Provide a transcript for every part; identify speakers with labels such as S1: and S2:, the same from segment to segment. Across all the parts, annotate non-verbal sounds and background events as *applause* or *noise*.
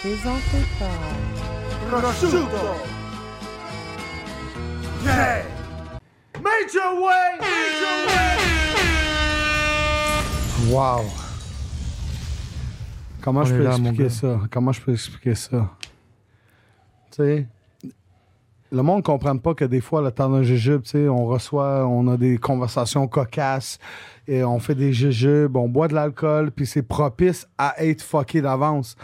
S1: présenté par
S2: Prosciutto. Yeah. Major way. Major way.
S3: Wow. Comment
S4: On
S3: je
S4: est
S3: peux
S4: là, mon
S3: expliquer
S4: gars.
S3: ça? Comment je peux expliquer ça? Tu sais, le monde ne comprend pas que des fois, le temps d'un jujube, tu sais, on reçoit, on a des conversations cocasses et on fait des jujubes, on boit de l'alcool, puis c'est propice à être fucké d'avance.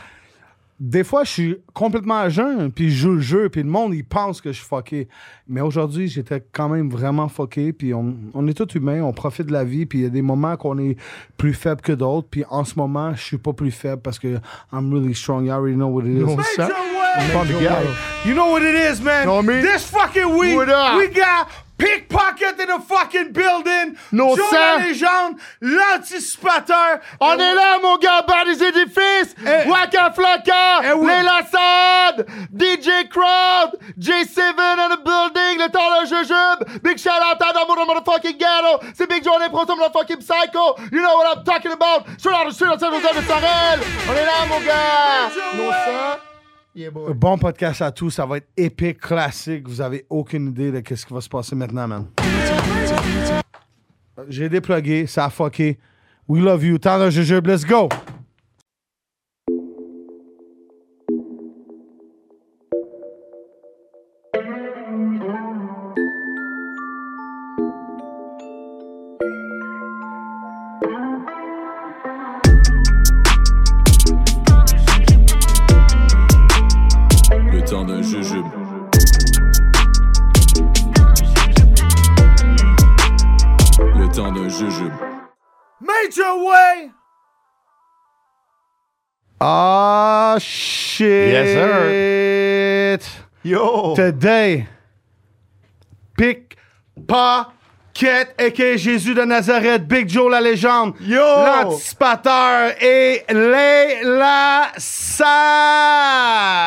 S3: Des fois, je suis complètement à jeun, puis je joue le jeu, puis le monde, il pense que je suis fucké. Mais aujourd'hui, j'étais quand même vraiment fucké, puis on, on est tous humains, on profite de la vie, puis il y a des moments qu'on est plus faible que d'autres, puis en ce moment, je suis pas plus faible parce que I'm really strong, you already know what it is.
S4: Non,
S2: Major
S4: ça.
S2: way.
S4: Pas de gars.
S2: You know what it is, man.
S4: Know me?
S2: This fucking week,
S4: What up?
S2: we got pickpocket in the fucking building.
S4: No,
S2: Joe
S4: sir.
S2: la légende, l'anticipateur.
S4: On est là, mon gars, bas des édifices!
S2: Eh.
S4: Waka Flocka!
S2: Eh oui.
S4: Les Lassades! DJ Crowd! J7 in the building! Le temps de jujube! Big shout out à dans mon motherfucking ghetto! C'est Big Journée Pro sur motherfucking Psycho! You know what I'm talking about! Straight out of the street, on José de Sorel! On est là, mon gars!
S2: Major
S4: Non,
S2: way.
S4: ça? Yeah, boy.
S3: Bon podcast à tous, ça va être épique, classique. Vous avez aucune idée de ce qui va se passer maintenant, man. Euh, J'ai déplugué, ça a fucké. We love you. Temps d'un jujube, let's go!
S5: Le temps d'un jujube. Le temps d'un jujube.
S2: Major way.
S3: Ah, shit!
S4: Yes,
S3: sir!
S4: Yo!
S3: Today, Pickpocket, a.k.a. Jésus de Nazareth, Big Joe la légende,
S4: Yo!
S3: l'anticipateur et les la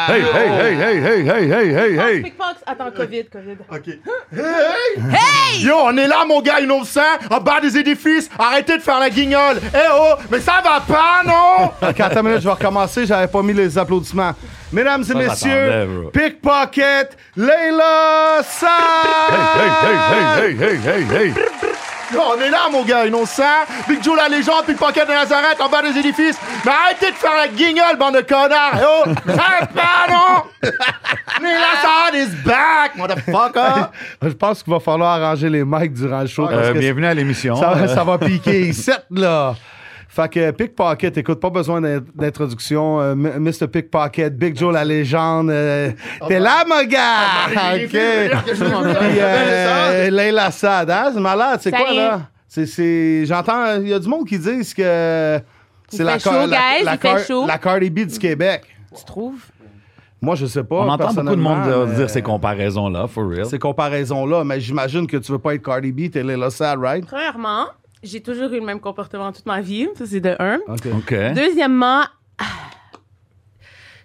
S4: Hey, hey, hey, hey, hey, hey, hey, hey, hey!
S1: Pickpocket, attends, COVID, COVID.
S4: Yo, on est là, mon gars, une once en bas des édifices. Arrêtez de faire la guignole. Eh oh, mais ça va *laughs* pas, non?
S3: Ok, attends une minute, je vais recommencer, j'avais pas mis les applaudissements. Mesdames et
S4: j'attendais,
S3: messieurs,
S4: bro.
S3: Pickpocket, Leila Sa!
S4: hey, hey, hey, hey, hey. Yo, on est là, mon gars, une once Big Joe, la légende, puis le paquet de Nazareth en bas des édifices. Mais arrêtez de faire la guignole, bande de connards. Eh
S6: *laughs*
S4: oh, ça va pas, non? Mais là, ça is back,
S6: *laughs*
S4: motherfucker.
S3: Je pense qu'il va falloir arranger les mics durant le show. parce
S6: Euh,
S3: que
S6: bienvenue à l'émission.
S3: ça, va-
S6: Euh,
S3: ça va piquer ici, là. Fait que Pickpocket, écoute, pas besoin d'in- d'introduction. Euh, M- Mr. Pickpocket, Big Joe la légende. euh, T'es là, mon
S7: ben,
S3: gars!
S4: j'ai
S3: Ok.
S4: fait rire que je m'en
S3: Puis, euh,
S4: rappelle.
S3: Leila Sad, hein? C'est malade, c'est
S1: Ça
S3: quoi,
S1: y est.
S3: là? C'est- C'est. J'entends, il y a du monde qui disent que. C'est
S1: Il
S3: la,
S1: fait
S3: Car-
S1: chaud, guys,
S3: la,
S1: il fait
S3: Car-
S1: chaud.
S3: la Cardi B du Québec.
S1: Tu trouves?
S3: Moi, je sais pas.
S6: on entend beaucoup de monde euh,
S3: personnellement, mais-
S6: dire ces comparaisons-là, for real.
S3: ces comparaisons-là, mais j'imagine que tu veux pas être Cardi B, t'es Leila Sad, right?
S1: Premièrement, j'ai toujours eu le même comportement toute ma vie. Ça, c'est de un.
S3: OK.
S6: OK.
S1: Deuxièmement, ah,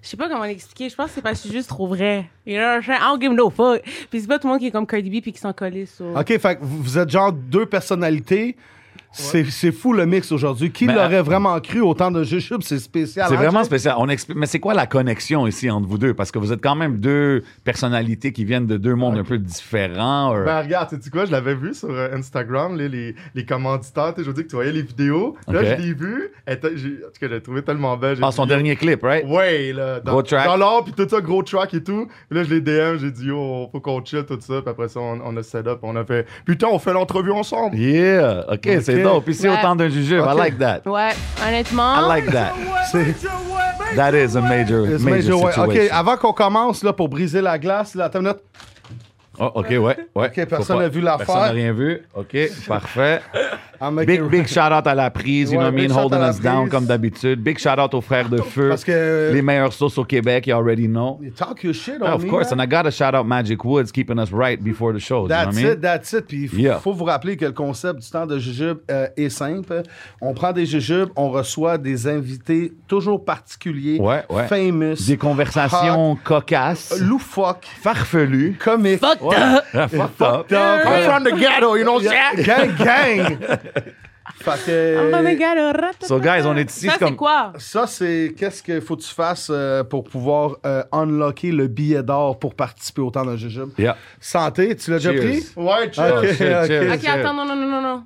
S1: je sais pas comment l'expliquer. Je pense que c'est parce que je suis juste trop vrai. You know what I'm saying? I don't give no fuck. Puis c'est pas tout le monde qui est comme Cardi B puis qui s'en collait sur.
S3: OK, fait que vous vous êtes genre deux personnalités. C'est c'est fou le mix aujourd'hui. Qui
S6: Mais-
S3: l'aurait vraiment cru autant de jujubes? C'est spécial.
S6: C'est
S3: hein,
S6: vraiment
S3: Jay?
S6: spécial. On expli- Mais c'est quoi la connexion ici entre vous deux? Parce que vous êtes quand même deux personnalités qui viennent de deux mondes un peu différents. euh.
S7: Ben regarde, sais-tu quoi, je l'avais vu sur euh, Instagram, les, les, les commanditaires, tu sais, je veux dire que tu voyais les vidéos. Là,
S6: Ok.
S7: je l'ai vu, elle était- j'ai- en tout cas, je l'ai trouvé tellement belle. j'ai
S6: Ah, son
S7: dit, yo,
S6: dernier clip, right?
S7: Ouais, là, dans,
S6: Gros track.
S7: dans l'or, puis tout ça, gros track et tout. Puis là, je l'ai DM, j'ai dit, yo, faut qu'on chill, tout ça. Puis après ça, on, on a set up, on a fait, putain, on fait l'entrevue ensemble.
S6: Yeah! OK, c'est
S3: Ok.
S6: dope. Ici,
S1: Ouais.
S6: autant d'un jujube. I like that.
S1: Ouais, honnêtement.
S6: I like that. That is a major,
S3: It's
S6: major,
S3: major way.
S6: situation.
S3: OK, ah. avant qu'on commence là, pour briser la glace, là, attends une minute.
S6: Oh, OK, ouais, ouais. Faut
S3: personne
S6: pas-
S3: n'a vu l'affaire.
S6: Personne n'a rien vu. OK, parfait.
S3: Ah, mec,
S6: Big, big shout-out à la prise, you
S3: Ouais,
S6: know what I
S3: big
S6: mean,
S3: shout-out à
S6: holding
S3: la
S6: us down
S3: prise.
S6: comme d'habitude. Big shout-out aux frères de feu.
S3: Parce que-
S6: Les meilleures sauces au Québec, you already know.
S3: you Talk your shit, on
S6: Yeah, Ah, of
S3: me,
S6: course,
S3: man.
S6: and I gotta shout out Magic Woods keeping us right before the show.
S3: That's
S6: you know what I
S3: it, that's it. Puis il faut,
S6: Yeah.
S3: faut vous rappeler que le concept du temps de jujube euh, est simple. On prend des jujubes, on reçoit des invités toujours particuliers,
S6: Ouais, ouais.
S3: famous,
S6: mean? Des conversations cocasses,
S3: loufoques,
S6: farfelues.
S3: comiques.
S1: Fuck up.
S6: Ah, fucked up.
S3: up.
S7: the ghetto, you know what I'm saying?
S3: gang, gang. Fait que-
S1: I'm gonna get a oh, ratatata.
S6: So, guys, on est ici,
S1: Ça,
S6: c'est comme-
S1: c'est quoi?
S3: Ça, c'est qu'est-ce qu'il faut que tu fasses euh, pour pouvoir euh, unlocker le billet d'or pour participer au temps d'un jujube.
S6: Yeah.
S3: Santé, tu l'as déjà
S6: Cheers.
S3: pris?
S7: Ouais, chill.
S3: *laughs* Ok,
S6: shit,
S3: ok.
S6: cheers.
S1: Ok, attends, non, non, non, non, non.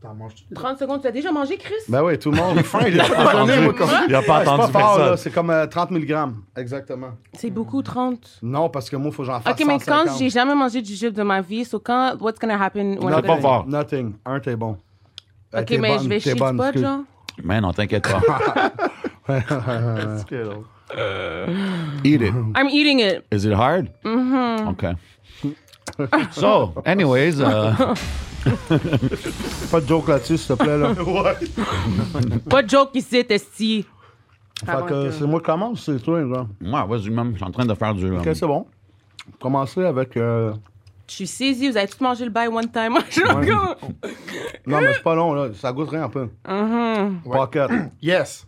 S7: T'en manges-tu?
S1: 30 secondes, tu as déjà mangé, Chris?
S3: Ben oui, tout le monde.
S6: Il a pas
S3: Désolé, moi,
S6: entendu,
S3: comme-
S6: il a pas
S3: C'est pas
S6: entendu
S3: fort,
S6: personne.
S3: là. C'est comme euh, 30 000 grammes. Exactement.
S1: C'est beaucoup, 30.
S3: Non, parce que moi, il faut que j'en fasse
S1: Ok, mais quand
S3: 150.
S1: j'ai jamais mangé du jujube de ma vie, so quand, what's gonna happen when
S3: Nothing,
S1: I'm
S6: pas
S1: gonna...
S6: fort.
S3: Nothing. Un, t'es bon. Euh,
S1: Ok,
S3: t'es
S1: mais
S3: bonne,
S1: je vais
S3: t'es
S1: chier du
S3: bonne,
S1: pot,
S3: excuse.
S1: genre.
S6: Mais non, t'inquiète pas. *laughs*
S7: Est-ce que, là?
S6: Eat it.
S1: I'm eating it.
S6: Is it hard? Mm-hmm. Okay. So, anyways, uh, *laughs*
S3: Pas de joke là-dessus, s'il te plaît.
S1: *laughs*
S3: Là. fait
S1: Pas de joke ici, testi. Ah
S3: que euh, c'est moi qui commence, c'est toi, gars.
S6: moi, vas-y, même, je suis en train de faire du. euh,
S3: Ok, c'est bon. Commencer avec. euh,
S1: Je suis saisie, vous avez tous mangé le bail one time. *laughs* Je suis comme-
S3: Non, mais c'est pas long, là. Ça goûte rien un peu. Uh-huh. Pocket.
S7: Yes.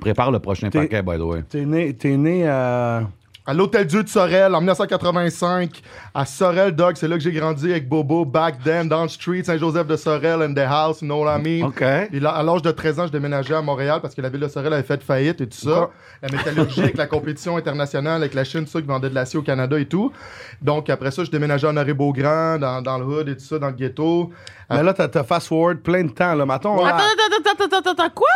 S6: Prépare le prochain
S3: T'es-
S6: paquet, by the way.
S3: T'es né, t'es né euh, à.
S7: À l'Hôtel Dieu de Sorel en 1985. À Sorel, Doc, c'est là que j'ai grandi avec Bobo, back then, down the street, Saint-Joseph de Sorel, in the house, you know what I mean?
S6: OK.
S7: Et là, à l'âge de 13 ans, je déménageais à Montréal parce que la ville de Sorel avait fait faillite et tout ça. La métallurgie avec la compétition internationale, avec la Chine, tout ça, qui vendait de l'acier au Canada et tout. Donc, après ça, je déménageais en Arré-Beaugrand, dans, dans le hood et tout ça, dans le ghetto.
S3: Mais là, t'as t'as fast forward plein de temps, là. Mettons,
S1: Attends,
S3: là,
S1: attends, attends, attends, attends, attends, quoi?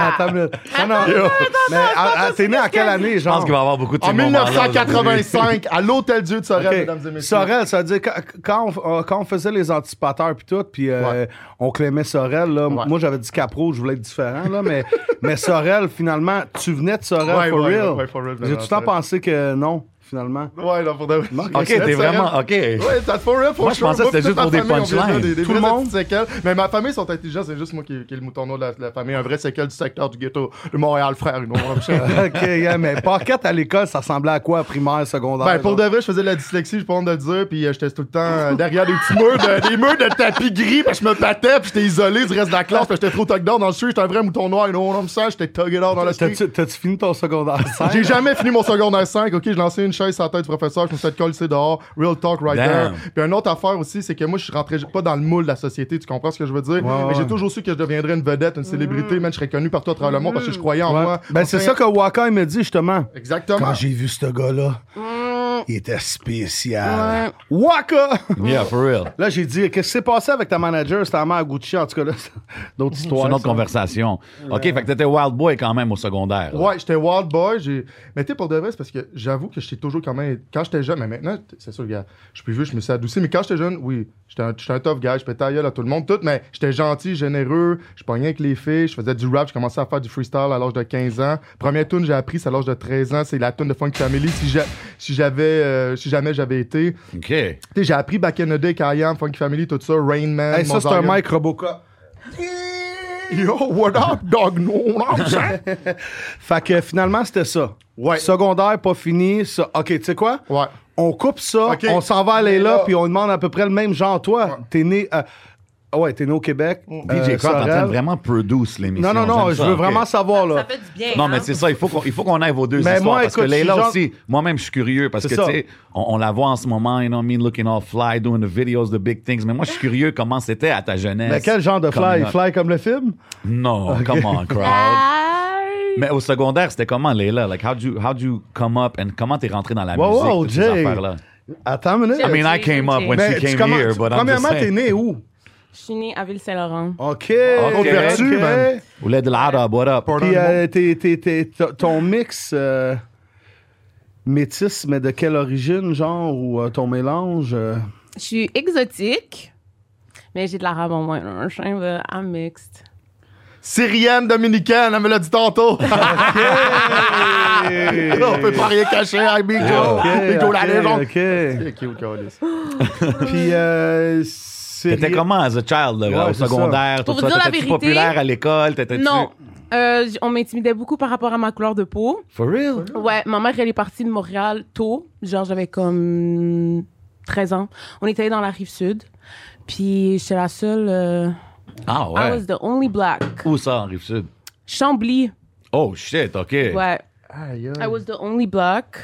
S3: attends, une minute. Non, non. Mais à- à- t'es né à quelle année,
S6: Je pense
S3: genre?
S6: qu'il va y avoir beaucoup de
S7: En
S6: ces moments-là aujourd'hui.
S7: 1985, à l'Hôtel Dieu de Sorel,
S3: Ok.
S7: mesdames et messieurs.
S3: Sorel, ça veut dire quand, quand on, euh, quand on faisait les anticipateurs puis tout, puis euh,
S7: Ouais.
S3: on clémait Sorel, là,
S7: Ouais.
S3: moi j'avais dit Capro, je voulais être différent, là, mais, *laughs* mais Sorel, finalement, tu venais de Sorel
S7: Ouais,
S3: for
S7: ouais,
S3: real.
S7: ouais, for real, je venais de
S3: J'ai tout le temps
S7: Sorel.
S3: pensé que non, finalement.
S7: Ouais, là, pour de vrai.
S6: *laughs* OK, t'es vraiment. OK.
S7: Ouais, that's for real, for
S6: Moi, je
S7: sure.
S6: pensais que c'était
S7: toute
S6: juste
S7: ma
S6: pour des
S7: famille, on vient de
S6: punchlines.
S7: Des, des
S3: Tout le
S7: vraies
S3: monde.
S7: petites séquelles. Mais ma famille sont intelligents, c'est juste moi qui, qui est le mouton noir de la, de la famille. Un vrai séquel du secteur du ghetto de Montréal, frère. Une
S6: *laughs*
S3: ok, yeah, mais Pocket à l'école, ça ressemblait à quoi, primaire, secondaire?
S7: Ben, pour
S3: genre?
S7: de vrai, je faisais de la dyslexie, j'ai pas honte de le dire, puis euh, j'étais tout le temps euh, derrière des petits murs de, des murs de tapis gris, puis je me battais, puis j'étais isolé du reste de la classe, puis j'étais trop tugged out dans le street, j'étais un vrai mouton noir, et non, on me sent, j'étais tugged out dans le street.
S3: T'as-tu Ah, t'as-tu fini ton secondaire 5?
S7: J'ai jamais fini mon secondaire 5, ok, j'ai lancé une chaise sur la tête du professeur, je me suis fait coller dehors, real talk right
S6: Damn.
S7: there. Puis une autre affaire aussi, c'est que moi, je suis rentré pas dans le moule de la société, tu comprends ce que je veux dire?
S3: ouais. Mm.
S7: Mais j'ai toujours su que je deviendrais une vedette, une célébrité, même je serais connu partout à travers le monde parce que je croyais en moi.
S3: Ben, c'est ça que Waka il me dit justement.
S7: Exactement.
S3: Ah, j'ai vu ce gars-là, il était spécial.
S1: Ouais.
S3: Waka!
S6: Yeah, for real.
S3: Là, j'ai dit, qu'est-ce qui s'est passé avec ta manager? C'était amant à Gucci, en tout cas, là, c'est d'autres
S6: C'est
S3: histoires.
S6: une autre
S3: ça.
S6: conversation. OK, fait que t'étais Wild Boy quand même au secondaire. là.
S7: Ouais, j'étais wild boy. j'ai- Mais tu sais, pour de vrai, c'est parce que j'avoue que j'étais toujours quand même. Quand j'étais jeune, mais maintenant, t- c'est sûr, gars, je suis plus vieux, je me suis adouci. Mais quand j'étais jeune, oui, j'étais un, j'étais un tough guy, je pétais la gueule à tout le monde, tout, mais j'étais gentil, généreux, je pognais avec les filles, je faisais du rap, je commençais à faire du freestyle à l'âge de 15 ans. Première tune que j'ai appris, c'est à l'âge de 13 ans, c'est la tune de Funk Family, si j'a- si j'avais, euh, si jamais j'avais été. Tu
S6: OK.
S3: Euh,
S7: sais, j'ai appris Back in the Day, Kayam, Funk Family, tout ça, Rain Man.
S3: Hey, ça, c'est un
S7: Mozart.
S3: Mike Robocop.
S7: Yo, what up, dog? No, no,
S3: *laughs*
S7: no.
S3: Fait que finalement, c'était ça.
S7: Ouais.
S3: Secondaire, pas fini. Ça. OK, tu sais quoi?
S7: Ouais.
S3: On coupe ça,
S7: OK.
S3: on s'en va aller là,
S7: Là.
S3: puis on demande à peu près le même genre. Toi, t'es né. euh, ah ouais, t'es né au Québec.
S7: Mm.
S3: euh,
S6: DJ Crowd est en train
S3: Sorel.
S6: de vraiment produce l'émission.
S3: Non, non, non,
S6: J'aime
S3: je
S6: ça,
S3: veux
S6: OK.
S3: vraiment savoir, là.
S1: Ça fait du bien.
S6: Non, mais
S1: hein?
S6: c'est ça, il faut qu'on il faut qu'on aille vos deux
S3: Mais
S6: histoires.
S3: moi,
S6: parce que
S3: écoute,
S6: Layla
S3: je suis
S6: aussi, moi-même, je suis curieux parce que,
S3: C'est
S6: tu
S3: ça.
S6: sais, on, on la voit en ce moment, you know, what I mean, looking all fly, doing the videos, the big things. Mais moi, je suis curieux comment c'était à ta jeunesse.
S3: Mais quel genre de
S6: Comme
S3: fly?
S6: une-
S3: Fly comme le film?
S6: Non, come on, crowd.
S1: Bye.
S6: Mais au secondaire, c'était comment, Layla? Like, how'd you, how'd you come up and comment t'es rentré dans la
S3: Wow,
S6: musique?
S3: wow,
S6: toutes ces
S3: Jay.
S6: affaires-là?
S3: Attends une minute.
S6: I mean, I
S1: Jay,
S6: came up when
S3: Ben,
S6: she
S3: tu
S6: came
S3: commen-
S6: here,
S3: tu-
S6: but I'm just
S3: premièrement, t'es
S6: saying.
S3: né où?
S1: Je suis née à Ville-Saint-Laurent.
S3: OK.
S6: Ok,
S7: vertu, man.
S6: Ouled El Arab, what up?
S3: Puis euh, t'es- t'es- t'es- t- ton mix euh, métis, mais de quelle origine, genre, ou euh, ton mélange? euh?
S1: Je suis exotique, mais j'ai de l'arabe en moi. Un chien, ben, I'm mixed.
S7: Syrienne, dominicaine, elle me l'a dit tantôt. on peut pas rien cacher, I mean, Joe.
S1: Ah,
S3: Ok,
S7: Big Joe, la
S3: ok,
S7: légende.
S3: ok.
S7: Eh, Ok, ok, Alice.
S3: *laughs* Puis, euh, c'est.
S6: T'étais comment as a child, là,
S3: Ouais,
S6: au
S3: c'est ça.
S6: secondaire?
S1: Pour
S6: tout
S1: vous
S6: ça?
S1: dire la
S6: T'étais-tu
S1: vérité,
S6: populaire à l'école? T'étais-tu-
S1: Non, euh, j- on m'intimidait beaucoup par rapport à ma couleur de peau.
S6: For real?
S3: Oh,
S1: Ouais, ma mère, elle est partie de Montréal tôt. Genre, j'avais comme 13 ans. On était allé dans la rive sud. Puis, j'étais la seule. euh,
S6: Ah
S1: I
S6: ouais.
S1: was the only black.
S6: Où ça, en Rive-Sud?
S1: Chambly.
S6: Oh shit, ok.
S1: Ouais.
S7: Aïe,
S1: I
S7: aïe.
S1: was the only black.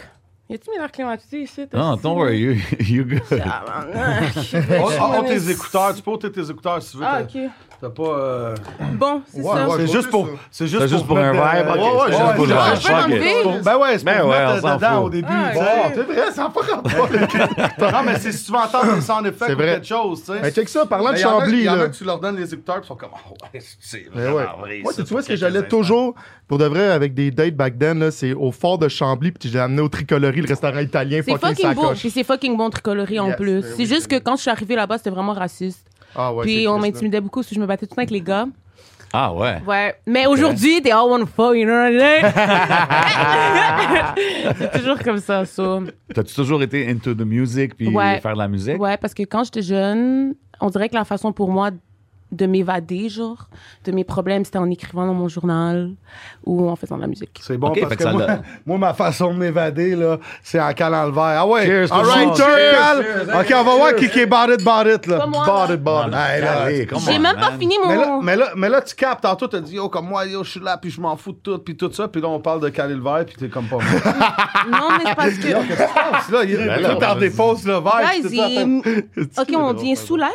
S1: Y a-tu mes nerfs climatisés ici? t'as
S6: Non,
S1: dit?
S6: don't worry, you, *laughs* you good.
S1: Tabarnak.
S3: *laughs* On, on- on oh, tes écouteurs, tu peux ôter tes écouteurs si tu veux.
S1: Ah,
S3: t'as-
S1: ok.
S3: T'as pas. euh,
S1: Bon, c'est
S7: Ouais,
S1: ça.
S7: ouais,
S3: C'est
S7: je
S3: juste
S7: vois
S3: pour.
S7: ça.
S3: C'est
S6: C'est
S3: juste,
S6: juste pour
S3: pour
S6: un
S3: mettre,
S6: vibe,
S3: euh,
S6: ok,
S3: ouais, ouais, juste
S6: c'est juste
S3: pour
S6: pour le
S3: mettre-
S6: vibe.
S1: Fuck it.
S3: Pour- Ben ouais, c'est
S6: Ben
S3: pour
S6: ouais,
S3: mettre
S6: on s'en
S3: dedans
S6: fout.
S3: au début.
S1: Ah,
S3: tu sais.
S1: ok.
S7: C'est vrai, ça n'a pas
S3: *laughs*
S7: rapport.
S3: Non, mais c'est si tu veux entendre des sound effects
S7: C'est
S3: ou
S7: vrai.
S3: quelque chose, Ben, tu sais.
S7: Hey, check ça, parlant de
S3: Mais y en a-
S7: Chambly,
S3: y en a
S7: là.
S3: que tu leur donnes les écouteurs, puis ils sont comme. Oh, ouais, c'est
S7: Mais
S3: vraiment
S7: ouais.
S3: vrai,
S7: Moi,
S3: ça,
S7: tu vois ce que
S3: quelques
S7: j'allais
S3: instants.
S7: toujours, pour de vrai, avec des dates back then, là, c'est au fort de Chambly, puis j'ai amené au Tricolorie, le restaurant italien,
S1: C'est
S7: fucking
S1: fucking beau,
S7: sacoche.
S1: puis c'est fucking bon tricolorie en
S7: Yes,
S1: plus.
S7: ben
S1: C'est
S7: oui,
S1: juste que
S7: ben
S1: quand je suis arrivée là-bas, c'était vraiment raciste.
S7: Ah ouais,
S1: puis
S7: c'est
S1: on
S7: triste, là.
S1: m'intimidait beaucoup, parce que je me battais tout le temps avec les gars.
S6: Ah ouais.
S1: Ouais. Mais aujourd'hui, they all want to fuck, you know what I mean? C'est toujours comme ça, ça.
S6: T'as-tu toujours été into the music puis
S1: Ouais.
S6: faire de la musique?
S1: Ouais, parce que quand j'étais jeune, on dirait que la façon pour moi de m'évader, genre, de mes problèmes, c'était en écrivant dans mon journal ou en faisant de la musique.
S3: C'est bon
S6: Ok,
S3: parce
S6: fait que
S3: que,
S6: ça
S3: moi,
S6: donne.
S3: *laughs* moi, ma façon de m'évader, là, c'est en calant le verre. Ah ouais,
S6: Cheers, tout
S3: all
S6: le
S3: right,
S6: monde.
S3: cheers. OK, on va voir qui qui est botted, botted, là.
S1: Pas moi,
S3: Botted,
S1: là.
S3: botted. Hey, là,
S6: Allez, come
S1: J'ai
S6: on,
S1: même pas
S6: man.
S1: fini mon.
S3: Mais là, mais, là, mais là, tu captes. Tantôt, t'as dit, yo, comme moi, yo, je suis là, puis je m'en fous de tout, puis tout ça. Puis là, on parle de caler le verre, puis t'es comme pas
S6: *laughs*
S3: moi.
S1: Non, mais c'est parce que.
S3: Puis là, il
S6: Ben
S3: est
S6: là,
S3: tout en
S6: vas-y.
S3: dépose le verre. puis
S1: Guys,
S3: tout ça. *laughs*
S1: il- Ok, on dit sous live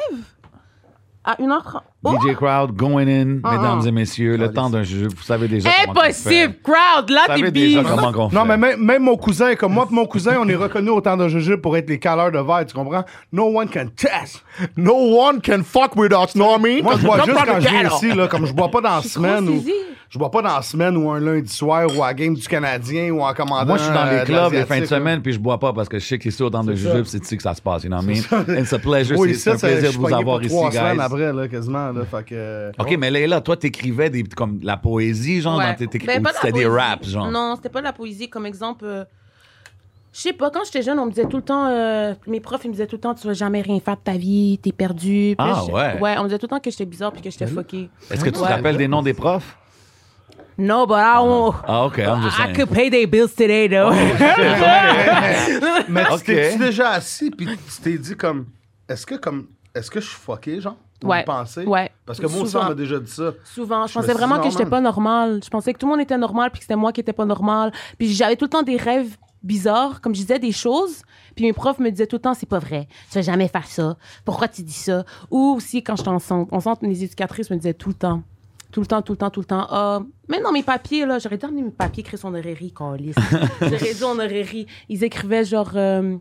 S1: à 1h30. Oh!
S6: DJ Crowd, going in,
S1: Ah,
S6: mesdames
S1: ah.
S6: et messieurs, le temps d'un jeu, vous savez déjà comment qu'on fait.
S1: Impossible! Crowd, là,
S6: Vous
S1: t'es
S6: savez
S1: bise!
S6: déjà comment qu'on fait.
S3: Non, mais même, même mon cousin, comme moi, pis mon cousin, on est reconnu au temps de Juju pour être les caleurs de verre, tu comprends? No one can test.
S4: No one can fuck with us, know what I mean?
S3: Moi, je bois
S4: Don't
S3: juste
S4: fuck
S3: quand
S4: with
S3: je viens
S4: us.
S3: ici, là, comme je bois pas dans la
S1: Je suis trop
S3: semaine. Ou,
S1: saisie.
S3: je bois pas dans la semaine ou un lundi soir ou à la game du Canadien ou en commandant.
S6: Moi, je suis dans
S3: euh,
S6: les
S3: de
S6: clubs les
S3: l'Asiatique,
S6: fins de
S3: là.
S6: semaine, puis je bois pas parce que je sais qu'ici, au temps de jujube, c'est ici que ça se passe. You know what I mean? It's a pleasure.
S3: Oui,
S6: c'est- c'est
S3: ça, ça,
S6: un
S3: je
S6: plaisir
S3: suis
S6: de vous
S3: pogné pour
S6: avoir ici,
S3: trois semaines
S6: guys.
S3: après, là, quasiment, là, fait que... euh,
S6: OK, mais Leila, toi, t'écrivais des, comme de la poésie, genre,
S1: Ouais.
S6: dans tes, tes-
S1: Ben,
S6: ou
S1: pas de la
S6: c'était des
S1: poésie.
S6: raps, genre.
S1: Non, c'était pas de la poésie. Comme exemple, euh, je sais pas, quand j'étais jeune, on me disait tout le temps, euh, mes profs, ils me disaient tout le temps, tu vas jamais rien faire de ta vie, t'es perdu. Puis là,
S6: Ah,
S1: je-
S6: ouais.
S1: Ouais, on me disait tout le temps que j'étais bizarre puis que j'étais fuckée.
S6: Est-ce que tu te
S1: Ouais.
S6: rappelles des noms des profs?
S1: No, but I won't.
S6: Ah, OK, I'm just
S1: I
S6: saying. Oh,
S1: could pay their bills today, though.
S3: Mais
S6: Ok.
S3: tu t'es-tu déjà assis puis tu t'es dit comme est-ce que comme est-ce que je suis fucké genre Ou
S1: Ouais.
S3: vous pensez?
S1: Ouais.
S3: Parce que moi aussi on
S1: Souvent.
S3: m'a déjà dit ça.
S1: Souvent, je
S3: Je me
S1: pensais
S3: suis
S1: vraiment
S3: dit,
S1: que j'étais
S3: normal.
S1: pas normale. Je pensais que tout le monde était normal puis que c'était moi qui était pas normale. Puis j'avais tout le temps des rêves bizarres, comme je disais des choses, puis mes profs me disaient tout le temps c'est pas vrai, tu vas jamais faire ça. Pourquoi tu dis ça Ou aussi quand j'étais enceinte, enceinte mes éducatrices me disaient tout le temps tout le temps, tout le temps, tout le temps. Ah, même dans mes papiers, là, j'aurais dû emmener mes papiers, Chris, on aurait ri, câlisse. J'aurais dû, on aurait ri. Ils écrivaient genre, euh,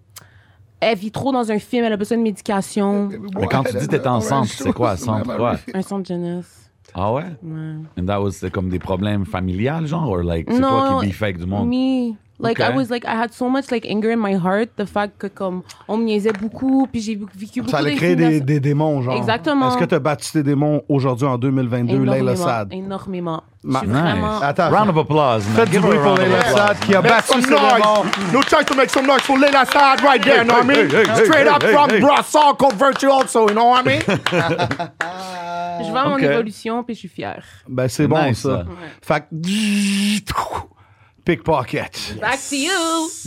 S1: elle vit trop dans un film, elle a besoin de médication.
S6: Mais quand tu dis que t'étais en centre, c'est quoi, centre? Ouais.
S1: Un centre de jeunesse.
S6: Ah ouais?
S1: Ouais.
S6: And that was, c'était comme des problèmes familiales, genre, or like, c'est
S1: Non,
S6: toi qui biffais avec du monde?
S1: Me. Like,
S6: Ok.
S1: I was like, I had so much like anger in my heart. The fact que, comme, on me niaisait beaucoup, puis j'ai vécu beaucoup
S3: Ça allait créer des,
S1: d'intimidation.
S3: des démons genre.
S1: Exactement.
S3: Est-ce que t'as battu tes démons aujourd'hui en 2022 Leila
S1: Énormément.
S3: Sad?
S1: Énormément. Je
S3: Ma-
S1: suis
S6: Nice.
S1: vraiment.
S3: Attends.
S6: Round of applause, man.
S3: Faites du
S6: Give her a
S3: bruit pour
S6: round of
S3: Leila
S6: applause.
S3: Sad qui a
S4: Make
S3: battu
S4: some
S3: ses démons.
S4: noise. No chance to make some noise for Lil Assad right there, you know what I
S6: hey,
S4: mean?
S6: hey, hey,
S4: Straight
S6: hey,
S4: up
S6: hey,
S4: from
S6: hey.
S4: Brassard, virtuoso, you know what I
S3: *laughs*
S4: mean?
S3: Ah.
S1: Je vois mon
S6: Ok.
S1: évolution, puis je suis fière.
S3: Ben c'est bon
S6: Nice,
S3: ça.
S6: ça.
S3: Fait que *laughs* pickpocket.
S1: Back to you!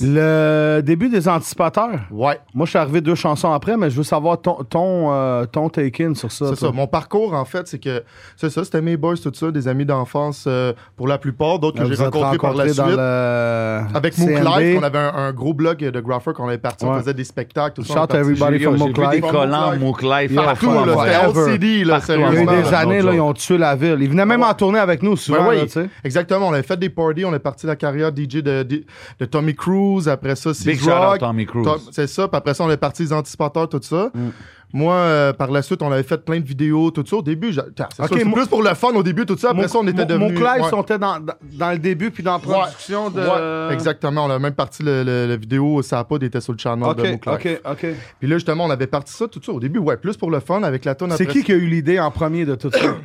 S3: Le début des anticipateurs.
S7: Ouais.
S3: Moi je suis arrivé deux chansons après mais je veux savoir ton ton euh, ton take-in sur ça.
S7: C'est
S3: toi.
S7: ça. Mon parcours, en fait, c'est que c'est ça. C'était mes boys, tout ça, des amis d'enfance euh, pour la plupart, d'autres
S3: Là,
S7: que
S3: Euh, vous
S7: j'ai
S3: êtes
S7: rencontrés par la
S3: rencontrés dans
S7: suite.
S3: le
S7: Avec Mook
S3: CNB.
S7: Live, on avait un, un gros blog de Grapher qu'on avait parti,
S3: Ouais.
S7: on faisait des spectacles, tout ça. on
S3: Shout
S7: est parti.
S3: everybody
S6: Yo,
S3: from
S6: J'ai
S3: Mook
S6: vu des
S3: Live.
S6: collants, mon life,
S3: Yeah,
S7: Partout,
S3: Partout,
S7: là, c'était
S3: forever.
S7: LCD, là,
S3: Il y a eu
S7: sérieusement.
S3: des
S7: là.
S3: années, là, ils ont tué la ville. Ils venaient même en tournée avec nous
S7: Ben
S3: souvent,
S7: oui,
S3: là, tu sais.
S7: exactement. On avait fait des parties, on est parti la carrière DJ de, de, de Tommy Cruise, après ça,
S6: Big
S7: Six
S6: shout out
S7: Rock.
S6: Tommy Cruise.
S7: Tom- C'est ça, puis après ça, on est parti les anticipateurs, tout ça.
S3: Mm.
S7: Moi, euh, par la suite, on avait fait plein de vidéos, tout ça. Au début, j'a- Tiens, c'est
S3: Ok,
S7: ça, c'est
S3: moi-
S7: plus pour le fun au début, tout ça. Après ça, on était
S3: Mon-
S7: devenus...
S3: Mon Clive,
S7: ouais.
S3: on était dans, dans- dans le début puis dans la production
S7: Ouais,
S3: de.
S7: ouais, exactement. On a même parti le, le- la vidéo, ça a pas était sur le channel
S3: Ok,
S7: de Mook Live.
S3: ok, ok.
S7: Puis là, justement, on avait parti ça, tout ça. Au début, ouais, plus pour le fun, avec la tonne
S3: C'est qui qui a eu l'idée en premier de tout ça? *coughs*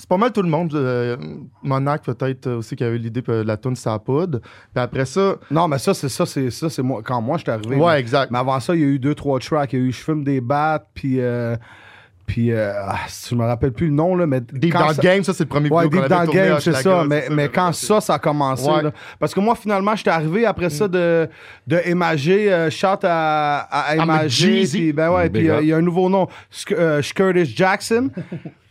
S7: C'est pas mal tout le monde. euh, Monac, peut-être euh, aussi, qui avait l'idée euh, de la toune ça a poudre. Puis après ça,
S3: non, mais ça, c'est ça, c'est ça, c'est moi. Quand moi, je suis arrivé.
S7: ouais,
S3: mais-
S7: exact.
S3: Mais avant ça, il y a eu deux, trois tracks. Il y a eu Je fume des battes, puis. euh, puis. euh, ah, je me rappelle plus le nom, là, mais.
S7: Deep
S3: quand
S7: dans le
S3: ça-
S7: game, ça, c'est le premier
S3: Ouais,
S7: vidéo
S3: Deep
S7: qu'on
S3: dans
S7: avait
S3: le
S7: tourné à
S3: game, c'est
S7: Hochelaga,
S3: ça. Mais, mais
S7: j'avais
S3: quand
S7: fait.
S3: ça, ça a commencé.
S7: Ouais. Mm.
S3: là. parce que moi, finalement, j'étais arrivé après ça de, de MAG, euh, shout à, à
S7: Ah, mais
S3: MAG.
S7: Jeezy.
S3: puis ben ouais,
S6: Mm, Big
S3: puis euh,
S6: up.
S7: *laughs*
S3: il y a un nouveau nom, Sc- euh, Curtis Jackson.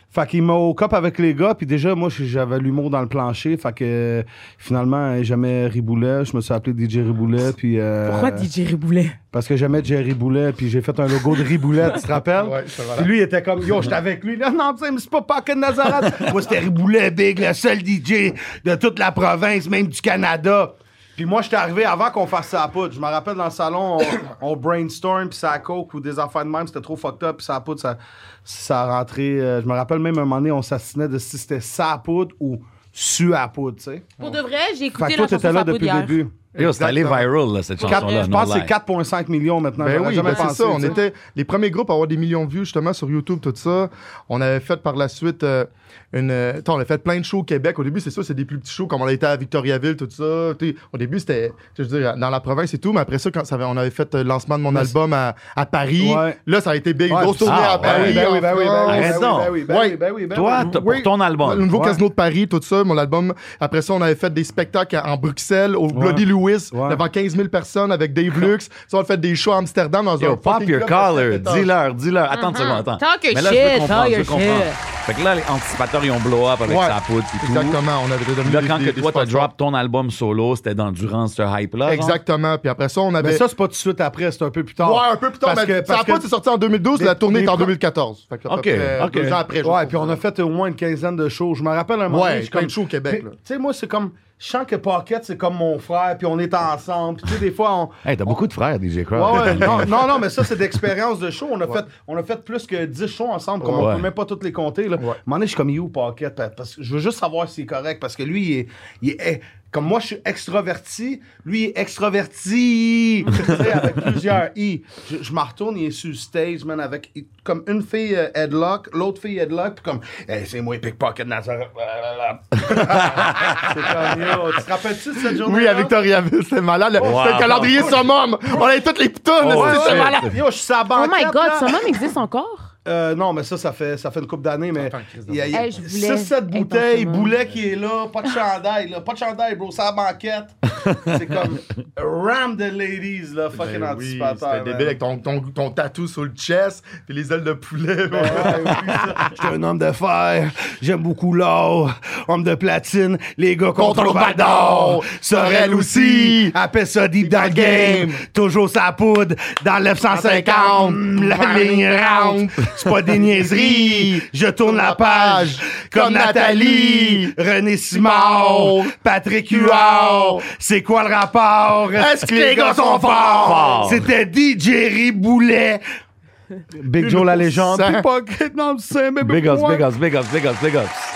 S3: Fait qu'il m'a au cop avec les gars, puis déjà, moi, j'avais l'humour dans le plancher. Fait que euh, finalement, j'aimais Riboulet. Je me suis appelé DJ Riboulet, puis. euh,
S1: Pourquoi DJ Riboulet?
S3: Parce que j'aimais Jerry Boulet, puis j'ai fait un logo de Riboulet, tu te rappelles?
S7: Ouais, c'est vrai.
S3: Puis lui, il était comme, yo, j'étais avec lui. Non, non, tu sais, mais c'est pas Pocket Nazareth.
S7: *laughs*
S3: moi, c'était Riboulet Big, le seul DJ de toute la province, même du Canada. Puis moi, j'étais arrivé avant qu'on fasse ça à poudre. Je me rappelle dans le salon, on, on brainstorm, puis ça à coke ou des affaires de même, c'était trop fucked up, puis ça à poudre, ça, ça a rentré. euh, je me rappelle même un moment donné, on s'assinait de si c'était ça à poudre ou su à poudre, tu sais.
S1: Pour de vrai, j'ai
S3: Fait
S1: écouté
S3: que toi,
S1: la chanson
S3: t'étais là
S1: Sapoudre
S3: depuis le
S1: hier.
S3: début.
S6: Yo, c'est allé viral, là, cette
S3: Quatre-
S6: chanson-là.
S3: je
S6: non
S3: pense que
S6: lie.
S3: c'est 4,5 millions maintenant.
S7: Ben
S3: j'aurais
S7: oui,
S3: jamais
S7: ben c'est
S3: pensé,
S7: ça. On
S3: tu sais.
S7: était les premiers groupes à avoir des millions de vues justement sur YouTube, tout ça. On avait fait par la suite euh, une. euh, attends, on a fait plein de shows au Québec. Au début, c'est ça, c'est des plus petits shows comme on a été à Victoriaville, tout ça. Tu sais, au début, c'était, je veux dire, dans la province et tout. Mais après ça, quand ça avait- on avait fait le lancement de mon album à, à Paris,
S3: Ouais.
S7: là, ça a été big.
S3: Ouais,
S7: Grosse
S3: puis-
S7: tournée
S6: Ah,
S7: à
S6: ouais.
S7: Paris.
S3: Ben oui, ben oui, ben oui,
S7: en
S3: ben oui, ben
S6: Arrête donc.
S3: oui, ben oui, ben oui, ben
S6: Toi,
S3: oui.
S6: t'as- pour ton
S7: Le
S6: album.
S7: nouveau
S3: Ouais.
S7: casino de Paris, tout ça, mon album. Après ça, on avait fait des spectacles à- en Bruxelles, au Bloody Louis,
S3: Ouais.
S7: devant 15 000 personnes avec Dave Lux. Ça, on a fait des shows à Amsterdam dans un
S6: Yo, pop
S7: fucking
S6: your
S7: club à
S6: collar.
S7: 7 étages.
S6: Dis-leur, dis-leur. Attends,
S1: Mhm.
S6: tu vas attends.
S1: Talk your
S6: Mais là, je veux
S1: shit,
S6: comprendre,
S1: talk
S6: je veux
S1: your
S6: comprendre.
S1: shit.
S6: Fait que là, les anticipateurs, ils ont blow up avec
S7: Ouais,
S6: sa poudre et tout.
S7: Exactement, on avait devenu
S6: Là,
S7: des-
S6: quand
S7: des-
S6: que
S7: des
S6: toi, t'as
S7: sponsors.
S6: drop ton album solo, c'était dans durant ce hype-là. genre?
S7: Exactement, puis après ça, on
S3: Mais
S7: avait...
S3: ça, c'est pas tout de suite après, c'est un peu plus tard.
S7: ouais, un peu plus tard,
S3: Parce
S7: mais
S3: que-
S7: ça
S3: parce
S7: a pas
S3: que-
S7: été sorti en 2012,
S3: Les-
S7: la tournée est en
S3: les-
S7: 2014. Fait que ça fait
S6: Ok,
S7: à peu près
S6: ok.
S7: deux ans après. je
S3: Ouais,
S7: pense.
S3: puis on a fait au moins une quinzaine de shows. Je me rappelle un moment
S7: Ouais,
S3: donné, je suis
S7: plein de
S3: comme-
S7: shows au Québec, là.
S3: Tu sais, moi, c'est comme. Je sens que Pocket, c'est comme mon frère, puis on est ensemble. Puis tu sais, des fois, on.
S6: Hey, t'as beaucoup de frères, DJ Crowd.
S3: Ah Ouais, ouais, non, non, non, mais ça, c'est d'expérience de show. On a, fait, on a fait plus que 10 shows ensemble, comme on
S6: Ouais.
S3: peut même pas toutes les compter. Là. À un moment donné, je suis comme You Pocket, pa- parce que je veux juste savoir s'il est correct, parce que lui, il est. il est- eh, comme moi, je suis extroverti, lui, il est extroverti, *laughs* tu sais, avec plusieurs I. Je, je m'en retourne, il est sur le stage, man, avec il- comme une fille euh, headlock, l'autre fille headlock, puis comme, Hey, c'est moi, pickpocket, *laughs* Nazareth. blablabla. c'est comme, yo, tu te rappelles-tu de cette journée?
S7: Oui, à Victoriaville, c'était malade. Le-
S6: Wow.
S7: C'était le calendrier summum. On avait toutes les putains,
S6: Oh, ouais,
S7: c'était
S6: ouais.
S7: malade.
S3: Yo, je suis sur la
S1: Oh
S3: banquette,
S1: my God,
S3: là.
S1: son homme existe encore?
S3: Euh, non, mais ça, ça fait, ça fait une couple d'années, mais il y a, il y a
S1: Hey, je voulais
S3: 6-7
S1: être
S3: bouteilles,
S1: dans ce monde.
S3: boulet qui est là, pas de chandail, là, pas de chandail, bro,
S7: *laughs*
S3: ça banquette. c'est comme ram the ladies, là, fucking
S7: Ben oui,
S3: anticipateur.
S7: C'était débile
S3: man.
S7: avec ton, ton, ton tatou sur le chest, puis les ailes de poulet.
S3: Ouais, oui, ça. J'étais un homme de fer, j'aime beaucoup l'or, homme de platine, les gars contre le ballon.
S7: Contrebandon,
S3: Sorel aussi, appelle ça deep dans le game, toujours sa poudre, dans le 150, la ligne round, c'est pas des niaiseries, je tourne la page, comme Nathalie, René Simard, Patrick Huard, c'est quoi le rapport, est-ce que les gars sont forts, c'était DJ Riboulet, Big Joe la légende.
S7: Ça-
S3: Puis Pocket, non, tu sais, mais
S6: Big ups,
S3: ouais.
S6: big ups, big ups, big ups, big ups.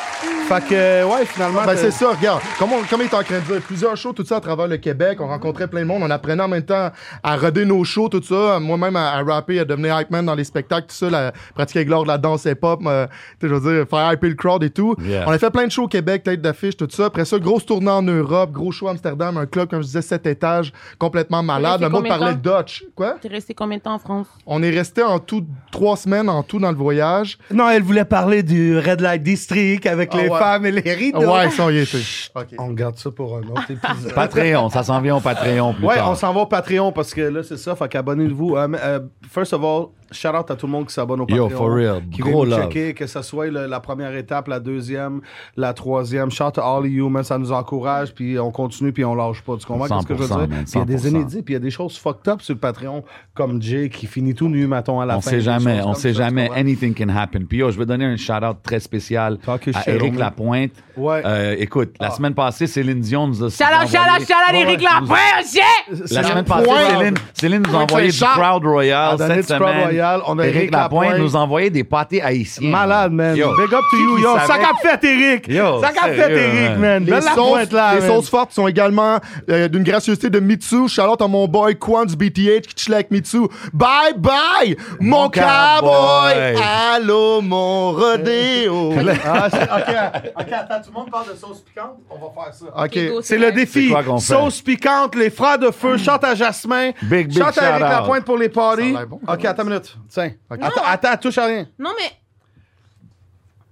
S3: Fait que, ouais, finalement.
S7: Ben,
S3: t'as-
S7: c'est ça, regarde. Comme, on, comme il est en train de dire, plusieurs shows, tout ça à travers le Québec. On rencontrait plein de monde. On apprenait en même temps à roder nos shows, tout ça. Moi-même, à, à rapper, à devenir hype man dans les spectacles, tout ça. La, pratiquer avec l'or de la danse hip-hop. euh, tu sais, je veux dire, faire hyper le crowd et tout.
S6: Yeah.
S7: On a fait plein de shows au Québec, tête d'affiche, tout ça. Après ça, grosse tournée en Europe, gros show à Amsterdam, un club, comme je disais, sept étages, complètement malade.
S1: fait
S7: Le monde
S1: combien de
S7: parlait Dutch. Quoi?
S1: T'es resté combien de temps en France?
S7: On est resté en tout trois semaines en tout dans le voyage.
S3: Non, elle voulait parler du Red Light District avec
S7: Ah
S3: les
S7: ouais.
S3: femmes et les rideaux.
S7: Ouais, ça, on y était. Ok.
S3: On garde ça pour un
S6: *laughs*
S3: autre épisode.
S6: Patreon, ça s'en vient au Patreon plus
S3: Ouais,
S6: tard.
S3: on s'en va au Patreon parce que là, c'est ça. Fait qu'abonnez-vous. Euh, mais, euh, first of all, shout out à tout le monde qui s'abonne au Patreon.
S6: Yo, for real.
S3: Qui
S6: Gros
S3: vient nous
S6: love.
S3: checker, que ce soit le- la première étape, la deuxième, la troisième. Shout out à all you, man. Ça nous encourage. Puis on continue, puis on lâche pas. Tu comprends qu'est-ce que je veux
S6: 100%,
S3: dire?
S6: man,
S3: Puis il y a des
S6: 100%.
S3: inédits, puis il y a des choses fucked up sur le Patreon, comme Jay qui finit tout nu, maton à la
S6: On
S3: fin.
S6: sait
S3: des
S6: jamais,
S3: choses
S6: on
S3: comme ça,
S6: sait
S3: tu
S6: jamais.
S3: comprends?
S6: Anything can happen. Puis yo, je vais donner un shout-out très spécial
S3: Talk your
S6: à
S3: shit,
S6: Éric
S3: homie.
S6: Lapointe.
S3: Ouais. Ah.
S6: Euh, écoute, la semaine passée, Céline Dion nous a
S1: Chala, chala, chala,
S6: Ouais.
S1: Eric Lapointe, shit!
S6: La semaine
S3: Point.
S6: passée, Céline, Céline nous a
S7: Point
S6: envoyé du
S7: Richard.
S6: Crowd Royal.
S3: Elle a donné
S6: Cette
S3: du Crowd
S6: semaine,
S3: Royal. On a
S6: Éric
S3: Éric
S6: Lapointe,
S3: Lapointe.
S6: nous a envoyé des pâtés haïtiens.
S3: Malade, man.
S6: Mm. Yo.
S3: Big up to you,
S6: Qui
S3: yo.
S6: savait-
S3: Ça qu'a fait, Eric.
S6: Yo,
S3: ça qu'a fait,
S6: sérieux,
S3: Eric,
S6: man.
S3: man.
S7: Les,
S3: Belle la
S7: sauces,
S3: pointe, là,
S7: les
S3: man.
S7: sauces fortes sont également euh, d'une gracieuseté de Mitsu. Shout out à mon boy Quan du BTH qui chill avec Mitsu. Bye bye, mon,
S6: Mon
S7: cowboy.
S6: cowboy.
S7: Allô, mon rodéo.
S3: Ah, c'est- ok, ok, attends, tout le monde parle de sauce piquante. On va faire ça.
S7: ok.
S3: C'est le défi.
S6: C'est quoi qu'on fait?
S3: Sauce piquante, les frères de feu, chante à Jasmin.
S6: Big, big
S3: chante à Eric
S6: shout-out.
S3: Lapointe pour les
S7: Ça a
S3: parties.
S7: l'air bon, quand
S3: ok,
S7: même.
S3: attends une minute. Tiens. Attends, attends, touche à rien.
S1: Non, mais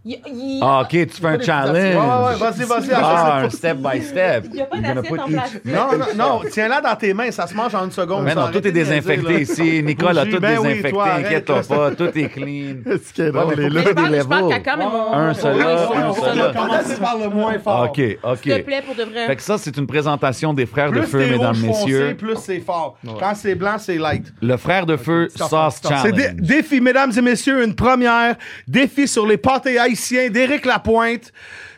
S1: Il- il-
S6: Ah, OK, tu fais un
S7: Ouais, ouais, ouais,
S6: challenge.
S7: vas-y, vas-y.
S6: Ah, un step by step.
S1: Il y a pas
S6: You're gonna
S1: d'assiette
S6: put
S1: en
S6: each-
S1: plastique.
S6: Non, non, non.
S3: tiens-la dans tes mains, ça se mange en une seconde.
S6: Mais
S3: ça,
S6: non, tout
S3: arrêtez
S6: est
S3: de niaiser,
S6: désinfecté
S3: là.
S6: ici. Nicole a
S3: Bougie,
S6: tout
S3: ben oui,
S6: désinfecté.
S3: toi, arrête,
S6: Inquiète-toi
S3: là,
S6: pas. Tout
S3: *laughs*
S6: est clean.
S7: Ce qui est drôle,
S6: Ouais, mais
S7: les
S1: Mais
S7: là.
S1: je parle, je parle caca, mais mon...
S6: Un seul là,
S1: Ouais,
S6: un
S1: ouais,
S6: seul
S1: ouais,
S6: là.
S1: ouais.
S3: Commencez par le moins fort.
S6: OK, OK.
S1: S'il te plaît, pour de
S6: Fait
S1: vrai.
S6: que ça, c'est une présentation des frères
S3: Plus
S6: de feu,
S3: c'est
S6: mesdames,
S3: rouge foncé,
S6: messieurs.
S3: plus c'est fort. Quand c'est blanc, c'est light.
S6: Le frère de feu Sauce
S3: C'est dé-
S6: Challenge.
S3: défi, mesdames et messieurs, une première. Défi sur les pâtés haïtiens d'Éric Lapointe.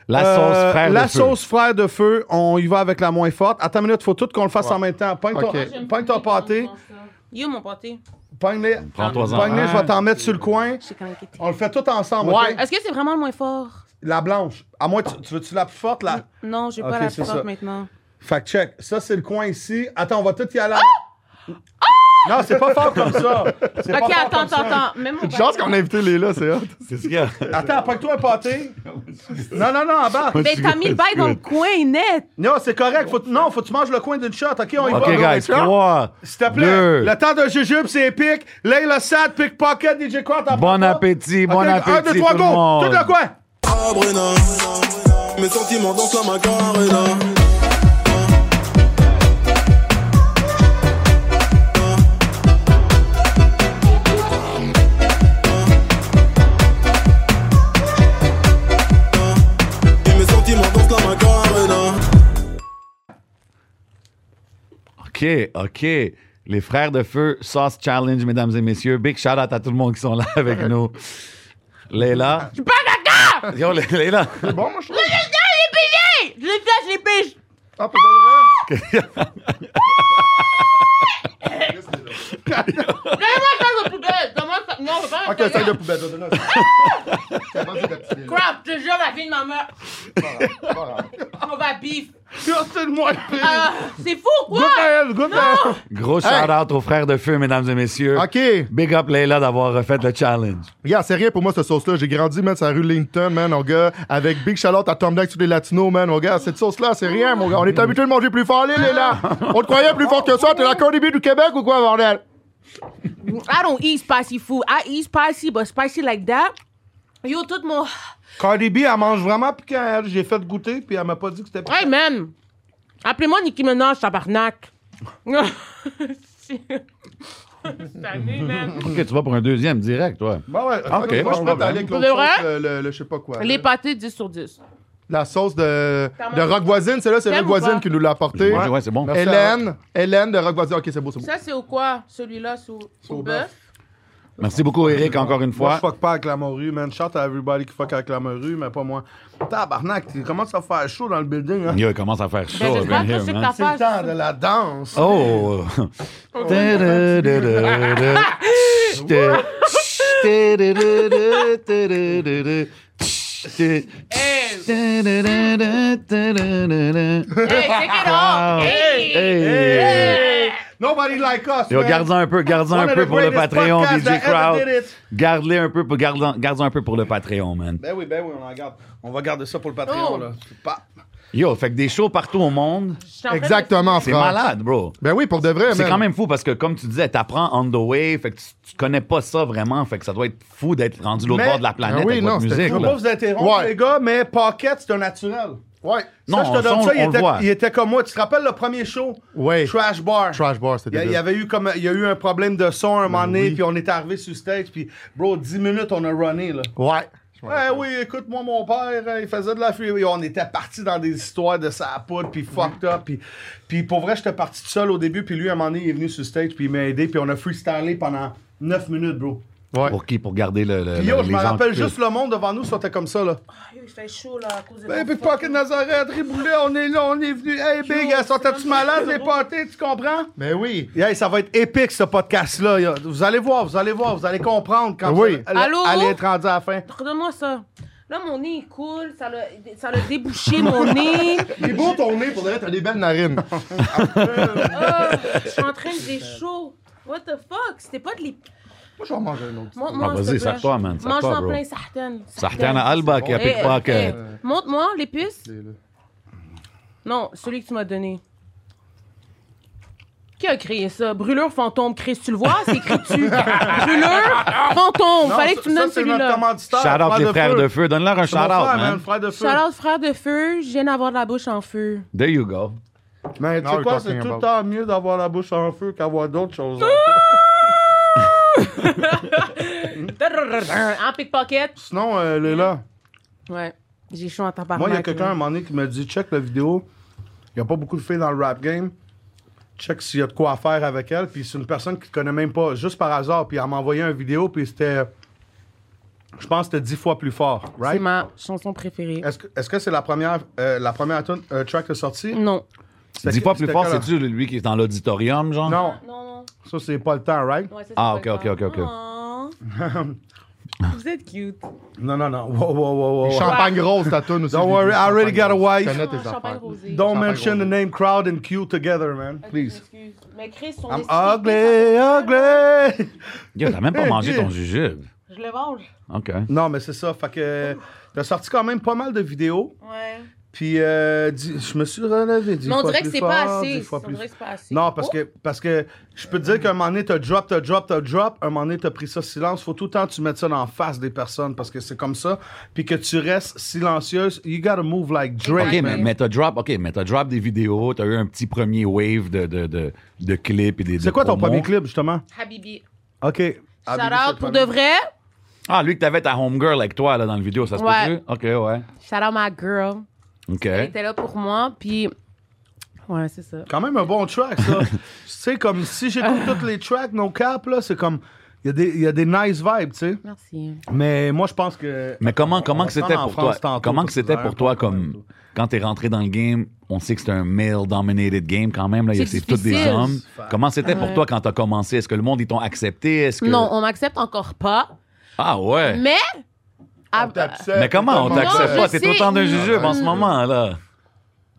S6: La
S3: Euh,
S6: sauce frère de
S3: la
S6: feu.
S3: sauce frère de feu. On y va avec la moins forte. Attends une minute, faut tout qu'on le fasse en même temps. Pogne ton-
S1: Ah, J'aime
S3: pogne
S1: pas
S3: ton pâté.
S1: quand on mange ça. Yo, mon eh. pâté.
S3: Pogne-les.
S6: Prends-toi-en
S3: Pogne-les,
S6: un.
S3: je vais t'en mettre sur le coin.
S1: Je sais comment il était.
S3: On le fait tout ensemble. ok?
S1: Est-ce que c'est vraiment le moins fort?
S3: La blanche. À moins, tu, tu veux-tu la plus forte, là?
S1: Non, j'ai
S3: Ok,
S1: pas la
S3: c'est
S1: forte
S3: ça.
S1: maintenant.
S3: Fait que check. Ça, c'est le coin ici. Attends, on va tout y aller. Non, c'est pas fort comme ça. C'est pas
S1: Ah! Ok,
S3: fort
S1: attends,
S3: comme ça.
S1: attends, attends. Même mon
S7: Je pense qu'on a invité les là, c'est hot.
S6: Qu'est-ce qu'il y a?
S3: Attends, apporte-toi un *laughs* pâté. Non, non, non, en bas.
S1: Mais t'as mis le bail dans le coin net.
S3: Non, c'est correct. Faut, non, faut que tu manges le coin d'une shot. OK, on y
S6: OK,
S3: va.
S6: guys, trois,
S3: S'il te plaît.
S6: deux.
S3: Le temps de jujube, c'est épique. Layla Sad, pickpocket, DJ Crowd. t'en prends
S6: Bon
S3: pas?
S6: appétit,
S3: OK,
S6: bon
S3: Un, deux,
S6: appétit,
S3: trois,
S6: tout le
S3: go.
S6: monde.
S3: Tout le coin.
S8: Ah, Brenna, mes sentiments dansent la macarena. Et mes sentiments dansent la macarena.
S6: OK, OK. Les frères de feu, Sauce Challenge, mesdames et messieurs. Big shout out à tout le monde qui sont là avec nous. Léla. Tu parles Yo, Lé- Léla.
S7: C'est bon, moi, je trouve.
S1: Je l'ai fait, je l'ai pêché.
S7: Ah, pour de
S1: Donnez-moi ça, la poubelle. Donne-moi ça. Non, je veux *laughs* pas.
S7: vrai. Ok, sac de poubelle, donne-le. C'est bon, c'est la petite Lila.
S1: Crap, je te jure, la vie de ma mère.
S7: C'est pas grave.
S1: On va bif.
S3: C'est le moins pire.
S1: Ah, c'est fou, quoi.
S3: Goûte à elle, goûte à elle.
S6: Gros shout
S7: Hey.
S6: out aux frères de feu, mesdames et messieurs.
S7: Ok,
S6: Big up, Léla, d'avoir refait le challenge.
S7: regarde, c'est rien pour moi, cette sauce-là. J'ai grandi, man, sur la rue Linton, man, mon gars, avec Big Charlotte à Tom Black, tous les latinos, man, mon gars. Cette sauce-là, c'est rien, mon gars. On est habitué de manger plus fort, les là. On te croyait plus fort que ça. T'es la Cardi B du Québec ou quoi, bordel?
S1: I don't eat spicy food. I eat spicy, but spicy like that. Yo, tout mon.
S3: Cardi B, elle mange vraiment piquant. elle. J'ai fait goûter, puis elle m'a pas dit que c'était piquant.
S1: Hey, man. Appelez-moi Nicki Minaj, *laughs* tabarnak.
S6: OK, tu vas pour un deuxième direct, toi.
S7: Bah ouais,
S6: Ok,
S7: moi, je suis prêt à
S6: pas de
S7: aller avec l'autre
S1: problème.
S7: sauce, le, le- le je sais pas quoi.
S1: Les
S7: Le-
S1: pâtés, 10 sur 10.
S7: La sauce de,
S1: T'as
S7: de
S1: mangé-
S7: Rock Voisine, celle-là, c'est Rock
S1: T'aimes ou
S7: Voisine
S1: pas?
S7: qui nous l'a apportée.
S6: Ouais, ouais, c'est bon.
S7: Merci, Hélène, Hélène de Rock Voisine. Ok, c'est beau, c'est beau.
S1: Ça, c'est au quoi? Celui-là, sous au bœuf.
S6: Merci beaucoup, Eric, encore une
S3: Moi, je
S6: fois.
S3: fuck pas avec la morue, man. Shout à everybody qui fuck avec la morue, mais pas moi. Tabarnak, tu commences à faire chaud dans le building, hein.
S6: Yo, il commence à faire chaud.
S1: Ben, j'espère
S6: over
S1: que
S6: here,
S1: c'est que
S6: man.
S1: t'as
S3: C'est le temps
S1: fait.
S3: de la danse.
S6: Oh!
S1: Hey! Hey, check it out! Hey!
S3: Hey! Nobody like us,
S6: Yo,
S3: man.
S6: garde-en un peu, garde-en
S3: One
S6: un
S3: of
S6: peu
S3: the
S6: pour le
S3: greatest
S6: Patreon,
S3: podcasts
S6: DJ
S3: that ever
S6: Crowd.
S3: did it.
S6: Garde-les un peu, pour- garde-en garde-en un peu pour le Patreon, man.
S3: Ben oui, ben oui, on en garde. On va garder ça pour le Patreon,
S1: Oh.
S3: là. Pap.
S6: Yo, fait que des shows partout au monde,
S1: Je suis en train de-
S7: Exactement,
S3: Ah.
S6: c'est
S7: Franck.
S6: malade, bro.
S7: Ben oui, pour de vrai,
S6: C'est
S7: man.
S6: quand même fou parce que, comme tu disais, t'apprends on the way, fait que tu, tu connais pas ça vraiment, fait que ça doit être fou d'être rendu l'autre
S3: Mais-
S6: bord de la planète
S7: Ah oui,
S6: avec
S7: non,
S6: votre
S7: c'était
S6: musique.
S3: Je veux
S7: cool.
S6: là.
S3: pas vous interrompre,
S7: Ouais.
S3: les gars, mais Pocket, c'est un naturel.
S7: Ouais.
S6: Non,
S3: ça, je te
S6: on-
S3: donne
S6: on-
S3: ça, il
S6: on le
S3: était,
S6: voit.
S3: il était comme moi. Tu te rappelles le premier show?
S7: Ouais.
S3: Trash Bar.
S7: Trash Bar, c'était
S3: Il y, a- il y
S7: débile.
S3: avait eu comme il y a eu un problème de son un moment donné, puis on est arrivé sur stage, puis bro, 10 minutes on a runné là.
S7: Ouais.
S3: Ouais, oui, écoute, moi, mon père, euh, il faisait de la fuite. Et On était parti dans des histoires de sa poudre, puis fucked up. Puis, puis pour vrai, j'étais parti tout seul au début, puis lui, à un moment donné, il est venu sur stage, puis il m'a aidé, puis on a freestylé pendant 9 minutes, bro.
S7: Ouais.
S6: Pour qui? Pour garder le. le-
S3: Puis yo,
S6: le-
S3: je
S6: Ben, les
S3: me
S6: gens
S3: rappelle
S6: occupés.
S3: juste le monde devant nous, c'était comme ça, là.
S1: Ah, Il fait chaud, là, à cause de.
S3: Ben, Pickpocket Nazareth, Riboulet, on est là, on est venu. Hey, Big,
S1: Yo,
S3: sortais-tu
S1: c'est
S3: malade,
S1: bon.
S3: les pâtés, tu comprends?
S7: Ben oui.
S3: Hey, ça va être épique, ce podcast-là. yo. Vous allez voir, vous allez voir, vous allez comprendre quand
S7: Oui.
S3: vous allez-
S1: Allô?
S3: allez être rendu à la fin.
S1: Redonne-moi ça. Là, mon nez, il coule. Ça l'a, ça l'a débouché, mon
S3: *laughs*
S1: nez.
S7: C'est beau ton nez, pour de vrai, t'as des belles narines. *laughs*
S1: Ah, je suis en train de des chaud. What the fuck? C'était pas de l'ép...
S7: Moi, je vais en manger un autre.
S1: Mange-
S6: Ah,
S1: mange, s'il
S6: vas-y,
S1: te plaît.
S6: sors-toi, man.
S1: Mange
S6: Sors-toi,
S1: en
S6: bro.
S1: plein, sartène.
S6: Sartane à Alba qui a
S1: Hey, hey,
S6: pickpocket.
S1: eh, Montre-moi l'épice.
S7: là.
S1: Non, celui que tu m'as donné. Qui a créé ça? Brûlure fantôme. Chris, tu le vois? C'est écrit
S3: *laughs*
S1: dessus. Brûlure fantôme.
S3: Non,
S1: Fallait que tu me
S3: ça,
S1: donnes
S3: c'est notre
S1: celui-là.
S3: commanditaire.
S6: Shout out les frères de feu. Donne-leur un
S3: C'est
S6: shout
S3: mon
S6: out,
S3: frère, man,
S6: man.
S3: Frère de feu.
S1: Shout out, frère de feu. Je viens d'avoir la bouche en feu.
S6: There you go.
S3: Mais tu
S7: Now
S3: sais
S7: we're
S3: quoi,
S7: talking
S3: c'est tout le
S7: about-
S3: temps mieux d'avoir la bouche en feu qu'avoir d'autres choses.
S1: En hein, pickpocket.
S7: Sinon, euh, Léla,
S1: Ouais. J'ai chaud en temps
S3: Moi, il y a quelqu'un à un moment donné qui me dit check la vidéo. Il n'y a pas beaucoup de filles dans le rap game. Check s'il y a de quoi à faire avec elle. Puis c'est une personne qui ne connaît même pas, juste par hasard. Puis elle m'a envoyé une vidéo, puis c'était. Je pense que c'était dix fois plus fort,
S1: C'est
S3: right?
S1: ma chanson préférée.
S3: Est-ce que est-ce que c'est la première, euh, la première tune- euh, track de sortie?
S1: Non.
S3: C'était-
S6: Dis pas plus
S3: c'était
S6: fort,
S3: quelle-
S6: c'est-tu lui qui est dans l'auditorium, genre?
S3: Non,
S1: Non,
S3: ça, c'est pas le temps, right?
S1: non. Ouais, ça, c'est
S6: Ah,
S1: pas
S6: ok,
S1: le
S6: ok,
S1: temps.
S6: ok, ok.
S1: Oh. Vous êtes cute.
S3: Non, non, non. Wow, wow, wow, wow.
S7: champagne rose, ta toune aussi.
S3: Don't
S7: j'ai
S3: worry,
S7: vu,
S3: I already
S7: champagne
S3: got a
S7: rose.
S3: wife.
S7: Je connais tes
S1: Ah, champagne
S7: affaires.
S1: rosé.
S3: Don't
S7: Champagne
S3: mention the
S7: rosé.
S3: name crowd and Q together, man. Please.
S1: Excuse. Mais Chris, hein? on
S3: I'm
S1: est
S3: ugly, ugly.
S6: Yo, t'as même pas mangé ton jujube.
S1: Je le mange.
S6: OK.
S3: Non, mais c'est ça. Fait que t'as sorti quand même pas mal de vidéos.
S1: Ouais.
S3: Puis euh, dix- je me suis relevé dix
S1: Mais on
S3: fois
S1: dirait que
S3: plus
S1: c'est pas
S3: fort,
S1: assez.
S3: dix fois
S1: On
S3: plus-
S1: dirait que c'est pas assez. Oh,
S3: Non, parce que, parce que je peux te dire qu'à un moment donné, t'as drop, t'as drop, t'as drop. un moment donné, t'as pris ça silence. Faut tout le temps que tu mettes ça en face des personnes parce que c'est comme ça. Puis que tu restes silencieuse. You gotta move like Drake.
S6: OK, mais,
S1: man.
S6: mais t'as drop, OK, mais t'as drop des vidéos, t'as eu un petit premier wave de, de, de, de clips et des de
S3: C'est quoi ton
S6: promos.
S3: premier clip, justement?
S1: Oh, Habibi.
S3: OK.
S1: Shout out pour de vrai.
S6: Ah, lui que t'avais ta homegirl avec toi là, dans la vidéo, ça se
S1: Ouais.
S6: peut-tu? OK, ouais.
S1: Shout out my girl.
S6: OK.
S1: Elle était là pour moi. Puis. Ouais, c'est ça.
S3: Quand même un bon track, ça. tu
S6: *laughs*
S3: sais, comme
S1: *laughs*
S3: si j'écoute toutes les tracks, nos caps, là, c'est comme. Il y, a des- il y a des nice vibes, tu sais.
S1: Merci.
S3: Mais moi, je pense que.
S6: Mais comment, comment
S3: On
S6: que
S3: va
S6: c'était
S3: prendre en
S6: pour toi?
S3: France tantôt,
S6: comment
S3: parce que
S6: que c'était
S3: c'est
S6: pour
S3: un
S6: toi
S3: peu
S6: comme
S3: tantôt.
S6: quand t'es rentré dans le game, on sait que c'est un male dominated game quand même là, il y a-
S1: C'est
S6: c'est tous des
S1: difficile.
S6: hommes. Comment c'était pour
S1: Ouais.
S6: toi quand t'as commencé? Est-ce que le monde ils t'ont accepté? Est-ce que
S1: Non, on m'accepte encore pas.
S6: Ah ouais.
S1: Mais. Ah,
S7: On t'accepte,
S6: Mais comment on
S7: tellement-
S6: t'accepte
S1: je
S6: pas? T'es
S1: sais.
S6: autant d'un jujube en ce
S1: Mm.
S6: moment là.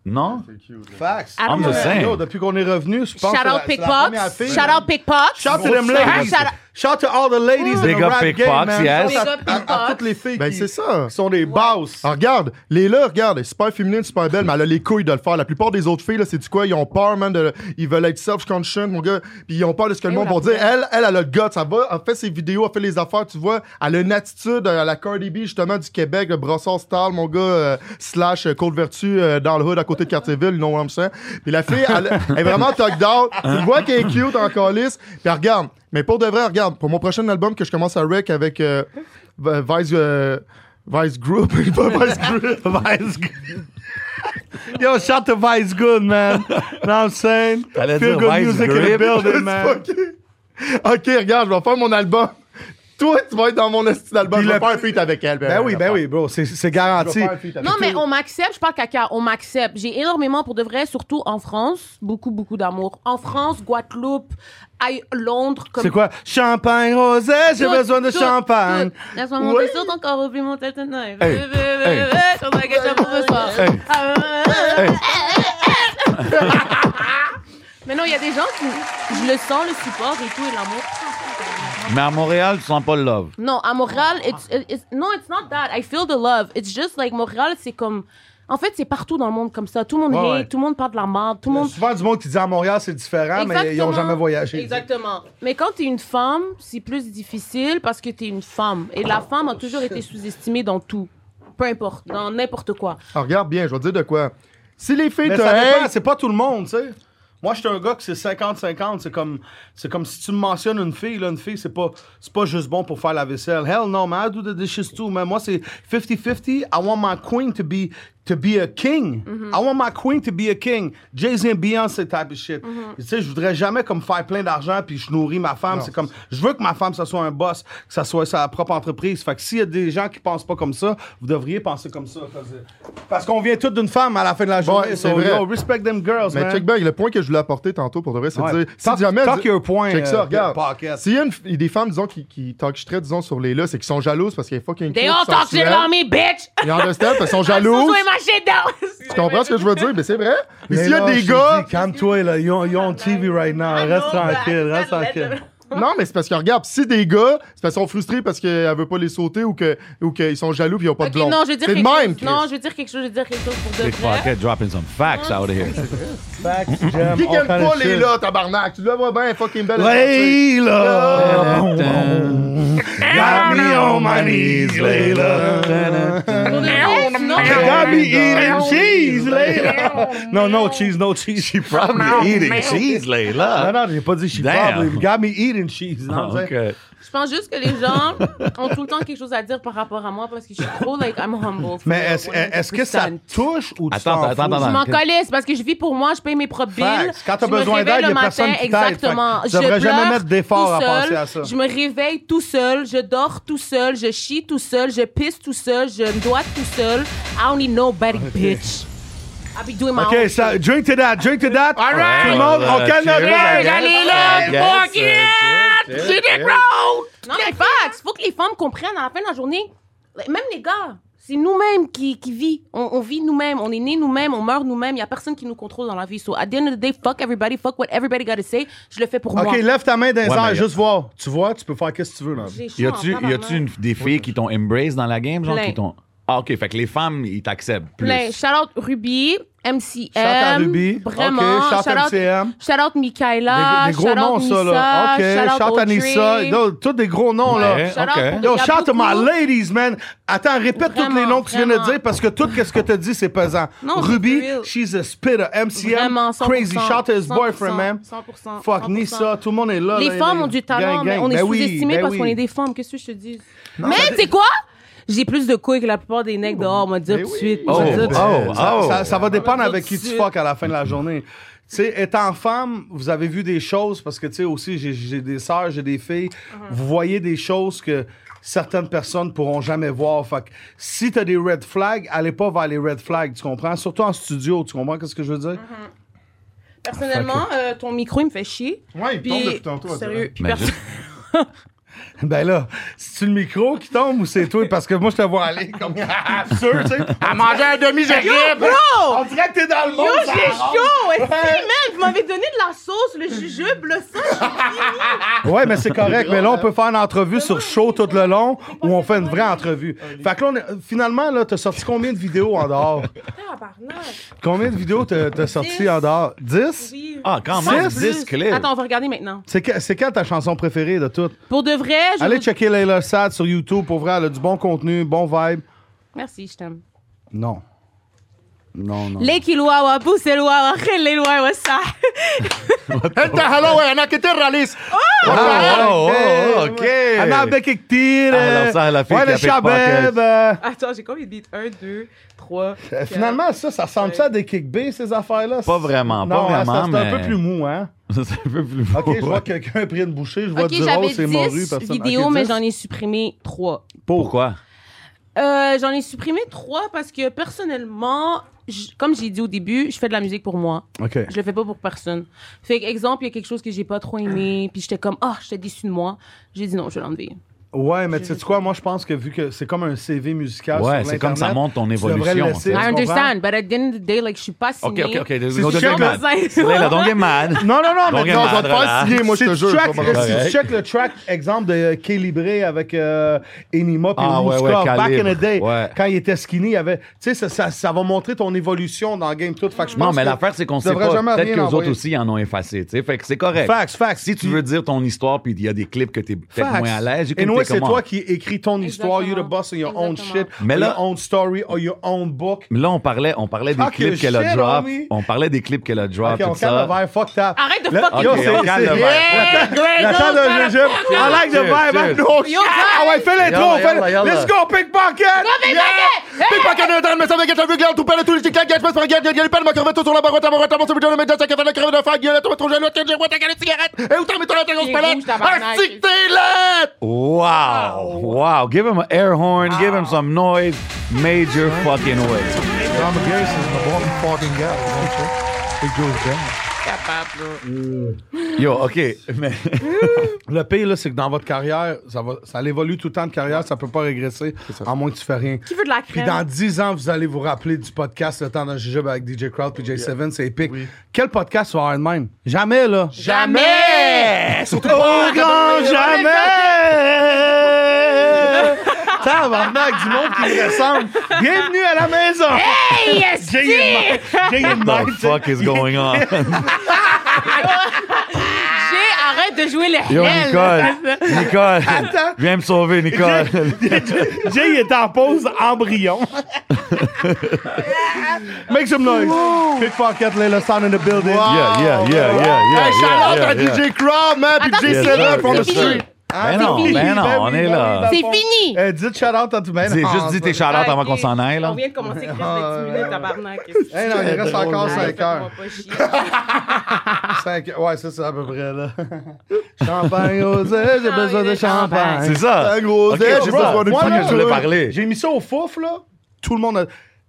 S6: Non?
S7: C'est cute, là.
S3: Facts.
S1: I don't
S6: I'm
S1: know.
S6: just saying.
S3: Yo, depuis qu'on est revenu, je pense
S1: Shout
S3: que
S1: out
S3: c'est la- c'est la première
S1: Pickpock.
S3: fille. hein.
S1: Shout out Pickpock.
S3: Shout out to them
S1: Shout
S3: ladies.
S1: out-
S3: Shout out to all the ladies in
S6: Big
S3: the
S6: up
S3: rap game,
S6: Pickpock,
S3: man.
S6: yes.
S3: Shout out
S1: Big up
S3: à- à,
S1: Pickpock.
S3: toutes les filles
S7: Ben,
S3: qui,
S7: c'est ça.
S3: qui sont des bosses.
S7: Ah, regarde, les là, regarde, elle est super féminine, super belle, mais elle a les couilles de le faire. La plupart des autres filles, là, c'est du quoi? Ils ont peur, man, de, ils veulent être self-conscious, mon gars, puis ils ont peur de ce que le
S1: Et
S7: monde
S1: la
S7: va dire.
S1: poubelle.
S7: Elle, elle, elle a le gut, ça va, elle fait ses vidéos, elle fait les affaires, tu vois. Elle a une attitude à la Cardi B, justement, du Québec, le Brossard Style, mon gars, euh, slash euh, Côte Vertu, euh, dans le hood, à côté de Cartierville, you know what I'm saying? Puis la fille, elle, elle est vraiment tucked out. Tu vois qu'elle est cute en calice. Puis elle regarde, mais pour de vrai, regarde, pour mon prochain album que je commence à rec avec euh, V- Vice... euh, Vice Group, *laughs* pas Vice
S3: *laughs*
S7: Group.
S3: Ben, Vice Good. Yo, shout to Vice Good, man. Know what I'm saying?
S6: T'allais
S3: Feel
S6: dire
S3: good
S6: Vice
S3: music in the
S6: Grip. *laughs*
S3: building, man.
S7: Ok, Ok, regarde, je vais faire mon album. Toi, tu vas être dans mon esti d'album.
S3: Puis
S7: Je vais
S3: le-
S7: faire un feat avec elle.
S3: Ben oui, ben oui, bro, c'est- c'est garanti.
S1: Non, mais on m'accepte, je parle caca, on m'accepte. J'ai énormément pour de vrai, surtout en France, beaucoup, beaucoup d'amour. En France, Guadeloupe, aille- Londres, comme.
S3: C'est quoi? Champagne rosé, j'ai
S1: Tout,
S3: besoin de
S1: tout,
S3: champagne.
S1: tout. Laisse-moi monter sur ton corps, oublie mon tête de neuf. J'en ai quelque chose pour ce soir. Ah, ah, ah, ah, ah. Mais non, il y a des gens qui. Je le sens, le support et tout, et l'amour.
S6: Mais à Montréal, tu sens pas le love.
S1: Non, à Montréal, it's, it's- no, it's not that. I feel the love. It's just like Montréal, c'est comme. En fait, c'est partout dans le monde comme ça. Tout le monde
S3: Ouais,
S1: hate,
S3: ouais.
S1: tout le monde parle de la merde, tout le
S3: Il y a
S1: monde.
S3: souvent du monde qui dit à Montréal c'est différent, Ah, mais ils n'ont jamais voyagé.
S1: Exactement. Mais quand t'es une femme, c'est plus difficile parce que t'es une femme. Et
S3: Ah,
S1: la femme a toujours été sous-estimée dans tout. Peu importe, dans n'importe quoi.
S7: Ah, regarde bien, je vais te dire de quoi. Si les filles
S3: Mais
S7: te
S3: ça dépend,
S7: haïssent-
S3: c'est pas tout le monde, tu sais. Moi, je suis un gars que c'est 50-50. C'est comme, c'est comme si tu me mentionnes une fille. Là, une fille, c'est pas, c'est pas juste bon pour faire la vaisselle. Hell no, man. I do the dishes too, man. Moi, c'est 50-50. I want my queen to be, to be a king. I want my queen to be a king. Jay-Z and Beyoncé type of shit. Tu sais, je voudrais jamais comme faire plein d'argent puis je nourris ma femme. C'est comme, je veux que ma femme, ça soit un boss, que ça soit sa propre entreprise. Fait que s'il y a des gens qui pensent pas comme ça, vous devriez penser comme ça. Parce qu'on vient tous d'une femme à la fin de la journée.
S7: Ouais, c'est
S3: So,
S7: vrai.
S3: yo, respect them girls,
S7: Mais
S3: man.
S7: check back, le point que je voulais apporter tantôt pour de vrai, c'est de
S3: Ouais.
S7: dire.
S3: Talk- talk your point,
S7: Check
S3: euh,
S7: ça, regarde.
S3: pocket.
S7: S'il y a une f- des femmes, disons, qui, qui talkiteraient, disons, sur les là, c'est qu'ils sont jalouses parce qu'elles sont fucking
S1: They
S7: cute,
S1: all talk shit
S7: sensuelles.
S1: about me, Ah, bitch! *laughs*
S7: Ils en restent parce qu'elles sont
S1: I'm so
S7: jalouses.
S1: doing my shit down!
S7: Tu comprends ce que je veux dire? Mais c'est
S3: *laughs*
S7: vrai. Mais
S3: Mais
S7: s'il y a
S3: là,
S7: des
S3: je
S7: gars.
S3: te dis, Calme-toi, là. Ils ont, ils ont TV right now.
S1: I
S3: Reste
S1: know that.
S3: tranquille, reste
S1: Let
S3: tranquille.
S1: them-
S7: *laughs* Non, mais c'est parce que regarde, si des gars, c'est parce qu'ils sont frustrés parce qu'elle veut pas les sauter ou que ou qu'ils sont jaloux puis ils ont pas
S1: Ok,
S7: de blonde.
S1: non, je veux dire
S7: c'est
S1: quelque
S7: le même.
S1: chose. Non, je veux dire quelque chose. Je veux dire quelque chose pour de
S6: Big
S1: vrai. Mm.
S6: Pocket dropping some facts out of here.
S3: Facts, j'aime,
S7: Qui
S3: on
S7: aime
S3: prend
S7: pas
S3: le
S7: les
S3: shit.
S7: là, tabarnak? Tu la vois bien, fucking belle.
S6: *laughs* Layla. Got me
S3: Oh,
S6: on my knees, Layla.
S1: Pour de vrai, sinon-
S3: Got me eating cheese, Layla. Non, no cheese, no cheese. She
S6: Probably eating cheese,
S3: Non,
S6: Layla.
S3: non, j'ai pas dit she
S6: Damn.
S3: probably. Got me eating cheese. Non,
S6: Oh, okay.
S1: Je pense juste que les gens ont tout le temps quelque chose à dire par rapport à moi parce que je suis trop, like, I'm humble.
S3: Mais est-ce est-ce que ça te touche ou tu
S6: Attends,
S3: t'en
S6: attends,
S3: fous?
S6: attends.
S1: Je m'en colisse parce que je vis pour moi, je paye mes propres billes.
S3: Facts. Quand t'as
S1: Je me
S3: besoin
S1: réveille
S3: d'aide,
S1: le
S3: y a
S1: matin,
S3: personne qui t'aide.
S1: Exactement.
S3: Fait que tu devrais
S1: Je
S3: jamais
S1: pleure
S3: mettre d'effort
S1: tout
S3: à penser
S1: seul.
S3: à ça.
S1: Je me réveille tout seul, je dors tout seul, je chie tout seul, je pisse tout seul, je me dois tout seul. I don't need nobody, bitch. I be doing my
S3: OK,
S1: own
S3: ça, drink to that, drink to that. All right. Tout le monde, on calme notre
S6: Cheers,
S3: gueule.
S6: I guess. Yes, yes, yes, yes.
S1: Non, mais facts, faut que les femmes comprennent à la fin de la journée. Même les gars, c'est nous-mêmes qui, qui vit. On, on vit nous-mêmes, on est nés nous-mêmes, on meurt nous-mêmes. Il n'y a personne qui nous contrôle dans la vie. So, at the end of the day, fuck everybody, fuck what everybody gotta say. Je le fais pour moi.
S3: OK, lève ta main d'un
S6: Ouais,
S3: sang
S6: mais-
S3: et juste voir. Tu vois, tu peux faire qu'est-ce que tu veux. Là.
S1: J'ai chaud
S6: Y
S1: en
S6: a-tu y
S1: tabarnak.
S6: a-tu une- des filles qui t'ont embrace dans la game, genre
S1: Plein.
S6: qui t'ont Ah, OK, fait que les femmes, ils t'acceptent plus.
S1: Plein. Shout out Ben, Ruby, MCM.
S3: Shout out Ruby.
S1: Vraiment.
S3: OK, shout out
S1: shout out
S3: MCM.
S1: Shout out Michaela.
S3: Des, des gros
S1: Ah, shout out
S3: noms, ça, là.
S1: Nissa,
S3: OK,
S1: shout out
S3: Anissa.
S1: Audrey.
S3: Yo, Tous des gros noms,
S6: Ouais.
S3: là.
S1: Shout out
S6: OK.
S1: pour-
S3: Yo,
S1: y a
S3: shout out to my
S1: beaucoup-
S3: ladies, man. Attends, répète tous les
S1: Vraiment,
S3: noms que tu viens de
S1: vraiment.
S3: dire parce que tout ce que tu as dit, c'est pesant.
S1: Non, c'est
S3: Ruby,
S1: real.
S3: she's a spitter. MCM,
S1: Vraiment, 100%,
S3: crazy. Shout out to his boyfriend, man.
S1: 100%,
S3: Fuck
S1: 100%.
S3: Nissa, tout le monde est là.
S1: Les
S3: là,
S1: femmes
S3: gang,
S1: ont du talent,
S3: gang,
S1: mais on est
S3: gang. Ben oui,
S1: sous-estimé
S3: ben
S1: parce
S3: oui.
S1: qu'on est des femmes. Qu'est-ce que je te dis? mais c'est quoi? J'ai plus de couilles que la plupart des nègres dehors, on va
S3: Ben
S1: dire tout de suite.
S6: Oh,
S3: Ça,
S6: oh,
S3: ça- ça,
S6: oh.
S3: ça- ça va dépendre
S1: tout
S3: avec
S1: de
S3: qui tu
S1: suite.
S3: fuck à la fin de la journée. Tu sais, étant femme, vous avez vu des choses parce que, tu sais, aussi, j'ai- j'ai des sœurs, j'ai des filles. Vous voyez des choses que certaines personnes pourront jamais voir. Fait que si t'as des red flags, allez pas vers les red flags, tu comprends? Surtout en studio, tu comprends ce que je veux dire?
S1: Personnellement, euh, ton micro, il me fait chier.
S7: Ouais, il
S1: Puis,
S7: tombe depuis tantôt. on dirait.
S1: Sérieux. puis
S6: Mais
S1: perso-
S6: juste-
S3: Ben là, c'est-tu le micro qui tombe ou c'est toi? Parce que moi, je te vois aller comme *laughs* absurde, tu sais.
S7: À manger un demi j'arrive.
S1: *laughs* Bro!
S3: Ah, ben, On dirait que t'es dans le
S1: Yo,
S3: monde!
S1: Oh, j'ai chaud! Est-ce que, man, vous m'avez donné de la sauce, le jujube, le sang.
S3: Ouais, mais c'est correct. mais là, on peut faire une entrevue sur show tout le long où on fait une vraie entrevue. Fait que là, on est- finalement, là, t'as sorti combien de vidéos en dehors?
S1: Tabarnak!
S3: Combien de vidéos t'as t'as sorti
S1: Dix.
S3: en dehors? 10?
S1: Oui.
S6: Ah, quand même,
S1: Plus.
S6: 10 clips.
S1: Attends, on va regarder maintenant.
S3: C'est que- c'est quand ta chanson préférée de toutes?
S1: Pour de vrai, je
S3: Allez
S1: vous-
S3: checker Layla Sad sur YouTube. Pour vrai, elle a du bon contenu, bon vibe.
S1: Merci, je t'aime.
S3: Non. Non, non.
S1: Les kilowa, poussez loa, les loa, ouais, ça.
S7: Enta hello, ouais, on a quitté Ralis.
S6: Oh, oh, oh, OK.
S3: Anna Bekektir.
S6: Alors ça, la fille qui a fait pocket.
S1: Attends, j'ai combien de beats? Un, deux, trois. quatre.
S3: Euh, Finalement, ça, ça ressemble ça à des kick B, ces affaires-là?
S6: Pas vraiment, pas
S3: Non, hein,
S6: vraiment,
S3: ça, C'est un
S6: mais-
S3: peu plus mou, hein?
S6: C'est un peu plus beau.
S3: Ok, je vois que quelqu'un a pris une bouchée, je vois
S1: Ok,
S3: du rose, c'est
S1: j'avais
S3: morue,
S1: 10
S3: personne.
S1: vidéos, mais j'en ai supprimé trois.
S6: Pourquoi?
S1: Euh, j'en ai supprimé trois parce que personnellement, je- comme j'ai dit au début, je fais de la musique pour moi.
S3: Ok.
S1: Je le fais pas pour personne. Fait que, exemple, il y a quelque chose que j'ai pas trop aimé, puis j'étais comme, ah, j'étais déçue de moi. J'ai dit non, je vais l'enlever.
S3: Ouais, mais Mm. tu sais quoi, moi je pense que vu que c'est comme un CV musical.
S6: Ouais,
S3: sur
S6: c'est comme
S3: l'Internet,
S6: ça montre ton
S3: tu devrais le
S6: évolution.
S3: laisser.
S6: tu
S1: I
S6: sais.
S3: comprends?
S1: understand, but at the end of the day, like, je suis pas
S6: OK,
S1: signée.
S6: OK, OK.
S3: C'est
S6: Don't get
S3: sûr
S6: mad.
S1: que-
S6: C'est là, don't
S1: *laughs*
S6: get mad.
S3: Non, non, non,
S6: Don't
S3: mais
S6: get
S7: Non, je vais
S6: mad.
S7: te faire
S6: relax.
S7: signer, moi, je
S3: si
S7: te
S3: tu
S7: jure. je
S3: check-
S7: vais pas
S3: si
S7: m'en-
S3: tu check le track, exemple de Calibré avec euh, Enima puis
S6: Ah, ouais,
S3: Woodstock,
S6: ouais,
S3: back in
S6: Calibre,
S3: the day,
S6: ouais.
S3: quand il était skinny, il y avait, tu sais, ça, ça, ça va montrer ton évolution dans le game tout. Fait que je pense
S6: Non, mais
S3: que
S6: l'affaire, c'est qu'on
S3: tu
S6: sait
S3: devrais
S6: pas.
S3: jamais
S6: Peut-être
S3: rien
S6: que les autres
S3: envoyer.
S6: aussi en ont effacé. tu sais. Fait que c'est correct.
S3: Facts, facts.
S6: Si tu veux dire ton histoire, puis il y a des clips que t'es peut-être
S3: Facts.
S6: moins à l'aise. j'ai
S3: Et
S6: compris
S3: nous, c'est
S6: comment-
S3: toi qui écris ton histoire. You're
S1: Exactement.
S3: the boss on your own
S1: Exactement.
S3: shit,
S6: ah. Mais
S3: or
S6: là-
S3: your own story, or your own book.
S6: Mais Là, on parlait, on parlait des
S3: Fuck your
S6: clips qu'elle a
S3: Ah, shit,
S6: drop.
S3: homie.
S6: On parlait des clips qu'elle a drop,
S3: Ok, on
S6: tout Ah, ça.
S3: calme le verre, fuck that.
S1: Arrête de
S3: Le-
S1: fucking-
S3: Yo,
S6: Ok,
S3: c'est
S6: on calme le verre.
S3: La table de jujube. I like the
S6: Cheers,
S3: vibe. I
S6: cheers.
S3: know.
S1: Yo,
S3: Ah ouais, fais l'intro, on
S6: Yalla,
S3: fait
S6: yalla,
S3: le-
S6: yalla.
S3: Let's go, pickpocket.
S7: Big Pocket est dans le message avec un vieux gland, tout palais, tous les chics, la gage, passe par gage, gage, gage, palme, ma crevette, tout sur la barouette, la barouette, la barouette, le média, ça café, la crevette, la fague, gueule, toi, trop jeune, l'autre, j'ai roi, t'as calé, cigarette, et où t'en mets ton la grosse
S1: Il est
S7: palette?
S1: rouge, tabarnak.
S7: Arctic, t'es lettre!
S6: Wow. Wow. Give him an air horn. Give him some noise. Major fucking way.
S4: Tom Garrison, the one fucking guy. It goes down.
S6: Yo, OK. Mais
S3: Le pire, là, c'est que dans votre carrière, ça, va, ça évolue tout le temps de carrière, ça peut pas régresser, à moins que tu fais rien.
S1: Qui veut de la
S3: Puis
S1: crème?
S3: dans 10 ans, vous allez vous rappeler du podcast Le temps d'un jujube avec DJ Crowd puis J7, c'est épique. Quel podcast va avoir de même? Jamais, là.
S1: Jamais! jamais!
S6: Au grand jamais! Tabarnak du monde qui me ressemble. Bienvenue à la maison!
S3: *laughs*
S1: Hey, esti!
S6: What the fuck is going on?
S1: Jay, arrête de jouer le
S6: *laughs* Yo,
S1: hell.
S6: Nicole! Nicole! Viens me sauver, Nicole!
S9: Jay est en pause
S1: *laughs*
S9: embryon.
S3: Make some noise. Pickpocket, Layla Sound in the building.
S6: Yeah, yeah, yeah, yeah, yeah.
S4: Hey,
S6: yeah,
S4: shout out à
S6: yeah, yeah.
S4: DJ Crowd, man, puis
S1: Attends,
S6: Yes,
S1: c'est
S4: J7
S6: sir,
S4: from the
S6: yes, sir.
S4: street.
S6: Ben non,
S3: Ah, c'est
S6: ben
S3: fini,
S6: non,
S3: ben oui,
S6: on est
S3: ben oui,
S6: là.
S3: ben
S1: C'est
S3: bon.
S1: fini!
S3: Eh, dites shout-out à tout le monde.
S6: Dis- Juste
S3: Ah,
S6: dis tes shout avant qu'on s'en aille, là.
S1: On vient de commencer Chris de 10
S3: *laughs*
S1: minutes, tabarnak.
S3: Eh non, il reste encore 5 heures.
S1: Pas chier.
S3: Cinq heures. Ouais, ça, c'est à peu près,
S6: *laughs*
S3: là. champagne, rosé, j'ai besoin de champagne.
S6: C'est ça.
S4: Un gros
S6: Ok,
S4: Z,
S6: j'ai
S4: bro.
S6: besoin de
S4: Moi,
S6: fuck
S4: là,
S6: you, je voulais parler.
S3: J'ai mis ça au fouf, là. Tout le monde a...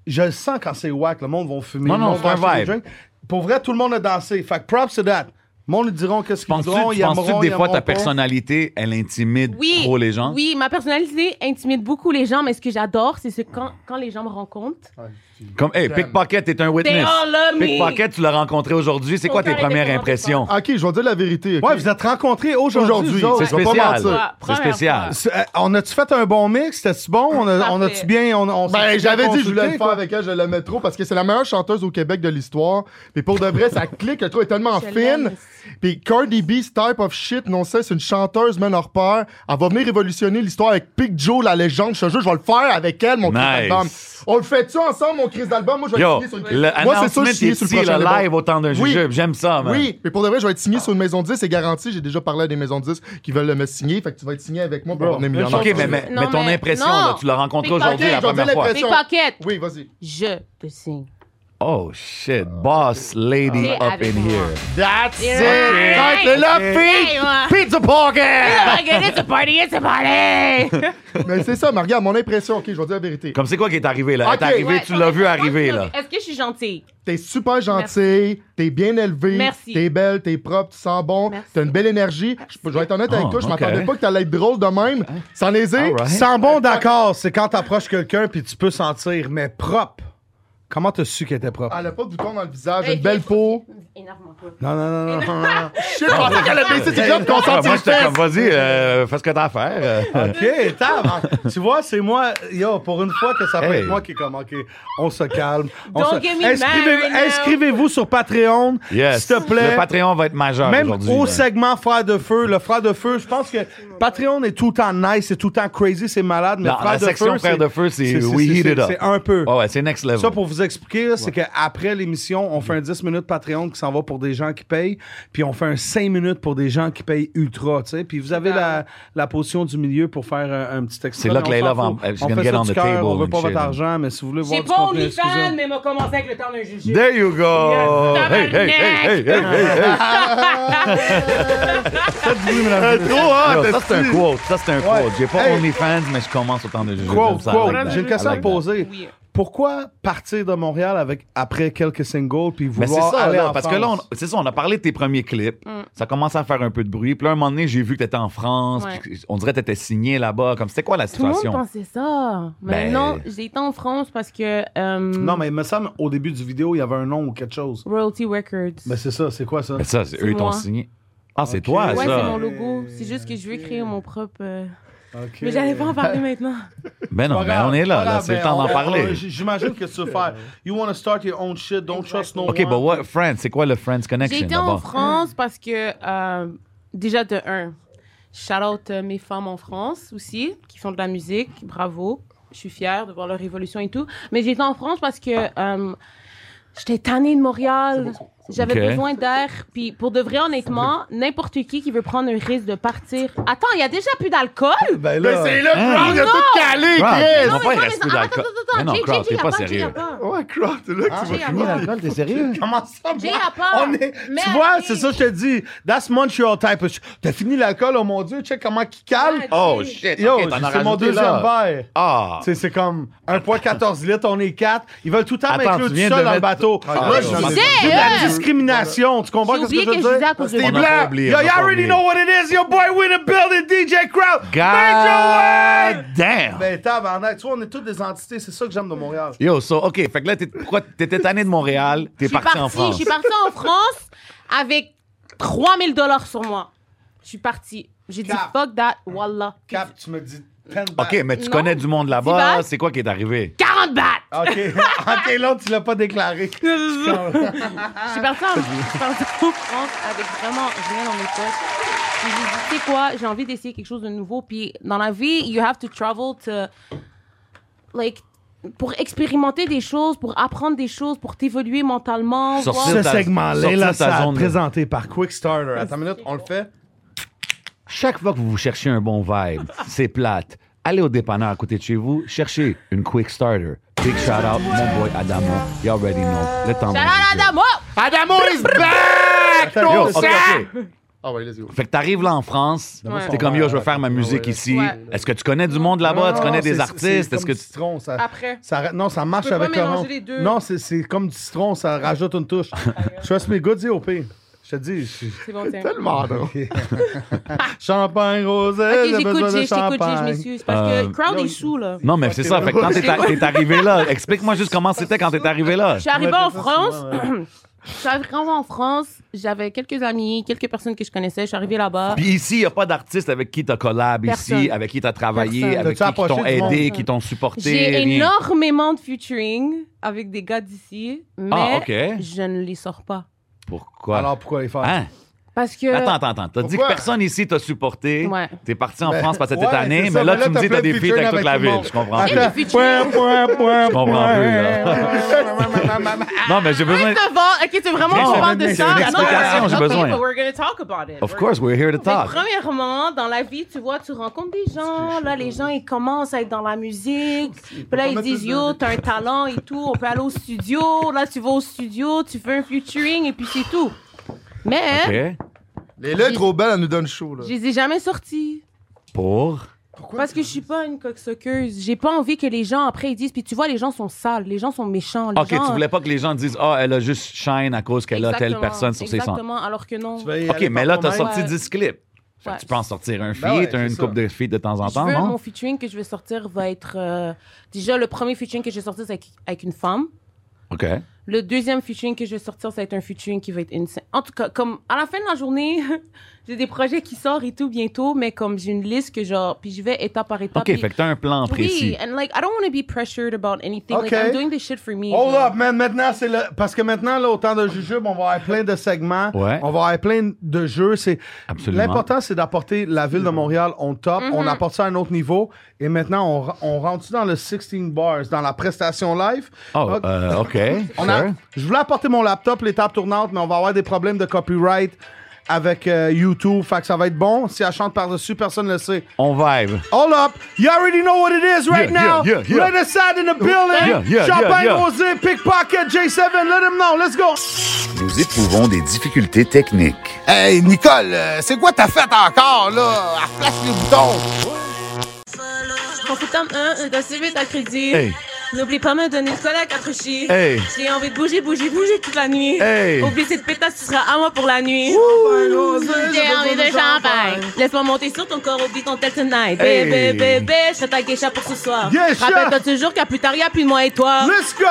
S3: Je le sens quand c'est whack. Le monde va fumer.
S6: Non,
S3: le
S6: non,
S3: monde va
S6: c'est
S3: acheter
S6: un
S3: des
S6: vibe.
S3: drinks. Pour vrai, tout le monde a dansé. Fait que props to that. Le monde nous diront qu'est-ce qu'ils
S6: Penses-tu
S3: diront.
S6: penses-tu
S3: Ils aimeront,
S6: que des
S3: ils
S6: fois
S3: aimeront
S6: ta
S3: pas.
S6: personnalité, elle intimide
S1: Oui.
S3: *laughs*
S6: trop les gens?
S1: Oui, ma personnalité intimide beaucoup les gens, mais ce que j'adore, c'est ce quand, quand les gens me rencontrent.
S6: Comme, hey, Pickpocket, t'es un
S1: They
S6: witness.
S1: all love me!
S6: Pickpocket, tu l'as rencontré aujourd'hui. C'est
S1: Ton
S6: quoi tes
S1: cœur
S6: premières
S1: était
S6: impressions?
S4: Ok, je vais dire la vérité. ok?
S3: Ouais, vous êtes rencontrés aujourd'hui.
S4: Aujourd'hui,
S3: vous autres.
S6: C'est
S4: je vais pas
S6: spécial.
S4: mentir.
S6: C'est
S1: Première
S6: spécial.
S1: fois.
S3: C'est- euh, On a-tu fait un bon mix? C'était-tu bon? On a- On a-tu
S1: Parfait.
S3: bien... On, on s'est
S4: Ben,
S3: bien
S4: j'avais dit, je voulais le
S3: consulté,
S4: faire
S3: quoi?
S4: avec elle, je l'aimais trop parce que c'est la meilleure chanteuse au Québec de l'histoire. Puis pour de vrai,
S6: *laughs*
S4: ça clique, le truc est tellement
S1: Je
S4: fine.
S1: l'aime.
S4: Puis Cardi B, ce type of shit, non c'est une chanteuse, man, hors pair. Elle va venir révolutionner l'histoire avec Big Joe, la légende. Je te jure, je vais le faire avec elle, mon Chris
S6: Nice.
S4: d'album. On le fait-tu ensemble, mon Chris d'album? Moi, je vais
S6: Yo,
S4: signer sur une-
S6: le
S4: Moi, c'est sûr,
S6: announcement
S4: je
S6: est
S4: suis signé sur
S6: ici,
S4: le prochain
S6: le
S4: album.
S6: live au temps d'un
S4: Oui.
S6: jujube. J'aime ça, man.
S4: Oui, mais pour de vrai, je vais être signé sur une maison de 10, c'est garanti. J'ai déjà parlé à des maisons de 10 qui veulent me signer. Fait que tu vas être signé avec moi pour
S3: Bro,
S4: devenir
S3: une
S4: millionnaire.
S6: OK, mais, mais,
S1: Non,
S6: mais ton
S1: mais-
S6: impression,
S1: non.
S6: là, tu l'as rencontré
S1: Pickpocket,
S6: aujourd'hui la
S4: je vais dire
S6: première fois.
S4: l'impression.
S1: Pickpocket,
S4: Oui, vas-y.
S1: je te signe.
S6: Oh, shit. Boss lady
S1: Ah.
S6: Mm, up in
S1: Avec moi.
S6: here.
S4: That's it!
S1: Right.
S4: Right, t'es là, fille!
S1: Hey, moi.
S6: Pizza Pocket!
S1: It's a party, it's a party!
S4: Mais c'est ça, mais regarde, mon impression, ok, je vais dire la vérité.
S6: Comme c'est quoi qui est arrivé, là? Elle est
S4: Ok.
S6: arrivée, tu l'as vu
S1: Ouais,
S6: arriver,
S1: je pense
S6: là.
S1: que- Est-ce que je suis gentille?
S4: T'es super gentille, t'es bien élevée,
S1: Merci.
S4: t'es belle, t'es propre, tu sens bon,
S1: Merci.
S4: t'as une belle énergie. Je, je vais être honnête avec
S6: Oh,
S4: toi, je
S6: ok.
S4: m'attendais pas que t'allais être drôle de même. Sans les
S6: All right.
S3: Sans bon d'accord, c'est quand t'approches quelqu'un puis tu peux sentir, mais propre. Comment t'as su qu'elle était
S1: Ah.
S3: propre?
S4: Elle a pas de bouton dans le visage,
S1: Hey,
S4: une belle
S1: viens.
S4: peau.
S1: Énormément pas.
S3: Non, non, non, non, non.
S1: *laughs*
S3: non.
S4: Shit, je pensais qu'elle a baissé ses jambes, qu'on
S6: Ah,
S4: sent
S6: moi,
S4: ses
S6: j'étais comme,
S4: fesses.
S6: vas-y, euh, fais ce que t'as à faire. euh.
S3: OK, tab. tu vois, c'est moi, yo, pour une fois que ça peut
S6: Hey.
S3: être moi qui est comme, OK, on se calme. On
S1: Don't
S3: se-
S1: get me
S3: Inscrivez-
S1: married now.
S3: Inscrivez-vous sur Patreon,
S6: *laughs* Yes.
S3: s'il te plaît.
S6: Le Patreon va être majeur
S3: Même
S6: aujourd'hui.
S3: au
S6: là.
S3: segment Frère de Feu, le Frère de Feu, je pense que Patreon est tout le temps nice, c'est tout le temps crazy, c'est malade, mais
S6: Dans
S3: Frère
S6: la
S3: de
S6: section
S3: Feu,
S6: Frère de Feu, c'est We Heat It Up.
S3: C'est un peu.
S6: Ah ouais, c'est next level.
S3: Ça, pour vous expliquer, là, c'est qu'après l'émission, on fait un 10 minutes Patreon qui s'en va pour des gens qui payent, puis on fait un 5 minutes pour des gens qui payent ultra, tu sais. Puis vous avez la, la position du milieu pour faire un, un petit extra.
S6: C'est
S3: mais
S6: là que
S3: on
S6: Layla
S3: s'en
S6: va-
S3: fout.
S6: elle- she's
S3: On
S6: gonna
S3: fait
S6: get
S3: ça
S6: on
S3: du
S6: the
S3: cœur,
S6: table
S3: on veut
S6: and
S3: pas
S6: shit.
S3: votre argent, mais si vous voulez voir
S1: J'ai
S3: du
S1: pas
S3: contenu exclusif-
S1: OnlyFans, mais m'a commencé avec le temps d'un jujube.
S6: There you go!
S1: Yes,
S6: hey, hey, hey, hey, hey, hey, hey! Euh,
S3: Euh,
S6: Yo, ça, c'est un quote. Ça, c'est un quote. J'ai pas
S3: ah, Hey.
S6: OnlyFans, mais je commence autant de jeux.
S3: Quote, quote. J'ai une question à
S6: à
S3: te poser.
S1: Oui.
S3: Pourquoi partir de Montréal avec, après quelques singles puis
S6: Mais c'est
S3: vouloir
S6: ça,
S3: aller
S6: là,
S3: en
S6: parce
S3: France?
S6: que là, on- c'est ça, on a parlé de tes premiers clips.
S1: Mm.
S6: Ça commençait à faire un peu de bruit. Puis là, un moment donné, j'ai vu que t'étais en France.
S1: Ouais.
S6: puis On dirait que t'étais signé là-bas. Comme, c'était quoi la
S1: Tout le monde
S6: situation?
S1: pensait ça. Mais
S6: Ben-
S1: non, j'ai été en France parce que. euh,
S3: Non, mais il me semble, au début du vidéo, il y avait un nom ou quelque chose.
S1: Royalty Records.
S3: Mais c'est ça, c'est quoi ça?
S6: Mais Ben ça, c'est-
S1: C'est
S6: eux, ils t'ont
S1: moi.
S6: signé. Ah, c'est toi,
S1: ouais, c'est
S6: ça?
S1: mon logo. C'est juste que je veux créer mon propre. euh,
S3: Ok.
S1: Mais j'allais pas en parler maintenant.
S6: Ben non,
S3: Pas
S6: mais
S3: grave,
S6: on est
S3: pas
S6: là. là.
S3: grave,
S6: C'est le
S3: ben,
S6: temps d'en
S3: on- on-
S6: parler.
S3: j- J'imagine que tu veux faire. You want to start your own shit, don't trust no
S6: OK, bah
S3: one.
S6: but what, France? C'est quoi le France
S1: J'ai
S6: Connection
S1: été en
S6: d'abord?
S1: France parce que, euh, déjà de un, shout out euh, mes femmes en France aussi, qui font de la musique, bravo. Je suis fière de voir leur évolution et tout. Mais j'ai été en France parce que euh, j'étais tannée de Montréal. J'avais
S6: Ok.
S1: besoin d'air. Puis pour de vrai, honnêtement, n'importe qui qui veut prendre un risque de partir. Attends, il y a déjà plus d'alcool? Ah
S3: Ben
S4: Mais
S3: là,
S4: c'est là,
S6: Hein?
S4: Crowd, il a tout calé,
S6: Crowd,
S4: Chris!
S6: Mon père, il
S1: non,
S6: reste plus
S1: attends,
S6: d'alcool.
S1: attends,
S6: Mais non,
S1: attends, Jay,
S6: Crowd,
S1: Jay,
S6: t'es
S1: y a
S6: pas
S1: Jay, y a
S6: sérieux.
S1: pas.
S4: Ouais, Crowd, c'est là que Ah, tu
S1: Jay, y a pas.
S6: t'es sérieux?
S3: comment ça,
S1: Jay,
S3: moi?
S1: à part.
S3: On est-
S1: Mais
S3: tu vois,
S1: oui.
S3: c'est ça que je te dis. That's Montreal type. of shit. T'as fini l'alcool, oh mon Dieu, check comment qui cale.
S1: Ouais,
S6: Oh, shit.
S3: Yo,
S6: OK, t'en as
S3: c'est mon
S6: rajouté,
S3: deuxième
S6: là.
S3: verre.
S6: Ah!
S3: Tu sais, C'est comme 1.14 litres, on est 4. Ils veulent tout le temps
S6: Attends,
S3: mettre le
S6: tu
S3: tout
S6: viens
S3: seul
S6: de
S3: dans le
S6: mettre-
S3: bateau.
S6: Ah,
S3: Là,
S6: ouais,
S3: je-
S6: on
S1: Jay,
S6: a-
S3: C'est de
S1: euh,
S3: la discrimination. Tu comprends
S1: J'ai
S3: ce que
S1: oublié
S3: je veux
S1: que je
S3: dire?
S1: disais à cause de
S6: On
S1: toi.
S6: a pas oublié,
S3: Yo,
S6: on a
S3: you
S6: pas
S3: already
S6: oublié.
S3: know what it is. Your boy with the building, DJ Crowd.
S6: God damn!
S3: Ben, tabarnak, tu vois, on est tous des entités, c'est ça que j'aime de Montréal.
S6: Yo, so, OK, fait que là, t'es- pourquoi t'étais tanné de Montréal, t'es
S1: Je suis
S6: parti en
S1: partie, je
S6: France.
S1: suis partie en France avec 3000 dollars sur moi. Je suis partie. J'ai dit
S2: Cap.
S1: fuck that, wallah.
S2: Cap, tu me dis 10 bahts.
S6: OK, mais tu
S1: Non.
S6: connais du monde
S1: Dix
S6: là-bas.
S1: balles.
S6: C'est quoi qui est arrivé?
S1: 40 bahts!
S3: *laughs*
S2: OK. OK, l'autre, tu l'as pas déclaré.
S1: Je suis
S6: Ah.
S1: partie en, je suis partie en France avec vraiment rien dans mes poches. Puis j'ai dit, tu sais quoi, j'ai envie d'essayer quelque chose de nouveau. Puis dans la vie, you have to travel to. Like, pour expérimenter des choses, pour apprendre des choses, pour t'évoluer mentalement. voir-
S6: Sortir
S9: Ce
S6: ta-
S9: segment-là,
S6: sortir
S9: la
S6: ta
S9: salle,
S6: zone de-
S9: présenté par
S2: Par Quickstarter. Attends une minute, on le fait.
S6: Chaque fois que vous cherchez un bon vibe, c'est plate. Allez au dépanneur à côté de chez vous, cherchez une quick starter. Big shout out, mon boy Adamo. You already know. Le temps
S1: Shout out Adamo!
S4: Adamo is back!
S6: Yo,
S4: No
S6: OK,
S4: sack!
S6: OK.
S4: Ah ouais, let's go.
S6: Fait que t'arrives là en France,
S1: Ouais.
S6: t'es comme yo, je vais faire ma musique
S4: ouais.
S6: ici.
S1: Ouais.
S6: Est-ce que tu connais du monde là-bas?
S3: Non,
S6: tu connais
S3: non,
S6: des
S3: c'est-
S6: artistes?
S3: c'est
S6: Est-ce
S3: comme
S6: que
S3: du
S6: tu.
S3: citron, ça-
S1: Après.
S3: ça ra- non, ça marche
S1: peux pas
S3: avec le
S1: mélanger
S3: rhum.
S1: les deux.
S3: Non, c'est- c'est comme du citron, ça rajoute une touche. Trust me, good, dis au pire. Je te dis. je-
S1: C'est bon, tiens.
S4: Tellement drôle.
S3: Champagne, rosé,
S1: Ok,
S3: j'ai besoin
S1: j'écoute, j'ai-
S3: de
S1: je t'écoute, j'ai- je
S3: champagne.
S1: m'excuse. Parce
S6: Euh,
S1: que crowd
S3: yo,
S1: est sous, là.
S6: Non, mais c'est ça. Fait que quand t'es a- t'es arrivé là, explique-moi juste comment c'était quand t'es arrivé là.
S1: Je suis arrivée en
S3: ça,
S1: France.
S3: souvent,
S1: Je suis arrivée en France. J'avais quelques amis, quelques personnes que je connaissais. Je suis arrivée là-bas.
S6: Puis ici, il n'y a pas d'artiste avec qui t'as collab ici,
S1: Personne.
S6: avec qui t'as travaillé,
S1: Personne.
S6: avec qui,
S3: T'as-tu
S6: qui t'ont
S3: approché du
S6: aidé,
S1: monde?
S6: qui t'ont supporté.
S1: J'ai
S6: rien.
S1: énormément de featuring avec des gars d'ici,
S6: Ah,
S1: mais
S6: OK.
S1: je ne les sors pas.
S6: Pourquoi?
S3: Alors, pourquoi les faire?
S6: Hein?
S1: Parce que.
S6: Attends, attends, attends. T'as dit que
S4: pourquoi?
S6: personne ici t'a supporté.
S1: Euh, Ouais.
S6: T'es parti en France parce que t'étais
S3: Ben, ouais,
S6: tanné,
S3: c'est
S6: mais
S3: ça,
S6: là,
S3: mais là,
S6: tu me
S3: t'as
S6: dis
S3: plein
S6: t'as
S3: de
S6: des feats
S3: featuring
S6: avec toute
S3: avec
S6: la
S3: tout le
S6: ville.
S3: monde.
S6: Je comprends.
S1: Et
S6: plus.
S1: des featuring.
S6: Je comprends plus, là. Non, mais
S1: *laughs*
S6: j'ai besoin...
S1: Devant- Ok, tu veux vraiment
S6: Non,
S1: qu'on parle de
S6: mais c'est
S1: ça?
S6: une explication, j'ai
S1: Ok,
S6: besoin.
S1: but we're gonna talk about it.
S6: Of
S1: We're
S6: course, we're here to
S1: Fait que
S6: talk.
S1: premièrement, dans la vie, tu vois, tu rencontres des gens. Là, les gens, ils commencent à être dans la musique. Puis là, ils disent, yo, t'as un talent et tout. On peut aller au studio. Là, tu vas au studio, tu fais un featuring et puis c'est tout. Mais
S6: OK.
S4: Les lettres trop belles, elles nous donnent chaud, là.
S1: je les ai jamais sortis.
S6: Pour...
S1: Parce que je suis pas une cocksuckeuse. J'ai pas envie que les gens, après, ils disent, puis tu vois, les gens sont sales. Les gens sont méchants. Les
S6: OK,
S1: gens-
S6: tu voulais pas que les gens disent « Ah, elle a juste shine à cause qu'elle a telle
S1: Exactement,
S6: personne sur ses sons.
S1: Exactement, alors que non.
S3: Tu vas » y
S6: OK,
S3: aller
S6: mais
S3: par
S6: là, t'as
S3: toi-même.
S6: sorti
S1: Ouais.
S6: 10 clips. Fait que
S1: Ouais.
S6: tu peux en sortir un feat,
S3: Ben ouais, c'est
S6: une
S3: ça.
S6: couple de feats de temps en
S1: Je
S6: temps,
S1: veux,
S6: non?
S1: mon featuring que je vais sortir va être... euh, déjà, le premier featuring que j'ai sorti, c'est avec, avec une femme.
S6: OK.
S3: Ah,
S1: Le deuxième featuring que je vais sortir, ça va être un featuring qui va être insane. En tout cas, comme à la fin de la journée, *laughs* j'ai des projets qui sortent et tout bientôt, mais comme j'ai une liste que genre, puis je vais étape par étape.
S6: OK, fait
S1: puis-
S6: que t'as un plan
S1: Oui,
S6: précis.
S1: and like, I don't want to be pressured about anything. Like,
S3: Ok.
S1: I'm doing this shit for me.
S3: Hold
S1: genre.
S3: up, man. Maintenant, c'est le. Parce que maintenant, là, au temps de jujube, on va avoir plein de segments.
S6: Ouais.
S3: On va avoir plein de jeux. C'est.
S6: Absolument.
S3: L'important, c'est d'apporter la ville de Montréal on
S1: Mm-hmm.
S3: top. On apporte ça à un autre niveau. Et maintenant, on, re- on rentre dans le 16 bars, dans la prestation live. Ah,
S6: Oh,
S3: Ok.
S6: euh, OK.
S3: On a-
S6: sure.
S3: je voulais apporter mon laptop, l'étape tournante, mais on va avoir des problèmes de copyright avec euh, YouTube. Fait que ça va être bon. Si elle chante par-dessus, personne ne le sait.
S6: On vibe.
S3: All up. You already know what it is right
S6: Yeah,
S3: now.
S6: yeah, yeah, yeah.
S3: Right aside in the building.
S6: Yeah, yeah,
S3: Champagne
S6: yeah, yeah.
S3: rosé, pickpocket, J7. Let him know. Let's go.
S10: Nous éprouvons des difficultés techniques.
S8: Hey, Nicole, euh, c'est quoi ta fête encore, là? Elle flash les boutons.
S1: Mon Tom 1, de suite à crédit.
S6: Hey.
S1: N'oublie pas de me donner le col à quatre chiffres.
S6: Hey.
S1: J'ai envie de bouger, bouger, bouger toute la nuit.
S6: Hey.
S1: Oublie cette pétasse, tu seras à moi pour la nuit. J'ai envie de champagne. Laisse-moi monter sur ton corps, oublie ton tête tonight.
S6: Hey.
S1: Bébé, bébé, je fais ta geisha pour ce soir.
S3: Geisha.
S1: Rappelle-toi toujours qu'à plus tard, y'a plus de moi et toi.
S3: Let's go.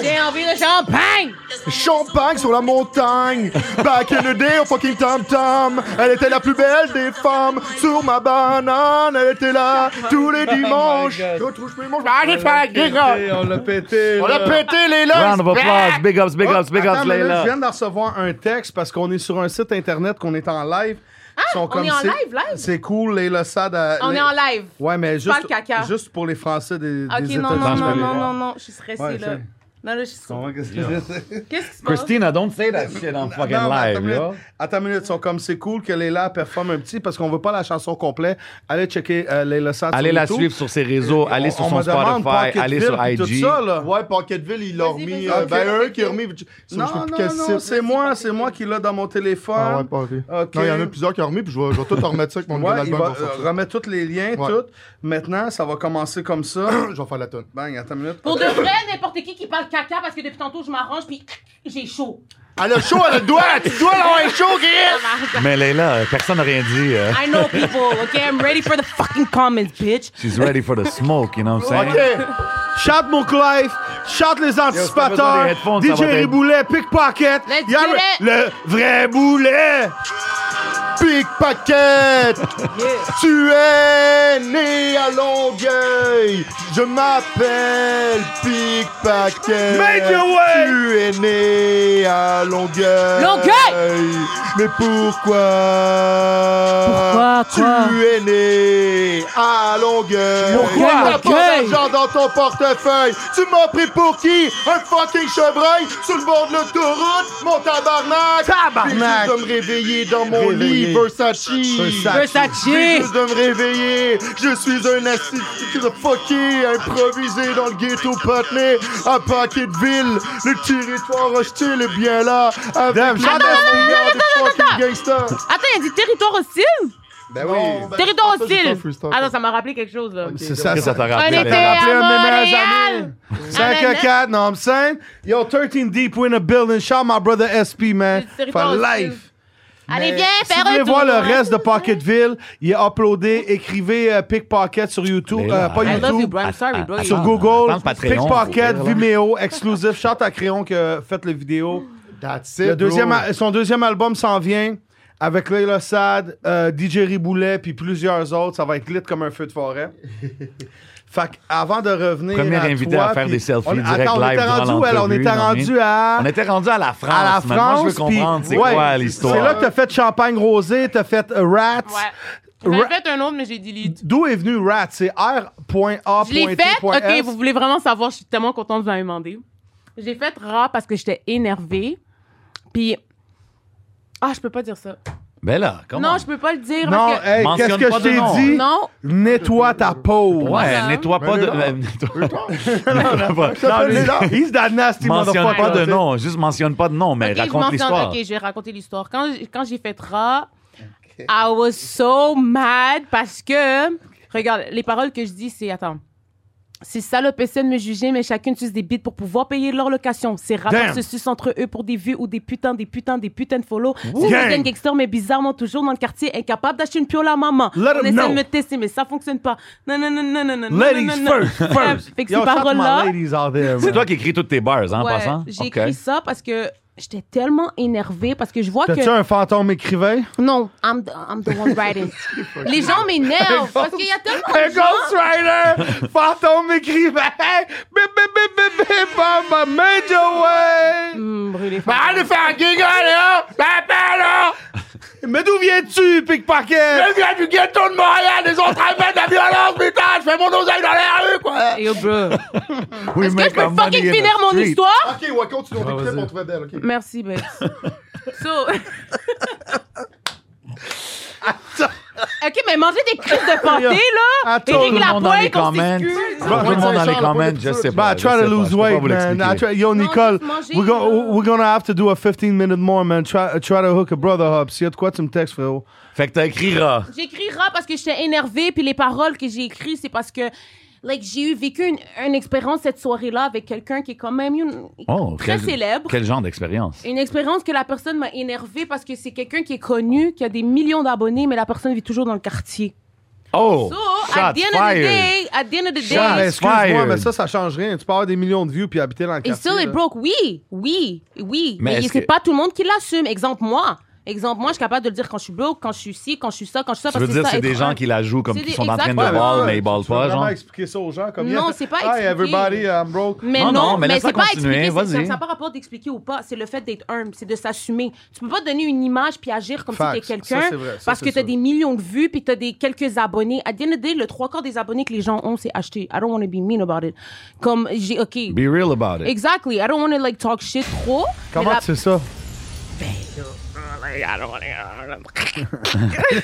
S1: J'ai envie de champagne.
S4: Champagne sur la montagne. Back in the day, au fucking Tom Tom. Elle était la plus belle des femmes. Sur ma banane, elle était là tous les dimanches.
S3: Oh God.
S4: Quand je me mange, arrête de faire des gars.
S3: on l'a pété.
S4: On
S3: là. Oh,
S4: a pété les lèvres.
S6: Round of applause. Big ups, big ups, big
S3: Attends
S6: ups,
S3: une minute,
S6: Layla.
S3: Je viens de recevoir un texte parce qu'on est sur un site internet qu'on est en live. Ah,
S1: on est en live, live?
S3: C'est cool, Layla Sad. à-
S1: On est en live.
S3: Ouais, mais
S1: Pas
S3: juste,
S1: le caca.
S3: juste pour les Français des,
S1: Ok,
S3: des
S1: non, non,
S3: États-Unis.
S1: non, non, non, non, je suis stressée
S3: Ouais,
S1: là.
S3: c'est-
S1: Non, là, je suis stressée.
S3: Comment que c'est-
S1: Qu'est-ce qui se passe?
S6: Christina, don't say that shit on fucking
S3: Non, mais attends
S6: live,
S3: une
S6: yo.
S3: minute. *laughs* Attends une minute, ils sont comme c'est cool que Layla performe un petit parce qu'on veut pas la chanson complète. Allez checker euh, Layla Sad. sur
S6: Allez la
S3: YouTube.
S6: suivre sur ses réseaux, allez sur
S3: On- on
S6: son
S3: me demande
S6: Spotify, allez sur
S3: Pocketville, puis
S6: IG.
S3: Tout ça, là.
S4: Ouais, Pocketville, il l'a
S1: Vas-y,
S4: remis.
S1: vas-y.
S4: euh, Ben,
S1: Ok.
S4: eux qui ont remis. je- je
S3: Non,
S4: sais
S3: non,
S4: plus quel
S3: non,
S4: site.
S3: c'est moi, c'est moi qui l'ai dans mon téléphone.
S4: Ah ouais, pas ok.
S3: Ok.
S4: Non, il y en a plusieurs qui ont remis, puis je vais, je vais tout remettre ça avec mon nouvel
S3: Ouais, il
S4: album.
S3: va
S4: qui va sortir.
S3: euh, remettre tous les liens,
S4: Ouais.
S3: tout. Maintenant, ça va commencer comme ça.
S4: *coughs* Je vais faire la tonne.
S3: Bang, attends une minute.
S1: Pour de vrai, n'importe qui qui parle caca parce que depuis tantôt, je m'arrange puis j'ai
S3: *laughs*
S1: chaud.
S4: Elle a chaud, elle a Ah, le doigt, tu dois l'avoir chaud, Chris!
S6: Mais Layla, euh, personne n'a rien dit. euh.
S1: I know people, okay? I'm ready for the fucking comments, bitch.
S6: She's ready for the smoke, you know what I'm saying?
S4: Ok!
S3: *coughs* Chante mon Clive, chante les
S6: besoin des
S3: anticipateurs,
S6: headphones, ça
S3: DJ
S6: va être-
S3: Riboulet, Pickpocket,
S1: Let's
S3: Y'a-
S1: do it.
S3: le vrai boulet.
S7: Big Paquette, tu es né à Longueuil. Je m'appelle Big Paquette.
S11: Major Way.
S7: Tu es né à Longueuil.
S1: Longueuil.
S7: Mais pourquoi
S1: Pourquoi, quoi?
S7: Tu es né à Longueuil.
S1: Pourquoi,
S7: T'as pas
S1: Longueuil?
S7: d'argent dans ton portefeuille. Tu m'as pris pour qui? Un fucking chevreuil sur le bord de l'autoroute, mon tabarnak. J'ai
S3: Tabarnak.
S7: juste de me réveiller dans mon
S3: Réveiller.
S7: lit, Versace.
S3: Versace.
S7: J'ai
S1: Versace!
S7: juste de me réveiller. Je suis un assis de fucké improvisé dans le ghetto Patney à Paquetteville. Le territoire hostile est bien là. Avec
S3: Dave,
S7: les
S3: chante
S7: milliards
S1: la-
S7: de
S1: attends,
S7: fucking
S1: attends.
S7: gangsters.
S1: Attends, il a dit territoire hostile?
S3: Ben
S7: Non, ben,
S1: territoire
S7: je pense que c'est un
S1: hostile!
S7: freestyle.
S1: Ah non, ça m'a rappelé quelque chose, là.
S3: C'est ça,
S6: Ça
S3: ça.
S6: t'a
S1: On
S6: rappelé.
S1: était à
S6: Alexandre?
S3: un mémage
S1: Montréal!
S3: 5 à 4, non, I'm saying. Yo, 13 deep, we're in a building. Shout my brother SP, man.
S1: C'est le
S3: For
S1: territoire hostile.
S3: life.
S1: Allez,
S3: Mais
S1: viens,
S3: Euh, si
S1: Eh faire
S3: vous voulez
S1: un tour!
S3: voir le reste de Pockettville, il est uploadé. Écrivez euh, Pickpocket sur YouTube.
S6: Mais
S3: euh,
S6: là,
S3: pas
S1: I love you,
S3: YouTube.
S1: bro. I'm sorry, bro.
S3: Sur
S6: Ah,
S3: Google,
S6: attends, Patreon,
S3: Pickpocket,
S6: faut
S3: Vimeo, exclusif. Chante à Crayon que euh, faites la vidéo.
S7: That's it,
S3: Le deuxième,
S7: bro.
S3: a- son deuxième album s'en vient avec Leila Sad, euh, DJ Riboulet, puis plusieurs autres. Ça va être lit comme un feu de
S6: *laughs*
S3: forêt. fait que avant de revenir.
S6: Premier
S3: à
S6: invité
S3: toi,
S6: à faire
S3: puis
S6: des selfies
S3: on,
S6: direct
S3: attends, on
S6: live
S3: était
S6: durant
S3: rendu où, elle? On
S6: l'entrevue,
S3: était
S6: non,
S3: rendu
S6: mais-
S3: à.
S6: On était rendu à la France.
S3: à la
S6: Maintenant, je veux
S3: France. puis-
S6: comprendre c'est
S3: ouais,
S6: quoi l'histoire.
S3: C'est là que t'as fait Champagne Rosé, t'as fait euh, Rats.
S1: Ouais. J'en ai fait un autre, mais j'ai dit
S3: D'où est venu Rats? C'est R.A.T.S.
S1: Je l'ai fait. OK, vous voulez vraiment savoir, je suis tellement contente de vous l'avoir demandé. J'ai fait rat parce que j'étais énervée. Puis. Ah, je peux pas dire ça.
S6: Ben là, comment?
S1: non, je peux pas le dire.
S3: Non,
S1: parce que...
S3: hey,
S6: Mentionne
S3: qu'est-ce que
S6: pas
S3: je
S6: de nom.
S3: t'ai dit?
S1: Non,
S3: Nettoie ta peau.
S6: Ouais,
S1: Non.
S6: nettoie
S3: Ben
S6: pas de.
S3: *laughs*
S6: euh, *laughs* nettoie- Nettoie
S3: Non,
S6: pas.
S3: lui, he's that nasty
S6: Mentionne pas
S3: motherfucker.
S6: de nom, juste mentionne pas de nom, mais
S1: Ok, je
S6: raconte
S1: mentionne-
S6: l'histoire.
S1: Ok, je vais raconter l'histoire. Quand, j- quand j'ai fait Ra, I was so mad parce que, regarde, les paroles que je dis, c'est attends. Ces salopes essaient de me juger, mais chacune suce des bites pour pouvoir payer leur location. Ces rappeurs
S3: Damn.
S1: se sucent entre eux pour des vues ou des putains, des putains, des putains de follow. C'est une gangster, mais bizarrement toujours dans le quartier, incapable d'acheter une piole à maman.
S3: Let 'em
S1: On essaie
S3: know.
S1: de me tester, mais ça fonctionne pas. Non, non, non, non, non, non, non,
S3: Ladies
S1: non, non.
S3: first, first.
S1: *laughs* Fait que
S3: Yo,
S1: ces
S3: shout out to my
S1: paroles-là,
S3: ladies out there,
S6: C'est
S3: man.
S6: toi qui écris toutes tes bars, hein, en
S1: Ouais,
S6: passant?
S1: J'ai
S6: Ok.
S1: écrit ça parce que j'étais tellement énervée parce que je vois
S3: T'as-tu
S1: que
S3: un fantôme écrivain?
S1: non, I'm the, I'm the one
S6: *laughs*
S1: writing. Les gens m'énervent parce qu'il y a tellement
S3: Un
S1: de gens.
S3: ghostwriter! *laughs* fantôme écrivain! Bip, bip, bip, bip, bip, bam, bam, major way!
S1: Hmm, brûlé.
S3: Ben, allez faire un giga, là! Ben, ben, là! Mais d'où viens-tu, pickpocket?
S7: viens du ghetto de Montréal, les autres amènent la violence, putain, je fais mon oseille dans la rue, quoi!
S1: Yo, bro.
S6: We
S1: Est-ce que
S6: make
S1: je peux
S6: our money
S1: fucking
S6: in the
S1: finir mon
S6: street.
S1: histoire?
S7: Ok, ouais, continue,
S3: Ah,
S7: on t'écoutait pour trouver d'elle, ok.
S1: Merci, Bex.
S6: *laughs*
S1: So. ok, mais manger des crises de panté, là.
S3: Attends,
S1: Éric
S6: Tout le monde dans les
S1: Lapointe, qu'on
S6: comments.
S1: s'excuse.
S6: Tout le monde dans les comments, Oh, je sais
S3: Bah,
S6: pas.
S3: I try to lose weight, man. I try, yo,
S1: Non,
S3: Nicole,
S1: juste manger,
S3: we're,
S1: là.
S3: go, we're gonna have to do a 15 minute more, man. Try, try to hook a brother up. S'il y a de quoi, tu me textes, frérot.
S6: Fait que t'as écrit Ra.
S1: J'écris rap parce que j'étais énervée, puis les paroles que j'ai écrites, c'est parce que like, j'ai eu vécu une, une expérience cette soirée-là avec quelqu'un qui est quand même une-
S6: Oh,
S1: très
S6: quel-
S1: célèbre.
S6: Quel genre d'expérience?
S1: Une expérience que la personne m'a énervée parce que c'est quelqu'un qui est connu, qui a des millions d'abonnés, mais la personne vit toujours dans le quartier.
S6: Oh!
S1: So, at
S6: Shots
S1: the end of the
S6: fired!
S1: day, at the end of the
S3: Ah, mais
S1: day,
S6: Shots
S3: excuse-moi,
S6: fired.
S3: mais ça, ça change rien. Tu peux avoir des millions de vues puis habiter dans le
S1: et
S3: quartier.
S1: still it
S3: là.
S1: broke. Oui, oui, oui.
S6: Mais
S1: Mais,
S6: est-ce
S1: c'est
S6: que-
S1: pas tout le monde qui l'assume. Exemple, moi. Exemple, moi, je suis capable de le dire quand je suis broke, quand je suis ci, quand je suis ça, quand je suis ça.
S6: Tu
S1: parce
S6: veux
S1: que
S6: dire,
S1: ça,
S6: c'est des
S1: être un-
S6: gens qui la jouent comme
S1: C'est
S6: qui
S1: des-
S6: sont en train de
S1: exactement.
S3: Ouais, ouais,
S6: ball,
S3: ouais.
S6: mais ils ballent
S3: Tu veux
S6: pas,
S3: vraiment
S6: genre.
S3: expliquer ça aux gens comme
S1: Non, c'est pas
S3: Hi
S1: expliqué. Mm.
S3: everybody, I'm broke.
S1: Mais non,
S6: Non, non, mais
S1: mais,
S6: laisse-la
S1: c'est pas
S6: continuer,
S1: expliquer, c'est-
S6: vas-y.
S1: ça n'a pas rapport d'expliquer ou pas, c'est le fait d'être humble, c'est de s'assumer. Tu peux pas donner une image puis agir comme
S3: Facts.
S1: si t'es
S3: Ça,
S1: quelqu'un
S3: c'est vrai. Ça,
S1: parce
S3: c'est
S1: que t'as
S3: sûr.
S1: des millions de vues puis t'as des quelques abonnés. À the end of the day, le trois quarts des abonnés que les gens ont, c'est acheter. I don't want to be mean about it. Comme j'ai, ok,
S6: Be real about it.
S1: exactly. I don't want to like talk shit trop.
S3: Comment
S1: mais la-
S3: tu sais ça?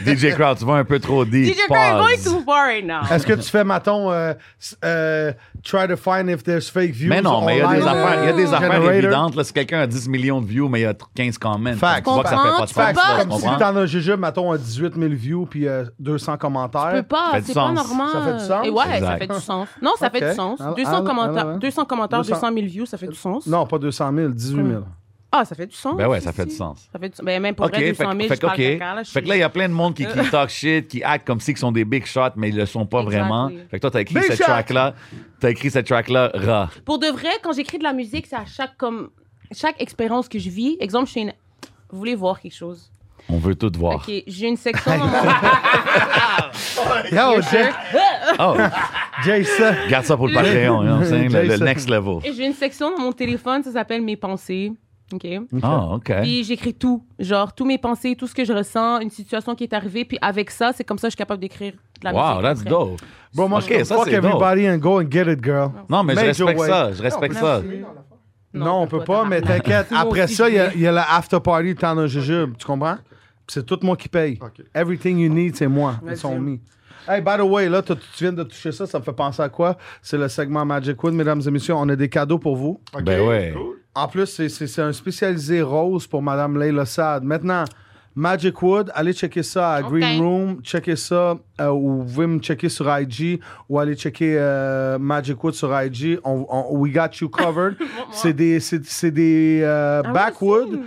S6: DJ Crowd, tu vas un peu trop deep.
S1: DJ Crowd going
S6: Pause.
S1: too far right now.
S3: Est-ce que tu fais, maton, euh, s- euh, try to find if there's fake views?
S6: Mais non, mais il y a
S3: online?
S6: des
S3: euh,
S6: affaires, il y a des affaires
S3: Generator.
S6: évidentes. Là, si quelqu'un a 10 millions de views, mais il y a 15 comments,
S3: Facts.
S6: tu vois que ça fait pas de
S1: Tu comprends?
S6: sens. là,
S1: Tu
S6: tu
S3: Comme si
S6: comprends?
S3: t'en as jugé, mettons, à 18 000 views puis euh, 200 commentaires.
S1: Je peux pas,
S6: fait du
S1: c'est pas
S6: sens.
S1: normal.
S3: Ça fait du sens?
S1: Et ouais, ça
S6: Exact.
S1: fait du sens. Non, ça fait
S3: Ok. Ah,
S1: du sens.
S3: Alors,
S1: 200
S3: alors,
S1: commentaires,
S3: alors,
S1: 200 commentaires,
S3: 200
S1: 200 000 views, ça fait du sens.
S3: Non, pas 200 000, 18 000.
S1: Ah, ça fait du sens.
S6: Ben ouais, ça fait
S1: si,
S6: du
S1: si.
S6: sens.
S1: Ça fait du- ben même pour
S6: OK,
S1: vrai,
S6: fait,
S1: 200 000,
S6: fait
S1: je
S6: que-
S1: parle
S6: OK.
S1: caca, là, je
S6: Fait que
S1: suis-
S6: là, il y a plein de monde qui, qui talk shit, qui act comme si ils sont des big shots, mais ils le sont pas
S1: Exactly.
S6: vraiment. Fait que toi, t'as écrit
S3: Big
S6: cette
S3: shot!
S6: track-là, t'as écrit cette track-là, Ra.
S1: Pour de vrai, quand j'écris de la musique, c'est à chaque, comme, chaque expérience que je vis. Exemple, je suis une... Vous voulez voir quelque chose.
S6: On veut tout voir.
S1: Ok, j'ai une section. dans
S6: *laughs*
S1: mon-
S6: Yo,
S1: Yes,
S6: Jack.
S1: sir.
S6: Oh.
S3: Jason.
S6: Garde ça pour le Patreon, you know what I'm saying? le, le
S1: Jason.
S6: next level.
S1: Et J'ai une section dans mon téléphone, ça s'appelle Mes pensées. OK.
S6: Ah, OK.
S1: Puis j'écris tout, genre tous mes pensées, tout ce que je ressens, une situation qui est arrivée. Puis avec ça, c'est comme ça que je suis capable d'écrire de la musique.
S6: Wow, that's
S1: après.
S6: dope.
S3: Bro, moi,
S6: Ok,
S3: je
S6: ça,
S3: fuck
S6: c'est dope.
S3: everybody and go and get it, girl.
S6: Non, mais je
S3: Major
S6: respecte
S3: way.
S6: ça, je respecte ça.
S3: Non, on peut pas, mais t'inquiète. Après ça, il y a- il y, a la after party, t'en as jujube. Tu comprends? Puis C'est tout moi qui paye. Everything you need, c'est moi. It's on me. Hey, by the way, là, t'as- tu viens de toucher ça, ça me fait penser à quoi? C'est le segment Magic Wood, mesdames et messieurs. On a des cadeaux pour vous.
S6: Ben ouais.
S3: En plus, c'est- c'est c'est un spécialisé rose pour Madame Leila Sad. Maintenant, Magic Wood, allez checker ça à Green Room, checker ça, euh, ou vous pouvez me checker sur IG, ou allez checker euh, Magic Wood sur IG. On, on- we got
S7: *laughs*
S3: you covered. c'est des, c'est- c'est des euh,
S7: Ah
S3: backwood,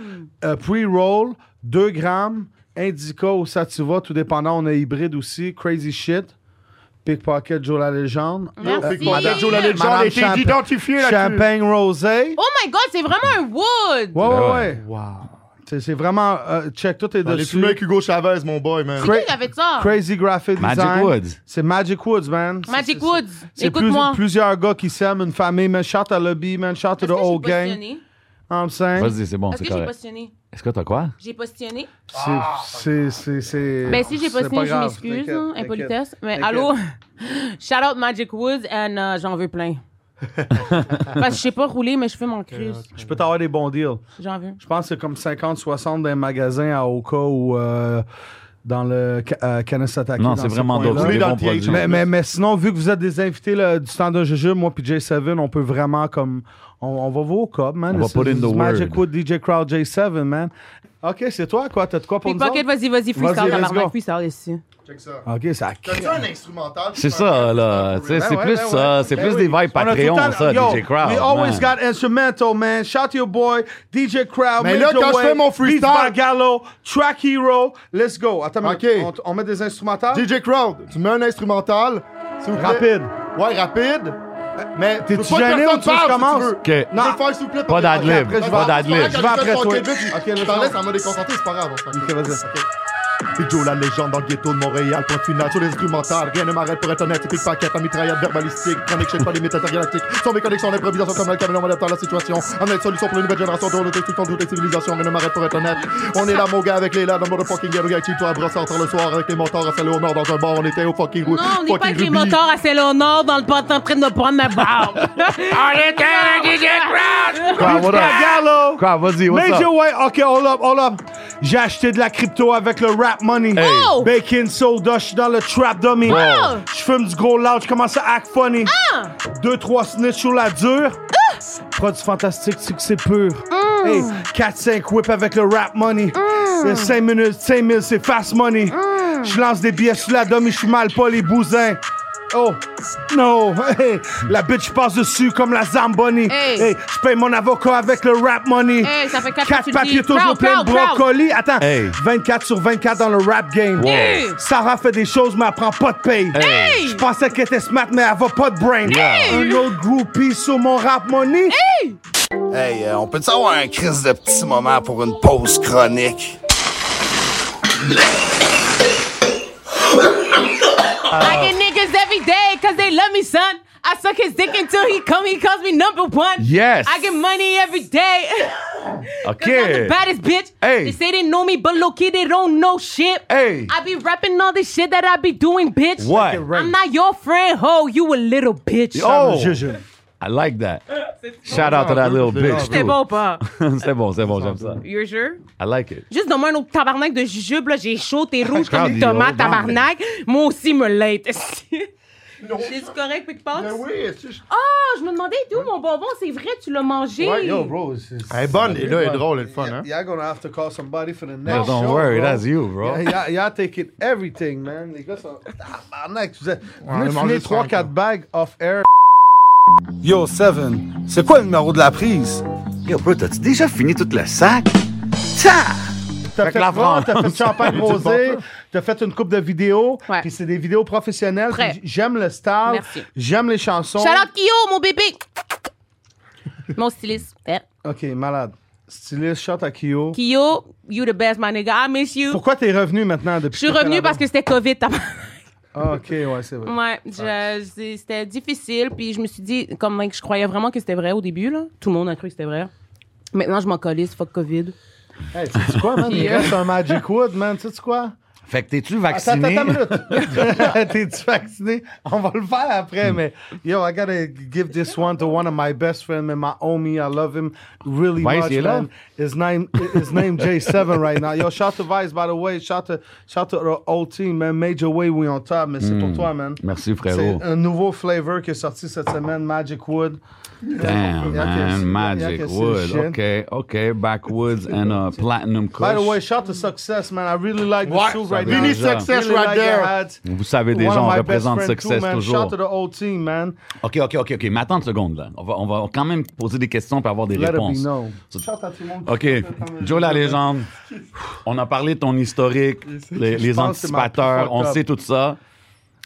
S3: euh, pre-roll, 2 grammes, indica ou sativa, tout dépendant. On a hybride aussi, crazy shit. Pickpocket Joe la légende.
S1: Merci.
S7: Pickpocket Joe la légende
S3: Madame
S7: a été
S3: Champa-
S7: identifié là-dessus.
S3: Champagne rosé.
S1: Oh my god, c'est vraiment un wood!
S3: Ouais, ouais,
S6: Ben
S3: ouais. C'est- C'est vraiment. euh, check, tout est
S7: On est
S3: dessus.
S7: fumé avec Hugo Chavez, mon boy, man.
S1: Qui avait ça?
S3: Crazy Graphic
S6: Magic
S3: Design.
S6: Woods.
S3: C'est Magic Woods, man. C'est-
S1: Magic
S3: c'est-
S1: Woods,
S3: C'est plus-
S1: écoute-moi.
S3: plusieurs gars qui s'aiment, une famille, man. Shout à Lobby, man. Shout to
S1: Est-ce
S3: the
S1: que j'ai
S3: old gang. You
S1: positionné?
S3: know what I'm saying?
S6: Vas-y, c'est bon,
S1: Est-ce que
S6: c'est
S1: j'ai
S6: correct.
S1: positionné?
S6: Est-ce que t'as quoi?
S1: J'ai positionné?
S3: C'est- C'est. c'est- c'est-
S1: Ben, si j'ai
S3: c'est
S1: positionné, je
S3: grave,
S1: m'excuse,
S3: t'inquiète,
S1: hein,
S3: t'inquiète.
S1: impolitesse. Mais
S3: T'inquiète.
S1: allô? Shout out Magic Woods, and euh, j'en veux
S3: *laughs*
S1: plein. Parce que je sais pas rouler, mais je fais mon cruise.
S3: Je peux t'avoir des bons deals.
S1: J'en veux.
S3: Je pense que c'est comme 50-60 d'un magasin à Oka ou euh, dans le Ca- euh, Kennesaw-Taki,
S6: Non,
S3: dans
S6: c'est
S3: ce
S6: vraiment
S3: coin-là.
S6: dope. C'est des
S7: dans
S6: bons
S7: le TH,
S6: produits.
S3: Mais, mais, mais sinon, vu que vous êtes des invités là, du temps de Juju, moi puis J7, on peut vraiment comme. On, on va voir au cob, man.
S6: On va
S3: This
S6: put
S3: is
S6: in the
S3: Magic
S6: word.
S3: Wood DJ Crowd J7, man. OK, c'est toi, quoi? T'as de quoi pour nous
S1: Pickpocket, vas-y, vas-y, freestyle,
S3: Vas-y,
S1: la
S3: let's
S1: marmaille
S3: go.
S1: freestyle ici.
S7: Check ça.
S3: autres? OK, ça
S7: T'as-tu un instrumental?
S6: Ah. C'est ça, là. Tu sais, c'est
S3: ouais,
S6: plus
S3: ben
S6: ça. C'est plus des vibes
S3: On a tout le
S6: Patreon,
S3: temps-
S6: ça,
S3: Yo,
S6: DJ Crowd.
S3: We always
S6: man.
S3: got instrumental, man. Shout to your boy, DJ Crowd.
S7: Mais là,
S3: Major
S7: quand je
S3: Way,
S7: fais mon
S3: Beats
S7: freestyle-
S3: by Gallo, Track Hero, let's go. Attends,
S7: OK.
S3: mais on, on met des instrumentales.
S7: DJ Crowd, tu mets un instrumental. s'il vous plaît.
S3: Rapide.
S7: Ouais, rapide. Mais
S3: T'es-tu
S7: faut Euh, pas que
S3: gêné ou
S7: personne
S3: tu veux que je
S7: parle, si
S3: commence?
S7: veux.
S6: OK.
S7: Je veux
S3: Non.
S7: le faire, s'il vous plaît,
S6: Pas
S7: par les-
S6: d'adlib,
S7: Après, je vais-
S6: pas d'adlib.
S7: C'est
S3: Je vais
S7: correct,
S3: après
S7: quand
S3: toi.
S7: les gens sont
S3: OK,
S7: quelques-uns, Je
S3: laisse-moi.
S7: t'en laisse, elle m'a déconcentré, c'est pas grave. on s'en fout.
S3: OK, vas-y.
S7: OK. Big Joe, la légende dans le ghetto de Montréal, point final sur l'instrumental. Rien ne m'arrête pour être honnête, typique paquet, la mitraillette verbalistique, chronique, chaîne pas limite intergalactique. Sans mes connexions, l'improvisation comme un camion, on adapte à la situation. Amener une solution pour une nouvelle génération, dont l'autodestruction de toutes les civilisations. Rien ne m'arrête pour être honnête. On est là, mon gars, avec les lads, dans le fucking ghetto, gars, qui toi, à brossard, tard le soir, avec les mentors, à Salé au Nord, dans un bar, on était au fucking route.
S1: Non, on n'est pas avec les motards à Saint-Léonard dans le pot en train de prendre ma *laughs* barbe. on était avec DJ Crowd!
S6: Quoi, what up?
S3: Gallo!
S6: Quoi, vas-y, what's up?
S3: Major Way, ok, hold up, hold up. J'ai acheté de la crypto avec le rap money.
S1: Oh!
S3: Baking soda, je suis dans le trap dummy.
S1: Ah!
S3: Je fume du gros loud, je commence à act funny.
S1: Ah!
S3: Deux, trois snitch sur la dure. Produit fantastique, succès pur.
S1: Mm.
S3: Hey, 4-5 whip avec le rap money. 5 minutes, 5 000, c'est fast money.
S1: Mm.
S3: Je lance des billets sur la dummy, je suis mal pas les bousins. Oh, no, hey, la bitch passe dessus comme la Zamboni.
S1: Hey.
S3: je paye mon avocat avec le rap money.
S1: Hey, ça fait quatre fois que tu
S3: 4
S1: le dis.
S3: papiers toujours
S1: Proud,
S3: plein de
S1: proud, proud.
S3: brocolis. Attends,
S6: Hey.
S3: 24 sur 24 dans le rap game.
S1: Hey.
S3: Sarah fait des choses, mais elle prend pas de paye.
S6: Hey.
S3: Je pensais qu'elle était smart, mais elle va pas de brain.
S6: Yeah.
S3: Un autre groupie sur mon rap money.
S10: Hey, euh, on peut-tu avoir un crise de petit moment pour une pause chronique?
S1: I get niggas every day cause they love me, son. I suck his dick until he come, he calls me number one.
S6: Yes.
S1: I get money every day. *laughs*
S6: OK.
S1: I'm the baddest bitch.
S6: Hey.
S1: They say they know me, but low key they don't know shit.
S6: Hey.
S1: I be rapping all this shit that I be doing, bitch.
S6: What?
S1: I'm not your friend, ho. You a little bitch.
S6: Oh!
S3: Juju.
S6: I like that. Shout out to that little bitch,
S1: C'était bon ou
S6: too.
S1: pas?
S6: *laughs* C'est bon, c'est bon, j'aime ça.
S1: You're uh. sure?
S6: I like it.
S1: Juste donne-moi un autre tabarnak de jujube, là. J'ai chaud, t'es rouge comme
S6: Crowd,
S1: une
S6: il
S1: tomate,
S6: est
S1: tabarnak. Moi aussi, me l'être. *laughs* C'est correct, Big Pops?
S7: Ben oui, est-ce que je-
S1: Ah, je me demandais, t'es où mon bonbon? C'est vrai, tu l'as mangé.
S3: bro.
S7: Elle est bonne, et là, elle est drôle, elle est fun, hein.
S3: Y'all gonna have to call somebody for the
S6: No,
S3: next
S6: don't
S3: show,
S6: worry,
S3: bro.
S6: that's you, bro.
S3: Y'all- Y'all y'all taking everything, man. Les gars sont... Ah, Tabarnak, vous êtes...
S7: on a
S3: Vous
S7: mangé
S3: venez
S7: ça
S3: 3-4
S7: encore.
S3: bagues off-air.
S10: Yo, Seven, c'est quoi le numéro de la prise? Yo, bro, t'as-tu déjà fini toute la sac? Ta!
S3: T'as fait
S6: Fait que la
S3: Ron, t'as
S6: *laughs* France.
S3: fait Champagne Rosé, t'as fait une coupe de vidéos,
S1: Ouais.
S3: puis c'est des vidéos professionnelles.
S1: Prêt.
S3: puis J'aime le style,
S1: Merci.
S3: j'aime les chansons.
S1: Shout out Kyo, mon bébé. mon styliste. Eh.
S3: OK, malade. styliste, shout à Kyo.
S1: Kyo, you the best, my nigga. I miss you.
S3: Pourquoi t'es revenu maintenant depuis
S1: Je suis revenue parce que c'était COVID. t'as-
S3: Ah, ok, ouais, c'est vrai.
S1: Ouais, je- c'est- c'était difficile. Puis je me suis dit, comme like, je croyais vraiment que c'était vrai au début, là. Tout le monde a cru que c'était vrai. Maintenant, je m'en colisse, fuck COVID.
S3: Hey, tu sais quoi, man? Il
S1: Yeah.
S3: reste un Magic Wood, man. Tu sais quoi?
S6: Fait que t'es-tu
S3: Attends,
S6: vacciné?
S3: attends, attends une minute. *laughs* T'es-tu vacciné? On va le faire
S6: Hmm.
S3: après, mais yo, I gotta give this one to one of my best friends, man, my homie. I love him really
S6: Vice, il est
S3: much,
S6: là?
S3: man. His name, his name J7 right now. Yo, shout to Vice, by the way. Shout to, shout to the whole team, man. Major Way, we on top, mais c'est pour
S6: Mm.
S3: toi, man.
S6: Merci, frérot.
S3: C'est un nouveau flavor qui est sorti cette semaine, Magic Wood.
S6: Damn,
S3: Yeah, okay,
S6: man.
S3: c'est-
S6: Magic
S3: yeah, okay, c'est
S6: wood.
S3: shit.
S6: OK, OK. Backwoods and a platinum
S3: By the
S6: kush.
S3: way, shout to Success, man. I really like the
S6: Ouais,
S3: suit
S6: ça
S3: right
S6: veut
S3: now.
S6: dire ça. Success
S3: Really
S6: right
S3: like
S6: there.
S3: your hats.
S6: Vous savez déjà,
S3: One of
S6: on
S3: my best
S6: représente
S3: friend
S6: Success
S3: too, man.
S6: toujours.
S3: Shout to the old team, man.
S6: OK, OK, OK, OK. Mais attends une seconde, là. On va, on va quand même poser des questions pour avoir des
S3: Let it be
S6: réponses.
S3: known. Shout à tout le monde.
S6: OK. Joe la légende, on a parlé de ton historique, les, les
S3: Je pense que c'est ma plus
S6: anticipateurs,
S3: fucked
S6: on
S3: up.
S6: sait tout ça.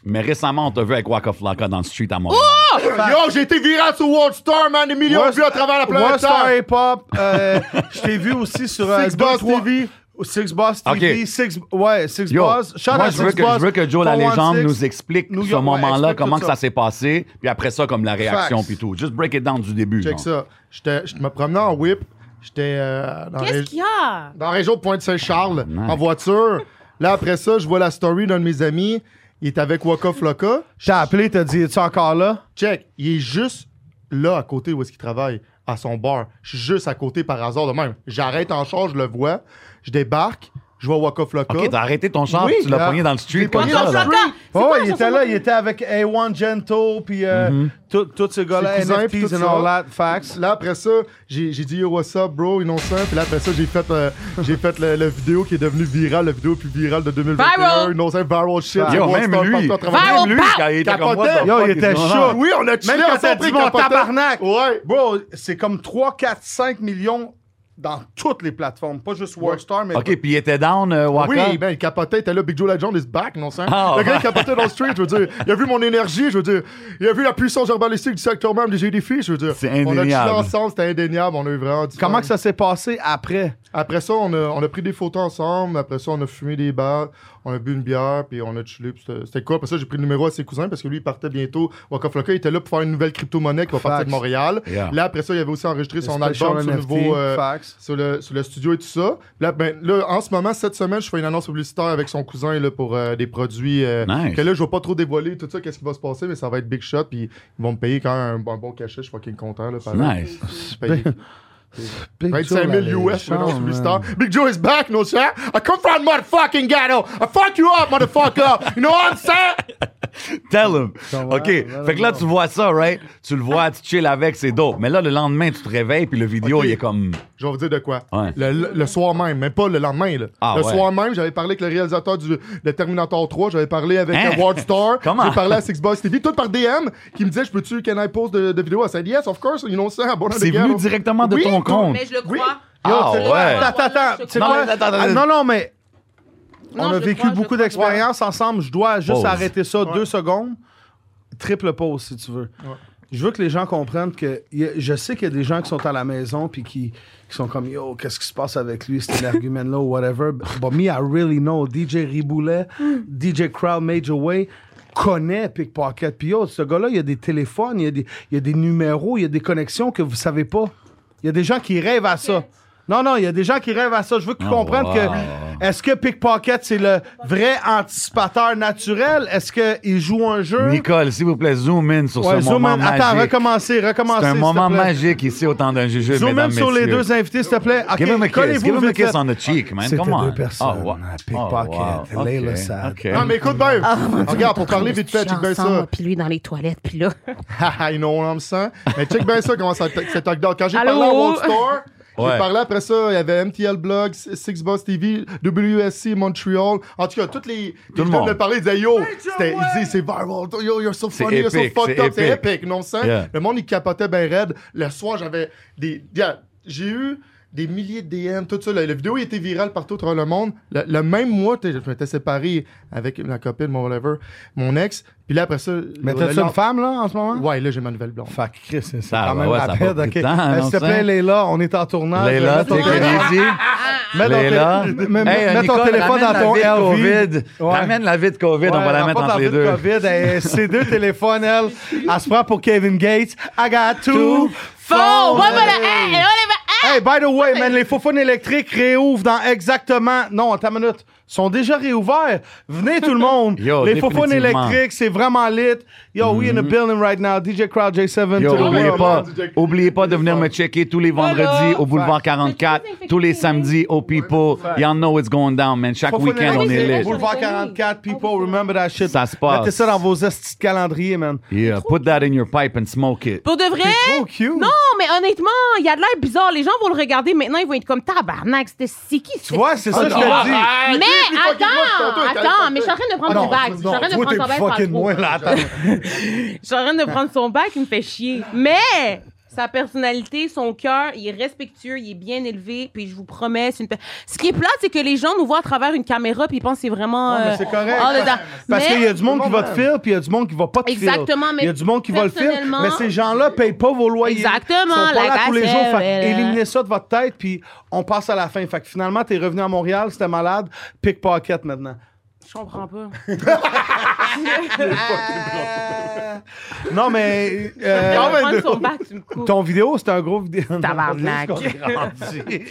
S6: Mais récemment, on t'a vu avec Waka Flocka dans le street à Montréal.
S7: Oh! Yo, j'ai été viral sur World Star, man, des millions de vues à travers la planète
S3: One Star
S7: Terre.
S3: Hip Hop.
S7: *laughs*
S3: euh, je t'ai vu aussi sur euh,
S7: Six Boss
S3: deux, trois-
S7: TV.
S3: Six Boss TV.
S6: Ok.
S3: Six, ouais, Six
S6: Yo,
S3: Boss. Shout
S6: moi,
S3: à
S6: je
S3: Six
S6: veux, que,
S3: Boss,
S6: je veux que Joe la
S3: 416,
S6: légende nous explique
S3: New
S6: ce
S3: York, ouais,
S6: moment-là,
S3: explique
S6: comment
S3: tout
S6: que ça s'est passé, puis après ça, comme la réaction,
S7: Facts.
S6: puis tout. Juste break it down du début.
S7: Check
S6: genre.
S7: ça. J'étais- Je me promenais en whip. J'étais euh, dans, la
S1: Qu'est-ce
S7: régi-
S1: qu'il y a?
S7: dans la région de Pointe-Saint-Charles,
S6: Nice.
S7: en voiture. Là, après ça, je vois la story d'un de mes amis. Il est avec Waka Flocka.
S3: J'ai appelé, t'as dit, es-tu encore là?
S7: Check, il est juste là à côté où est-ce qu'il travaille, à son bar. Je suis juste à côté par hasard de même. J'arrête en charge, je le vois, je débarque, je vois Waka Flocka.
S6: OK, t'as arrêté ton char,
S7: Oui,
S6: puis tu l'as
S7: là.
S6: pogné dans le
S7: Je
S6: street
S7: l'ai
S6: comme
S7: pogné
S6: ça.
S7: dans le
S6: là.
S7: street.
S1: Flocka! C'est
S3: Ouais,
S1: quoi
S3: ouais,
S1: la
S3: il
S1: chanson
S3: était là,
S1: de-
S3: il était avec A1 Gento, puis euh,
S6: Mm-hmm.
S3: tout- tous ces gars-là,
S7: Ses cousins, puis
S3: NFTs
S7: tout
S3: and
S7: ça.
S3: all that, facts.
S7: Là, après ça, j'ai j'ai dit Yo, what's up, bro, innocent. Puis là, après ça, j'ai fait, euh, j'ai fait le, le vidéo qui est devenue virale, la vidéo plus virale de 2021.
S1: Viral.
S7: Innocent, viral shit.
S3: Yo,
S7: c'est
S6: Yo,
S7: bon,
S6: même
S7: c'est
S6: lui,
S7: partout à travers-
S1: Viral
S6: même lui,
S1: pack!
S6: quand il était comme
S7: Capotait.
S6: moi,
S3: Yo, il était chaud.
S7: Oui, on a chillé
S3: Même quand
S7: ensemble,
S3: t'as dit
S7: il
S3: mon
S7: capotait.
S3: tabarnak.
S7: Ouais.
S3: Bro, c'est comme 3, 4, 5 millions dans toutes les plateformes, pas juste Worldstar, mais.
S6: OK, puis il était down, euh, Waka.
S7: Oui, ben, il capotait, il était là, Big Joe Legend is back, non, ça?
S6: Ah,
S7: le gars,
S6: ouais.
S7: il capotait dans le street, je veux dire. Il a vu mon énergie, je veux dire. Il a vu la puissance verbalistique du secteur même des GDF, je veux dire.
S6: C'est
S7: On a chillé
S6: indéniable.
S7: ensemble, c'était indéniable, on a eu vraiment du
S3: Comment
S7: fun.
S3: que ça s'est passé après?
S7: Après ça, on a, on a pris des photos ensemble. Après ça, on a fumé des bars, on a bu une bière, puis on a chillé. puis C'était c'était cool. Après ça, j'ai pris le numéro à ses cousins parce que lui, il partait bientôt. Waka Flocka, il était là pour faire une nouvelle crypto-monnaie qui va partir
S3: Facts.
S7: de Montréal.
S6: Yeah.
S7: Là, après ça, il avait aussi enregistré son
S3: Special
S7: album sur le
S3: NFT,
S7: nouveau. euh,
S3: facts.
S7: sur le, sur le studio et tout ça. Là, ben, là, en ce moment, cette semaine, je fais une annonce publicitaire avec son cousin là, pour euh, des produits. euh,
S6: Nice.
S7: Que là, je ne vais pas trop dévoiler tout ça, qu'est-ce qui va se passer, mais ça va être Big Shot, puis ils vont me payer quand même un, un bon cachet, je suis fucking content. Là, par
S6: Nice.
S7: Payé
S3: Big
S7: 25 000
S3: Joe, la
S7: US, mais non,
S3: légende,
S7: je suis
S3: man.
S7: star. Big Joe is back, no sir. I come from motherfucking ghetto. I fuck you up, motherfucker. You know what I'm saying?
S6: Tell him. OK.
S3: ouais,
S6: Fait que là,
S3: ouais.
S6: tu vois ça, right? Tu le vois, tu chill avec, c'est dope. Mais là, le lendemain, tu te réveilles, puis le vidéo,
S7: Ok.
S6: il est comme.
S7: *laughs*
S3: Ah,
S7: Je vais vous dire de quoi.
S6: Ouais.
S7: Le, le- le soir même, mais pas le lendemain. Là.
S6: Ah,
S7: le
S6: ouais.
S7: soir même, j'avais parlé avec le réalisateur du de Terminator 3, j'avais parlé avec
S6: Hein?
S7: euh, Ward Star,
S6: *laughs* Comment?
S7: j'ai parlé à Six Boys TV, tout par DM, qui me disait Je peux-tu, can I post de, de vidéo à said Yes, of course, you know ça, bon
S6: C'est venu directement de
S7: Oui,
S6: ton compte.
S1: Mais je le
S7: Oui.
S1: crois.
S6: Ah,
S1: Je le crois,
S6: ouais.
S1: je le
S3: Attends,
S1: crois,
S3: attends,
S1: je le
S3: tu sais
S1: crois.
S3: quoi?
S6: mais attends, attends,
S3: Ah,
S6: attends.
S3: Non, non, mais on
S1: Non,
S3: a
S1: je
S3: vécu
S1: crois, je
S3: beaucoup
S1: crois.
S3: d'expériences ensemble. Je dois juste
S6: Pause.
S3: arrêter ça deux secondes. Triple pause, si tu veux. Je veux que les gens comprennent que y a- je sais qu'il y a des gens qui sont à la maison puis qui, qui sont comme Yo, qu'est-ce qui se passe avec lui, cet argument-là ou whatever. But me, I really know. DJ Riboulet,
S1: Mm.
S3: DJ Crowd Major Way connaît Pickpocket. Puis yo, ce gars-là, il y a des téléphones, il y, a des- il y a des numéros, il y a des connexions que vous savez pas. Il y a des gens qui rêvent à ça. Non, non, il y a des gens qui rêvent à ça. Je veux qu'ils
S6: Oh,
S3: comprennent
S6: wow.
S3: que est-ce que Pickpocket, c'est le vrai anticipateur naturel? Est-ce qu'il joue un jeu?
S6: Nicole, s'il vous plaît, zoom in sur
S3: Ouais,
S6: ce
S3: zoom
S6: moment
S3: in. Attends,
S6: magique.
S3: recommencez, recommencez.
S6: C'est un
S3: s'il te
S6: moment
S3: plaît.
S6: magique ici au temps d'un jujube,
S3: Zoom in
S6: mesdames,
S3: sur les
S6: messieurs.
S3: deux invités, s'il te plaît. OK,
S6: Give him a kiss.
S3: collez-vous
S6: Give him a
S3: vite
S6: kiss
S3: fait.
S6: on the cheek, man.
S3: C'était
S6: Come on.
S3: deux personnes,
S6: Oh, wow.
S3: Pickpocket,
S6: Oh, wow.
S3: Layla
S6: Ok,
S3: Sad.
S6: ok.
S7: Non, mais écoute, ben,
S6: Ah,
S7: regarde, pour parler vite fait, check bien ça.
S1: Ensemble, Puis lui dans les toilettes, puis là.
S7: *laughs* Haha, you know what I'm saying? Mais check bien ça, comment ça cet hot dog. Quand j'ai
S1: Allô?
S7: parlé à Ward Star,
S6: Ouais.
S7: j'ai parlé après ça, il y avait MTL Blog, Six Boss TV, WSC Montreal. En tout cas, toutes les.
S6: le
S7: je
S6: monde.
S7: de parler, ils disaient yo, c'était, ils disaient c'est viral, yo, you're so
S6: C'est
S7: funny, you're so
S6: épique,
S7: fucked
S6: c'est
S7: up, c'est
S6: épique.
S7: épique, non, ça?
S6: Yeah.
S7: Le monde, il capotait ben raide. Le soir, j'avais des. yeah, j'ai eu des milliers de DM, tout ça. La, la vidéo il était virale partout à travers le monde. Le, le même mois, t'sais, je m'étais séparé avec ma copine, mon whatever, mon ex. Puis là, après ça.
S3: Mais
S7: le-
S3: t'as-tu
S7: le-
S3: une femme, là, en ce moment?
S7: Ouais, là, j'ai ma nouvelle *laughs* blonde.
S3: Fuck, Chris, c'est c'est
S6: Ah,
S3: quand
S6: ouais,
S3: même
S6: ouais,
S3: la
S6: ça a
S3: perte,
S6: pas
S3: OK?
S6: pris de temps,
S3: Mais S'il te
S6: annonce ça.
S3: plaît, Léla, on est en tournage.
S6: Léla,
S3: Mets ton
S6: t'es
S3: téléphone-
S6: crazy.
S3: Mets ton
S6: Léla.
S3: tél- *laughs* mets- mets ton
S6: Nicole,
S3: téléphone
S6: ramène
S3: dans
S6: la
S3: ton
S6: vite
S3: LV.
S6: COVID. Ramène la vite COVID, on
S3: Ouais,
S6: va la
S3: elle
S6: mettre
S3: pas
S6: entre les
S3: tant de
S6: deux.
S3: COVID,
S6: *laughs*
S3: elle- ses deux téléphones, elle, elle se prend pour Kevin Gates. I got two
S1: Faux!
S3: phones.
S1: Ouais, voilà, eh, ah! hey, hey, on
S3: Hey, by the way, man, les faux-faunes électriques réouvrent dans exactement. Non, attends une minute. Ils sont déjà réouverts. Venez,
S6: *laughs*
S3: tout le monde.
S6: Yo,
S3: les faux-faunes
S6: définitivement. Mm-hmm.
S3: électriques, c'est vraiment lit. Yo, we in the building right now. DJ Crowd, J7.
S6: Yo,
S3: to the
S6: oubliez
S3: world.
S6: pas, oubliez pas de venir me checker tous les vendredis au boulevard 44, tous les samedis au People. Y'all know it's going down, man. Chaque
S3: Faux-faunes
S6: week-end, on est
S3: électriques,
S6: lit.
S3: Boulevard
S1: Ah,
S3: 44, people, remember that shit.
S6: Ça se
S3: Mettez
S6: passe.
S3: ça dans vos estis de calendrier, man.
S6: Yeah, put that in your pipe and smoke it.
S1: Pour de vrai?
S3: Oh, cute.
S1: Eh? Non, mais honnêtement, il y a de l'air bizarre. Les gens vont le regarder maintenant, ils vont être comme tabarnak. C'était c'est qui?
S3: Tu vois, c'est ça que je
S7: Ah,
S3: te dis.
S7: ah,
S1: Mais
S7: t'es plus fucking moi que
S1: attends,
S7: tantôt, t'es allé
S1: attends,
S7: faire
S1: mais je suis
S7: ça.
S1: en train de prendre
S3: non,
S1: du bac. Je suis en train de
S3: toi,
S1: prendre
S3: t'es
S1: son bac.
S3: fucking
S1: par
S3: moins
S1: trop.
S3: là. attends.
S1: Je suis en train de prendre son bac, il me fait chier. Mais sa personnalité, son cœur, il est respectueux, il est bien élevé, puis je vous promets, c'est une. pe- Ce qui est plate, c'est que les gens nous voient à travers une caméra, puis ils pensent que c'est vraiment.
S3: Ouais, Ah, mais
S1: euh,
S3: c'est correct.
S1: all the time.
S3: Parce
S1: Mais-
S3: qu'il y a du monde qui va te faire, puis il y a du monde qui va pas te faire.
S1: Exactement, mais
S3: Il y a du monde qui va le faire,
S1: personnellement-
S3: mais ces gens-là payent pas vos loyers.
S1: Exactement,
S3: Ils sont pas
S1: la
S3: là tous les
S1: cassette,
S3: jours. Fait
S1: elle, euh. elle.
S3: éliminez ça de votre tête, puis on passe à la fin. Fait que finalement, t'es revenu à Montréal, c'était malade, pickpocket maintenant.
S1: Je comprends
S3: *laughs* Euh,
S1: pas.
S3: Non, mais
S1: Je
S3: euh,
S1: vais prendre son bac, tu me coupes.
S3: ton vidéo, c'était un gros vidéo. *laughs*
S1: Tabarnak.
S3: C'est ce qu'on a rendu.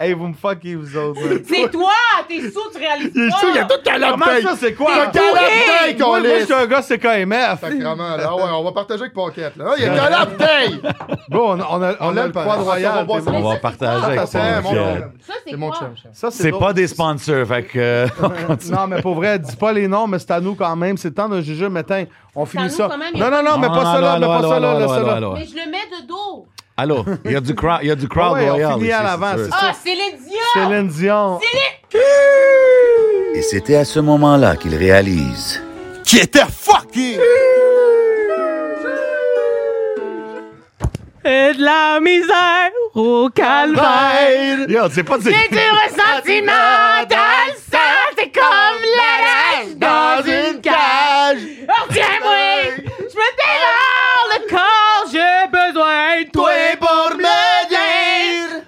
S3: hey, vous me fuckez, vous autres. man.
S1: C'est toi, t'es sous, tu réalises
S7: Il est sûr, il y a
S1: pas.
S7: tout
S3: Comment
S7: calapteille.
S3: ça, c'est quoi?
S7: T'es calapteille,
S3: Moi,
S7: qu'on
S3: moi, je
S7: laisse.
S3: suis un gars, c'est KMF.
S7: Sacrement,
S3: *laughs*
S7: là. Ah ouais, on va partager avec Pocket, là. Ah, Il est calapteille.
S3: Bro, on a, on a, on a le
S7: pas.
S3: quad royal.
S7: Ça, on va
S6: On
S7: boire
S6: va partager avec
S3: c'est
S6: toi,
S7: ça.
S3: mon
S6: Michel.
S3: frère.
S1: Ça, c'est
S7: C'est mon
S1: quoi?
S7: chum. chum.
S3: Ça,
S6: C'est
S3: drôle.
S6: pas des sponsors, fait
S3: *laughs*
S6: que... euh, on continue.
S3: Non, mais pour vrai, dis pas les noms, mais c'est à nous quand même. C'est le temps de juger matin. On finit
S1: nous
S3: ça.
S1: quand même, il y a-
S3: Non, non, non, mais
S6: Non,
S3: pas
S6: non,
S3: ça là,
S6: allô,
S3: mais pas
S6: allô,
S3: ça là,
S6: allô,
S3: là,
S6: allô,
S3: ça là.
S6: allô,
S1: Mais je le mets de dos.
S6: Allô, il y a du crowd, il y a du crowd
S3: Ouais, on
S6: royal
S3: finit
S6: ici,
S3: à
S6: c'est
S3: l'avant,
S6: sûr.
S3: c'est ça.
S1: Ah, c'est les dieux!
S3: Céline Dion.
S10: Et c'était à ce moment-là qu'il réalise.
S2: Qui était fucking.
S1: Et de la misère au calvaire.
S6: Yo, c'est pas
S1: C'est du ressentiment dans le sang, c'est comme l'arrache dans une cage. Retiens-moi, je me dévore le corps, j'ai besoin de toi pour me dire.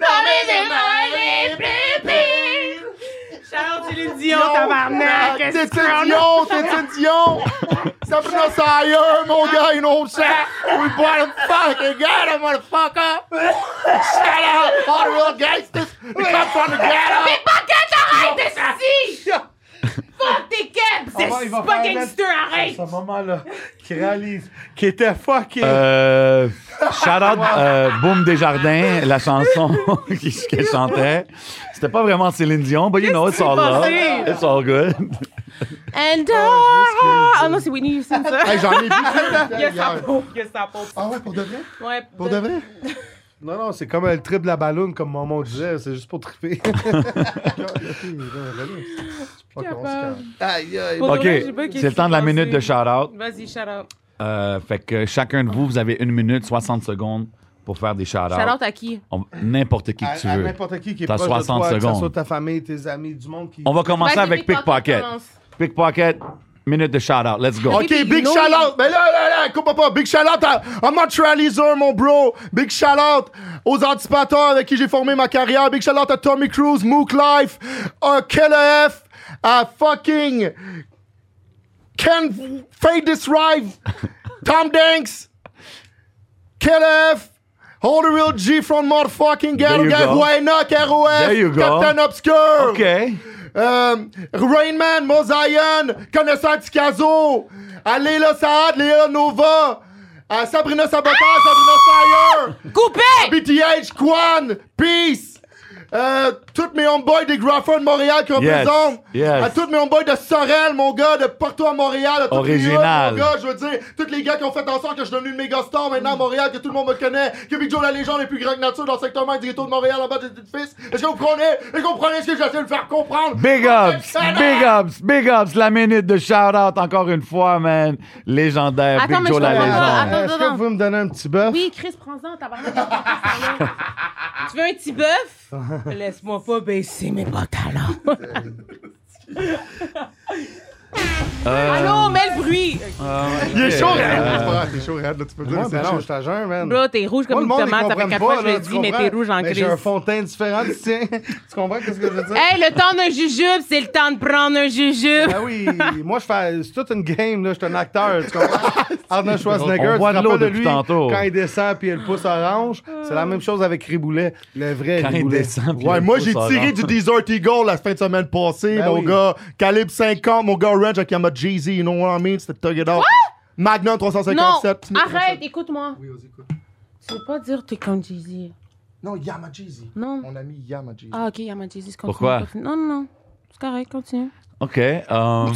S1: Dans mes émails, les plus pires. Chante Céline Dion, tabarnak,
S7: T'es
S1: qu'est-ce
S7: Dion,
S1: que tu en as?
S7: t'es Dion. Ça prend ça ailleurs, mon gars, you know what I'm saying? We bought a fucking guy, motherfucker. Shout out, all the real gangsters. They come from the ghetto.
S1: Mais Pocket, arrête de si! Fuck tes caps! C'est pas gangster, arrête!
S3: Ce moment-là, qui réalise, qui était fucké.
S6: Euh, shout out euh, Boom Desjardins, la chanson *laughs* qui- qu'elle chantait. C'était pas vraiment Céline Dion, but you know, it's all love.
S1: passé?
S6: It's all good.
S1: And ah, ah non, c'est Winnie Houston, ça.
S7: Hey, j'en
S1: *laughs*
S7: ai vu ça.
S1: Il y a sa
S7: hier.
S1: peau, il y a sa peau.
S7: Ah ouais, pour de vrai?
S1: Ouais,
S7: Pour de vrai?
S3: Non, non, c'est comme euh, le trip de la balloune, comme maman disait. C'est juste pour *laughs* triper.
S7: Ok, on se calme.
S3: aïe, aïe.
S1: Pour de
S6: OK,
S1: vrai, je sais pas qu'est-ce
S6: c'est le temps
S1: qui
S6: de la
S1: s'est
S6: minute de
S1: passé.
S6: shout out.
S1: Vas-y, shout out.
S6: Euh, fait que chacun de vous, vous avez une minute, 60 secondes pour faire des shout
S1: Shout
S6: outs.
S1: out à qui?
S6: N'importe qui que
S3: À,
S6: tu
S3: à
S6: veux.
S3: n'importe qui qui est
S6: T'as
S3: proche de
S6: 60
S3: toi, que ce
S6: secondes.
S3: soit ta famille, tes amis, du monde qui...
S6: On va commencer
S1: Vas-y,
S6: avec
S1: Pickpocket,
S6: Pickpocket.
S1: commence.
S6: Pickpocket, minute de shout out. Let's go.
S1: Ok.
S7: OK, big shout out. Mais là, là, là, coupe pas. Big shout out à, à Montrealizer, mon bro. Big shout out aux anticipateurs avec qui j'ai formé ma carrière. Big shout out à Tommy Cruise, Mook Life, à Killer F, à fucking Can Fade This
S6: *laughs*
S7: Ride, Tom Danks, Killer F, All the Real G from Motherfucking
S6: There
S7: Ghetto
S6: you
S7: Gang,
S6: go.
S7: Waynock,
S6: There you
S7: ROF,
S6: go.
S7: Captain Obscure.
S6: OK.
S7: Euh, Rainman, Mosaïon, Connaissant Ticazo, à Leila Saad, Léa Nova, à Sabrina Saboteur, Sabrina Sayer,
S1: Coupé!
S7: BTH, Kwan, Peace, euh, tous mes homeboys des Graffins de Montréal qui
S6: Yes,
S7: représentent,
S6: yes.
S7: à tous mes homeboys de Sorel, mon gars, de partout à Montréal, à tous les gars,
S6: Original.
S7: mon gars, je veux dire, tous les gars qui ont fait en sorte que je suis devenu le méga star maintenant à Montréal, que tout le monde me connaît, que Big Joe la légende est plus grande nature dans le secteur main du ghetto de Montréal en bas de l'édifice. Est-ce que vous comprenez? Est-ce que vous comprenez ce que j'essaie de le faire comprendre? Ah,
S6: Big ups, big ups, big ups, la minute de shout out encore une fois, man. Légendaire,
S1: Attends,
S6: Big
S1: mais
S6: Joe
S1: je
S3: Ah,
S6: la
S1: comprends pas.
S6: légende.
S1: Attends, Est-ce que attends. vous
S6: me donner un petit bœuf?
S1: Oui, Chris, prends-en, tabarnak. *laughs* tu veux un petit *laughs* bœuf? Laisse-moi pas baisser mes pantalons.
S3: *laughs* Euh.
S1: Allô, mets le bruit!
S7: Il est chaud, Red.
S12: Euh,
S7: C'est pas grave, il est chaud, Red, là, tu peux dire.
S3: Ouais,
S7: c'est
S3: ben
S7: chaud.
S3: non, je t'agère, man.
S1: Bro, t'es rouge comme
S3: Moi,
S1: une
S3: le monde, ils
S1: tomate. Ça fait
S3: comprennent
S1: quatre fois
S3: pas,
S1: que je
S3: là,
S1: le
S3: tu
S1: dis, mais
S3: comprends?
S1: t'es rouge en
S3: Mais J'ai un
S1: crise.
S3: fond de teint différent du tien. *laughs* tu comprends qu'est-ce que je veux dire?
S1: Hey, le temps d'un jujube, c'est le temps de prendre un jujube.
S3: Ah oui, moi je fais c'est toute une game là, je suis un acteur, tu
S7: *laughs*
S3: comprends? Arnold Schwarzenegger,
S6: On
S3: tu
S6: boit
S3: te
S6: de l'eau
S3: rappelles de
S6: depuis
S3: lui
S6: tantôt.
S3: quand il descend puis il a le pouce orange, c'est la même chose avec Riboulet, le vrai
S6: Quand il
S3: Riboulet.
S6: descend, puis
S7: Ouais,
S6: il
S7: moi
S6: pousse
S7: j'ai
S6: orange.
S7: tiré du Desert Eagle la fin de semaine passée,
S3: Ben
S7: mon
S3: oui.
S7: gars. Calibre 50, mon gars Range avec ma Jay-Z, you know what I mean? C'était Tug It Out. Magnum
S1: Non,
S7: 357.
S1: arrête, écoute-moi. Tu veux pas dire t'es comme Jay-Z.
S7: Non, Yama Jay-Z.
S1: Non.
S7: Mon ami Yama Jay-Z.
S1: Ah, ok, Yama Jay-Z, c'est
S6: Pourquoi?
S1: continue. Non, non, non. C'est correct, continue.
S6: OK. um,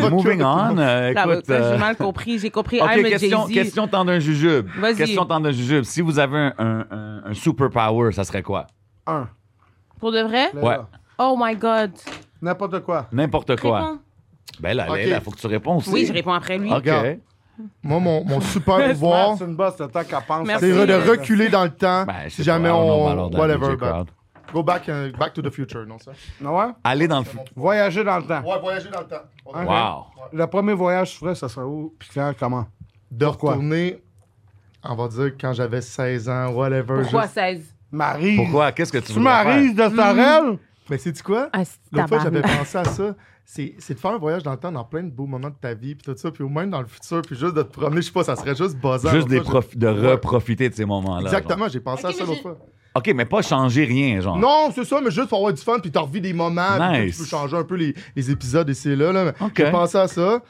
S7: *laughs*
S6: moving on. euh,
S1: Ça va,
S6: écoute,
S1: ça,
S6: euh,
S1: J'ai mal compris, j'ai compris.
S6: OK,
S1: I'm a
S6: question,
S1: Jay-Z.
S6: question temps d'un jujube.
S1: Vas-y.
S6: Question temps d'un jujube. Si vous avez un, un, un- un superpower, ça serait quoi?
S3: Un.
S1: Pour de vrai?
S3: Là,
S6: Ouais.
S3: là.
S1: Oh my God.
S3: N'importe quoi.
S6: N'importe quoi.
S1: Réponds.
S6: Ben là,
S7: OK.
S6: il faut que tu répondes aussi.
S1: Oui, je réponds après lui.
S6: OK.
S7: Regarde. Moi, mon, mon super
S3: *laughs*
S7: pouvoir,
S3: C'est une bosse le temps qu'elle pense.
S1: Merci.
S7: c'est de
S1: Merci.
S7: reculer dans le temps.
S6: Ben, je sais
S7: si jamais
S6: pas, I don't know
S7: on.
S6: about all that,
S7: whatever.
S6: DJ
S7: but-
S6: crowd.
S7: Go back, euh, back to the future, non, ça?
S3: Ah ouais?
S6: Aller dans le... fu-
S3: Voyager dans le temps.
S7: Ouais, voyager dans le temps.
S6: Wow.
S3: Le premier voyage que je ferais, ça serait où? Puis quand, comment?
S7: De
S3: Pourquoi?
S7: retourner, on va dire, quand j'avais 16 ans, whatever.
S1: Pourquoi
S7: juste-
S1: 16?
S3: Marie.
S6: Pourquoi? Qu'est-ce que
S3: Tu
S6: tu voudrais faire?
S3: maries de Sorel?
S7: Mais sais-tu quoi?
S1: Ah, c'est
S7: L'autre fois, j'avais
S1: tabarnak.
S7: pensé à ça. C'est c'est de faire un voyage dans le temps, dans plein de beaux moments de ta vie, puis tout ça, puis au moins dans le futur, puis juste de te promener, je sais pas, ça serait juste buzzant.
S6: Juste des
S7: L'autre fois,
S6: prof- de reprofiter de ces moments-là.
S7: j'ai-
S6: genre.
S7: Exactement, j'ai pensé
S1: Ok,
S7: à ça
S1: mais
S7: l'autre
S1: j'ai-
S7: fois.
S6: OK, mais pas changer rien, genre.
S7: Non, c'est ça, mais juste pour avoir du fun, puis t'as revis des moments, puis
S6: Nice.
S7: tu peux changer un peu les, les épisodes ici et là. là. mais
S6: Ok.
S7: J'ai pensé à ça.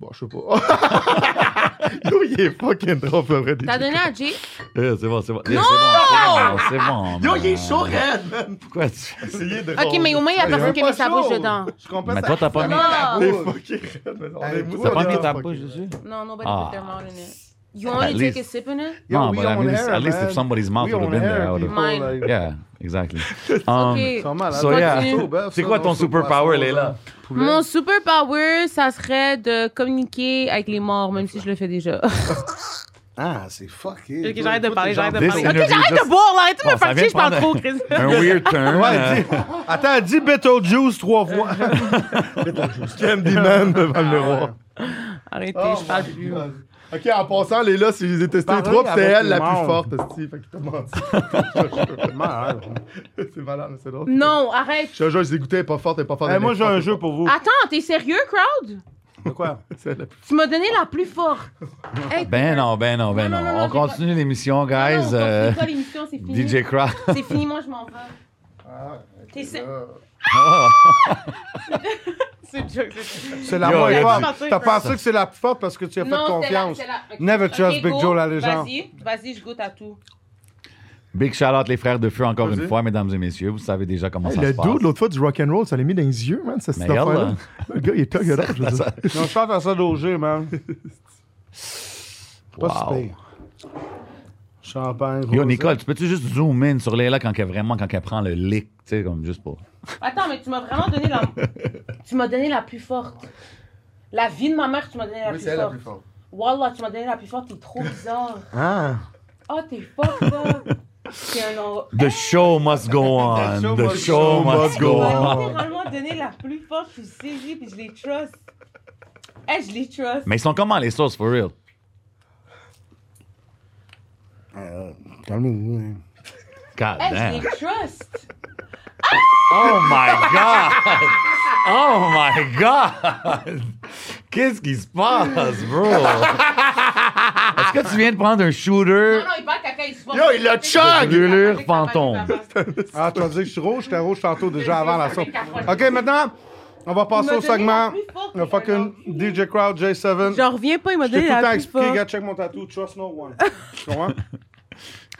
S7: Bon, je sais pas. *laughs* Yo, il est fucking drôle, pour vrai.
S1: T'as donné à Jay?
S6: Eh, c'est bon, c'est bon. Eh, C'est bon, c'est bon.
S7: Yo,
S6: man.
S7: il est chaud, Red, man.
S6: Pourquoi tu...
S7: Il est drôle.
S1: Ok, mais au moins, il y a personne qui a mis sa bouche
S3: chaud.
S1: dedans.
S3: Je comprends
S6: Mais
S3: ça.
S6: toi, t'as pas mis...
S1: Ah.
S7: Il est
S3: *laughs*
S7: fucking Red, man. On
S3: Hey,
S7: est mou-
S3: toi,
S6: T'as pas
S3: t'as
S6: mis ta
S3: fucking-
S6: bouche dessus?
S1: Non, nobody
S6: Ah.
S1: put their mouth in it. You
S6: At
S1: only take a
S6: least.
S1: sip in it?
S3: Yo,
S6: No,
S3: we
S6: but I
S3: on
S6: mean, it's-
S3: air,
S6: at least if
S3: man.
S6: somebody's mouth
S3: We
S6: would have
S3: on
S6: been
S3: air,
S6: there, I would have-
S3: people,
S1: Mine.
S3: like-
S6: Yeah, exactly. Um,
S1: Ok.
S3: Sont malades.
S6: So,
S1: Continue.
S6: yeah.
S1: C'est
S6: C'est quoi ton superpower, Léla?
S1: Mon super power, ça serait de communiquer avec les morts, même si je le fais déjà.
S3: Ah, c'est fucké.
S1: Ok, j'arrête de parler, j'arrête de
S6: this
S1: parler. Ok,
S6: interview
S1: j'arrête
S6: just-
S1: de boire, là. Arrêtez de
S6: Bon,
S1: me
S6: ça
S1: faire
S6: vient
S1: chier, je parle
S6: de
S1: trop,
S6: prendre
S1: Chris.
S6: *laughs* Un weird turn. euh,
S3: Ouais, dis... Attends, dis Beetlejuice trois fois.
S8: *laughs*
S7: Candyman devant le miroir.
S1: Arrêtez, je parle plus.
S7: Ah, Ok, en passant, les là, ils étaient
S3: Parler
S7: trop, c'était
S3: avec
S7: elle la
S3: le
S7: plus
S3: monde.
S7: forte, esti. Fait qu'il t'a menti. *laughs*
S3: *laughs* Malade.
S7: c'est malade, mais c'est drôle.
S1: Non, arrête.
S7: Je te jure, je les écoutais, elle est pas forte, elle est pas forte.
S3: Hey,
S7: elle
S3: Eh, moi,
S7: est
S3: j'ai un
S7: forte,
S3: jeu pour vous.
S1: Attends, t'es sérieux, crowd?
S3: De *laughs* quoi?
S7: c'est la plus-
S1: Tu m'as donné la plus
S6: *laughs*
S1: forte. Hey,
S6: Ben non, ben non, ben
S1: Non, non,
S6: non.
S1: non, non,
S6: On
S1: j'ai pas-
S6: continue l'émission,
S1: non, non, on
S6: guys.
S1: continue
S6: euh,
S1: pas l'émission, c'est
S6: *laughs*
S1: fini.
S6: DJ Crowd.
S1: C'est fini, moi, je m'en vais.
S3: Ah,
S1: T'es sé- *laughs* C'est une joke, c'est-
S3: C'est la
S6: Yo,
S3: moins
S6: yo,
S3: forte.
S1: yo.
S3: T'as pensé que c'est la plus forte parce que tu as fait
S1: Non, c'est la-
S3: confiance.
S1: c'est la- ok.
S3: Never
S1: Ok,
S3: trust Big
S1: go.
S3: Joe, la légende.
S1: Vas-y, vas-y, je goûte à tout.
S6: Big shout out les frères de feu encore une fois, mesdames et messieurs. Vous savez déjà comment ça se
S7: Le dos de
S6: passe.
S7: l'autre fois du rock'n'roll, ça l'a mis dans les yeux, man, ça, cette
S6: Mais regarde,
S7: affaire-là. Le
S8: *laughs*
S7: gars, il est togolard, je veux dire.
S3: Non, je pense à ça d'OG, man. Pas
S6: Wow.
S3: si pire. Champagne.
S6: Yo,
S3: rosé.
S6: Nicole, tu peux-tu juste zoom in sur Léla quand elle, vraiment, quand elle prend le lick, tu sais, comme juste pour...
S1: Attends, mais tu m'as vraiment donné la...
S3: *laughs*
S1: tu m'as donné la plus forte. La vie de ma mère, tu m'as donné la, plus, forte. Wallah, tu m'as donné la plus forte, t'es trop bizarre.
S3: Ah.
S1: Oh, t'es fucked
S3: *laughs*
S1: up. T'es un... or-
S6: The show must go on. *laughs* The show must
S1: Tu
S6: go
S1: m'as
S6: on.
S1: littéralement donné la plus forte, je suis saisie, puis je les trust. Eh, je les trust.
S6: Mais ils sont comment les sauces, for real?
S3: Calmez-vous. hein.
S6: God
S1: Eh, je les
S6: damn.
S1: trust.
S6: Oh my God! Oh my God! Qu'est-ce qui se passe, bro? Est-ce que tu viens de prendre un shooter?
S1: Ah Non, non, il parle caca, il se voit.
S7: Yo, il le chug!
S6: Brûlure fantôme.
S3: Ah, tu as dit que je suis rouge? J'étais rouge tantôt déjà avant la sauce. OK, maintenant, on va
S1: Il
S3: passer
S1: m'a
S3: au
S1: donné la
S3: segment.
S1: plus forte,
S3: Le fucking
S1: il m'a
S3: DJ Crowd J7.
S1: J'en reviens pas, il m'a
S3: Je t'ai
S1: donné
S3: tout le temps
S1: la plus
S3: expliqué,
S1: forte.
S3: gars, check mon tattoo, trust no one. Tu comprends?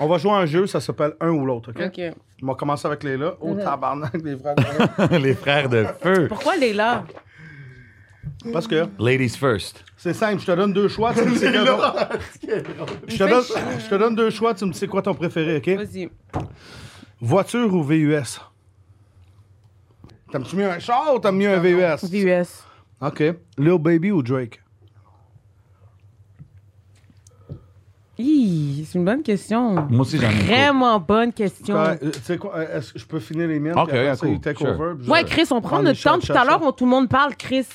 S8: On va jouer à un jeu, ça s'appelle un ou l'autre, OK?
S1: OK.
S8: On va commencer avec Léla. Oh,
S1: Mhm.
S8: tabarnak, les
S1: *laughs*
S8: frères.
S6: les frères de feu.
S1: Pourquoi elle est là?
S8: Parce que
S6: Ladies first.
S8: c'est simple, je te donne deux choix, tu me dis quoi ton-
S1: *laughs*
S8: je, te donne, je te donne deux choix, tu me dis quoi ton préféré, OK?
S1: Vas-y.
S8: Voiture ou VUS? T'as-tu mis un char ou t'as mis un VUS?
S1: VUS.
S8: OK. Lil Baby ou Drake?
S1: Hi, c'est une bonne question.
S6: Moi aussi, j'en ai
S1: Vraiment bonne question.
S8: Quand- euh, Tu sais quoi, euh, est-ce que je peux finir les miennes?
S6: OK,
S8: puis après ça,
S6: cool,
S8: you take
S6: sure.
S8: over, puis je-
S1: Ouais, Chris, on prend
S8: prendre
S1: notre
S8: les
S1: temps.
S8: shots,
S1: Tout à
S8: shots,
S1: l'heure, on- tout le monde parle, Chris.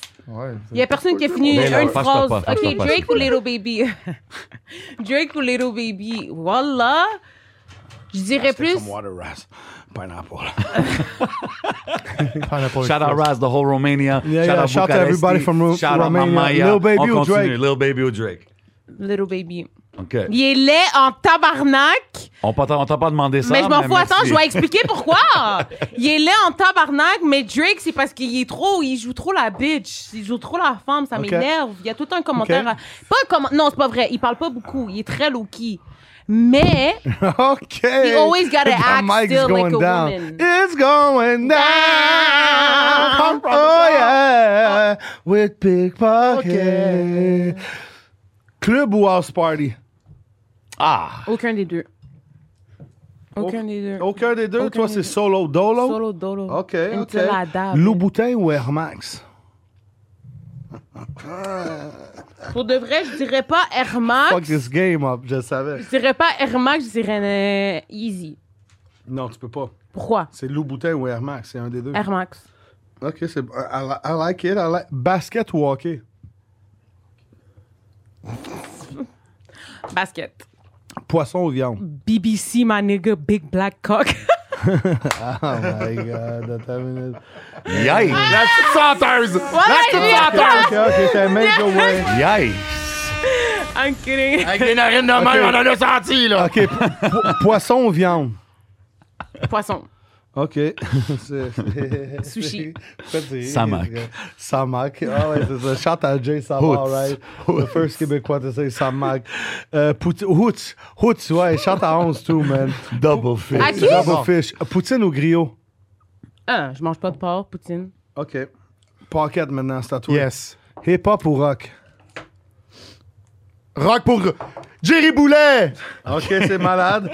S1: Il y a personne qui a fini
S6: Mais non,
S1: une
S6: fâche-toi
S1: phrase.
S6: pas, fâche-toi
S1: ok,
S6: pas.
S1: Drake ou Little Baby? *laughs* Drake ou Little Baby? Voilà. Je dirais plus.
S8: Some water, Raz. Pineapple.
S6: Shout out Raz, the whole Romania.
S8: Yeah,
S6: shout
S8: yeah,
S6: out
S8: shout out
S6: Bucharesti.
S8: everybody from Ro-
S6: Shout out
S8: Romania.
S6: Mamaya.
S8: Lil Baby
S6: On
S8: ou Drake?
S6: continue. Lil Baby ou Drake.
S1: Little Baby.
S6: OK.
S1: Il est laid en tabarnak,
S6: On peut- on t'a pas demandé ça.
S1: mais je m'en fous.
S6: merci.
S1: Attends, je vais expliquer pourquoi. il est laid en tabarnak, mais Drake, c'est parce qu'il est trop, il joue trop la bitch. Il joue trop la femme, ça
S8: Ok.
S1: m'énerve. Il y a tout un commentaire. à- Pas un comment- Non, c'est pas vrai. Il parle pas beaucoup. Il est très low-key. Mais
S3: OK.
S1: he always gotta act
S3: mic's
S1: still like a
S3: going down.
S1: woman.
S3: It's going
S8: Ah,
S3: down. Oh yeah. With pickpocket.
S8: Club ou house party?
S6: Ah,
S1: Aucun des deux. Aucun des deux.
S8: Aucun des deux.
S1: Aucun
S8: Toi,
S1: des
S8: c'est
S1: deux.
S8: solo, dolo.
S1: Solo dolo.
S8: OK, OK.
S1: Until I die.
S8: Louboutin ou Air Max?
S1: Pour de vrai, je dirais pas Air Max.
S3: Fuck this game up, je savais.
S1: Je dirais pas Air Max, je dirais euh, Easy.
S8: Non, tu peux pas.
S1: Pourquoi?
S8: C'est Louboutin ou Air Max, c'est un des deux.
S1: Air Max.
S8: OK, c'est... I, li- I like it, I like... Basket ou hockey?
S1: Basket.
S8: Poisson ou viande?
S1: BBC, my nigga, big black cock.
S3: Oh my god, attends une minute.
S6: yikes.
S1: *laughs* Ah! Voilà,
S3: OK, OK, c'est un major way.
S6: Yikes.
S1: I'm kidding.
S4: Avec des narines de même, on en a senti,
S8: *laughs*
S4: là.
S3: OK, po- poisson ou viande?
S1: Poisson.
S3: OK.
S8: *laughs*
S3: C'est- c'est- *laughs*
S1: Sushi.
S3: c'est-
S6: Samak.
S3: Samak. Ah ouais, c'est ça. Shout à Jay Samak,
S6: Hoots.
S3: right? The first Québécois to say Samak. Euh, pout- Hoots. Hoots, ouais. Shout à 11, too, man.
S6: Double fit.
S1: À qui?
S3: Double fish. Poutine ou griot?
S1: Ah, je mange pas de porc, poutine.
S8: OK. Pocket maintenant, c'est à toi.
S7: Yes.
S3: Hip-hop ou rock?
S7: Rock pour Jerry Boulet,
S8: OK, c'est malade.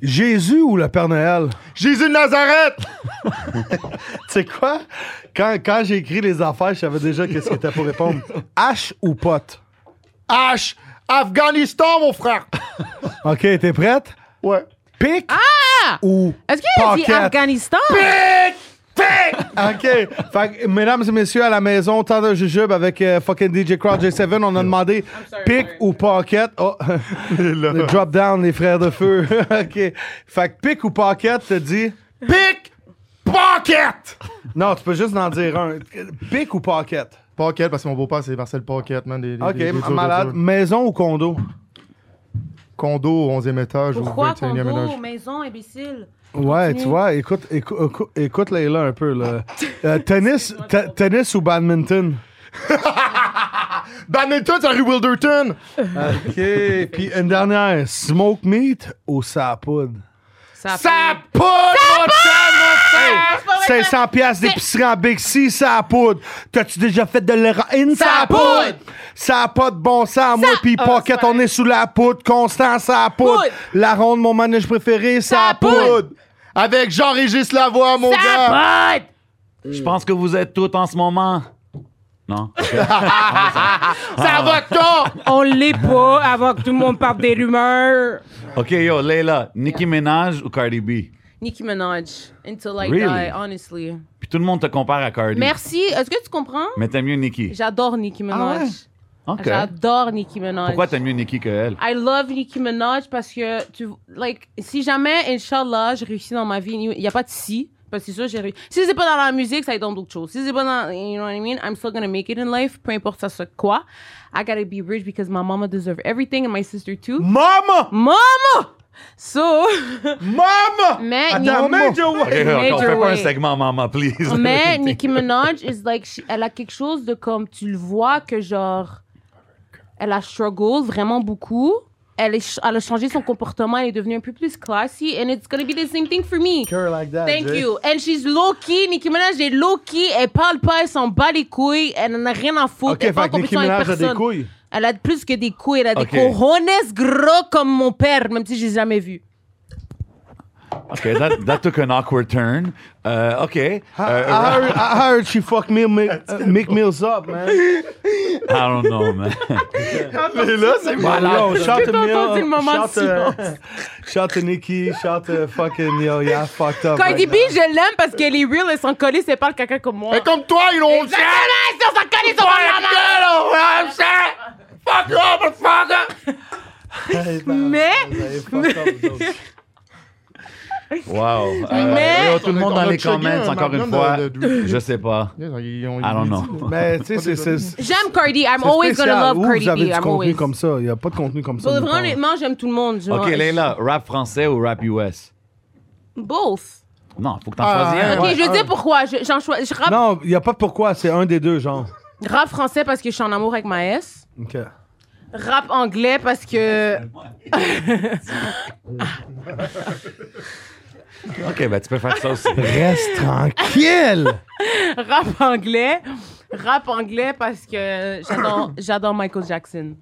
S8: Jésus ou le Père Noël?
S7: Jésus de Nazareth.
S3: *laughs* Tu sais quoi? Quand, quand j'ai écrit les affaires, je savais déjà qu'est-ce que t'as pour répondre. H ou pote?
S7: H. Afghanistan, mon frère.
S3: OK, t'es prête?
S7: Ouais.
S3: Pic ou
S1: Est-ce qu'il a dit
S3: Pocket.
S1: Afghanistan?
S3: Ah, OK. Fait que, mesdames et messieurs, à la maison, temps de jujube avec euh, fucking DJ Crowd J7. On a demandé
S1: sorry,
S3: pick
S1: sorry.
S3: ou pocket. Oh, le drop down, les frères de feu. *laughs* OK. Fait que pick ou pocket te dit.
S7: Pick Pocket.
S3: Non, tu peux juste en dire un. Pick ou pocket?
S7: Pocket, parce que mon beau-père, c'est Marcel Pocket, man. Des, des-
S3: OK,
S7: des- des- des-
S3: malade.
S7: des- des-
S3: Maison ou condo?
S7: Condo au 11e étage
S1: Pourquoi
S7: ou 21e
S1: condo,
S7: étage.
S1: maison, imbécile?
S3: Ouais, tu vois, écoute, écoute, écoute, écoute Layla un peu. Là.
S1: *laughs*
S3: Euh, tennis, te- tennis ou badminton?
S7: *laughs* Badminton, c'est la rue Wilderton.
S3: Euh, OK. Puis une dernière. Smoke meat ou sa poudre?
S1: Ça
S7: Ça poudre, mon chum, mon frère.
S1: C'est pas vrai, ça-
S3: 500 pièces d'épicerie en Big C, ça a poudre. T'as-tu déjà fait de l'héroïne? Ça a poudre! Ça a pas de bon sens, moi pis
S1: Ah,
S3: Pocket,
S1: c'est
S3: on est sous la poudre. Constant, ça a poudre.
S1: Poudre.
S3: La ronde, mon manège préféré, ça a poudre.
S7: Poudre. Avec Jean-Régis Lavoie, mon gars.
S1: Ça pote!
S6: Je pense que vous êtes toutes en ce moment. Non?
S1: Ah.
S7: Ça va con!
S1: *laughs* On l'est pas avant que tout le monde parte des rumeurs.
S6: OK, yo, Leila, Nicki Minaj ou Cardi B?
S1: Nicki Minaj, until I
S6: Really?
S1: die, honestly.
S6: Puis tout le monde te compare à Cardi.
S1: Merci. Est-ce que tu comprends?
S6: Mais t'aimes mieux Nicki.
S1: J'adore Nicki Minaj.
S6: OK.
S1: J'adore Nicki Minaj.
S6: Pourquoi t'aimes mieux Nicki que elle?
S1: I love Nicki Minaj parce que, tu, like, si jamais, Inch'Allah, je réussis dans ma vie, il n'y a pas de si, parce que c'est sûr, j'ai réussi. Si c'est pas dans la musique, ça va être dans d'autres choses. Si c'est pas dans, you know what I mean, I'm still gonna make it in life, peu importe ça soit quoi. I gotta be rich because my mama deserves everything and my sister too.
S3: Mm. Maman!
S1: Mama! So, *laughs*
S3: Maman!
S1: mais,
S3: Attends,
S1: Nicki-
S3: Major Way.
S6: OK, OK,
S1: Ah,
S6: on
S1: Major
S6: fait pas un
S1: way.
S6: segment, maman,
S8: *laughs*
S6: please.
S1: mais
S6: *laughs*
S1: Nicki Minaj is like, she- elle a quelque chose de comme, tu le vois que genre, elle a struggle vraiment beaucoup. elle, est ch- elle a changé son comportement, elle est devenue un peu plus classy, and it's gonna be the same thing for me.
S3: Her like that,
S1: Thank
S3: Jay.
S1: you. And she's low-key. Nicki Minaj est low-key. Elle parle pas, elle s'en bat les couilles. Elle n'en a rien à foutre.
S8: Ok,
S1: elle est pas en
S8: fait que Nicki
S1: compétition avec
S8: Minaj a des
S1: personne.
S8: couilles.
S1: Elle a plus que des couilles. Elle a
S6: Ok.
S1: des cojones gros comme mon père, même si je l'ai jamais vu.
S6: Okay, that, that took an awkward turn. Uh, okay. Uh,
S4: Ah,
S8: I heard, I heard she fucked me, Mick, uh, Mick Mills up, man.
S6: I don't know, man. *laughs*
S8: Mais là, c'est
S6: malade.
S8: Yo, shout
S1: J'ai
S8: to
S1: pas
S8: Mill,
S1: entendu le moment de
S8: shout to- *laughs* Shout to Nikki, shout to fucking, yo, yeah, fucked up.
S1: Cardi
S8: right
S1: B, je l'aime parce qu'elle est real, elle s'en collée, c'est pas le caca comme moi.
S4: Mais comme toi, ils l'ont dit!
S1: Exactement, si on s'en collait, c'est pas
S4: hein?
S1: la
S4: Fuck off, motherfucker!
S1: Mais, *laughs*
S6: Wow. Euh,
S1: Mais-
S6: yo, tout le monde dans
S4: On a
S6: les
S4: checké
S6: comments,
S4: un
S6: encore une
S4: magnum
S6: fois.
S4: de- de-
S6: Je sais pas.
S4: Ils ont- ils ont-
S6: I don't know.
S4: *laughs*
S6: *laughs*
S4: ils ont-
S3: Mais Ben, tu sais, c'est- c'est. c'est
S1: j'aime Cardi, I'm always
S3: spécial.
S1: gonna love
S3: Où
S1: Cardi
S3: vous avez
S1: B,
S3: du
S1: I'm
S3: contenu
S1: always.
S3: comme ça? euh, Il n'y a pas de contenu comme ça.
S1: Pour de
S3: nulle
S1: vrai,
S3: part.
S1: honnêtement, j'aime tout le monde. je-
S6: Ok, Leila, rap français ou rap US?
S1: Both.
S6: Non, faut que t'en choisisses un.
S1: Ok, je veux dire pourquoi. Je, j'en choi- je rappe,
S3: Non, il n'y a pas de pourquoi, c'est un des deux, genre.
S1: rap français parce que je suis en amour avec ma S.
S3: OK.
S1: Rap anglais parce
S3: *laughs*
S1: que.
S6: *laughs* Ok, ben tu peux faire
S3: *laughs*
S6: ça aussi.
S1: *laughs*
S3: Reste tranquille!
S1: Rap anglais. Rap anglais parce que
S3: *coughs*
S1: j'adore, j'adore Michael Jackson.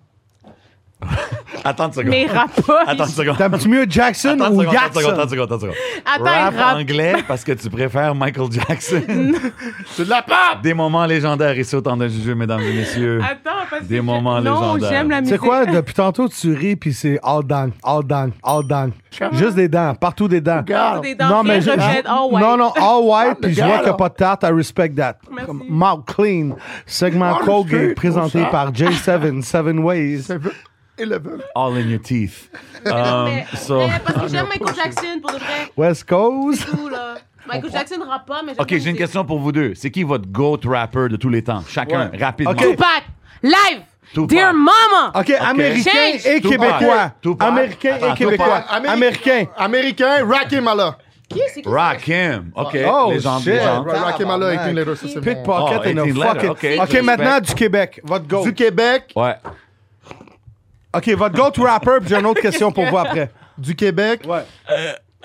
S6: Attends une seconde.
S1: Mais il rappe pas.
S6: Attends une seconde.
S3: T'aimes-tu mieux Jackson
S6: Attends une
S3: ou
S6: seconde, attends une seconde,
S3: Jackson?
S6: attends une seconde, attends une seconde.
S1: Attends,
S6: rap
S1: il rappe.
S6: anglais parce que tu préfères Michael
S1: *laughs*
S6: Jackson. C'est de la pop! Des moments légendaires ici au temps de juger, mesdames et messieurs.
S1: Attends, parce que.
S6: Des
S1: je-
S6: moments
S1: Ah, Non,
S6: légendaires.
S1: j'aime la
S3: Tu
S1: musique.
S3: sais quoi, depuis tantôt, tu ris, puis c'est all dang, all dang, all dang. Juste des dents, partout des dents.
S1: Des dents très
S3: je-
S1: refaites,
S3: je-
S1: all white. Oh
S3: Non, non,
S1: *laughs*
S3: all white, puis je vois qu'il n'y a pas de tarte, I respect that. Comme Mouth Clean, segment Colgate, présenté par J7, Seven Ways.
S6: All in your teeth. Um,
S1: Mais-
S6: so-
S1: mais parce que j'aime Michael Jackson pour de vrai.
S3: West Coast.
S1: Tout, là. Michael Jackson rappe pas, mais j'aime
S6: Ok,
S1: la
S6: j'ai une
S1: musique.
S6: question pour vous deux. C'est qui votre GOAT rapper de tous les temps? Chacun, rapidement.
S3: Ok.
S1: Tupac, live.
S6: Tupac.
S1: Dear Mama.
S3: OK, américain
S1: Change.
S3: et
S6: Tupac.
S3: québécois.
S6: Tupac.
S3: Américain
S6: Attends,
S3: et québécois.
S6: Tupac.
S4: Américain.
S3: Américain.
S4: Américain, Rakim Allah.
S1: Qui c'est qui
S6: Rakim. Ok,
S3: Oh,
S6: légende,
S3: shit.
S6: légende.
S3: Ah,
S4: Rakim Allah,
S3: tabarnak.
S4: 18 letters, ça c'est mon-
S3: Pickpocket
S6: Oh,
S3: and a
S6: 18
S3: fucking...
S6: letter,
S3: OK,
S6: ok.
S1: Respect.
S3: maintenant, du Québec. Votre goat.
S4: Du Québec,
S6: Ouais.
S3: OK, votre goat rapper, puis j'ai une autre question pour vous
S6: *laughs*
S3: après.
S4: du Québec. Euh.
S3: Ouais.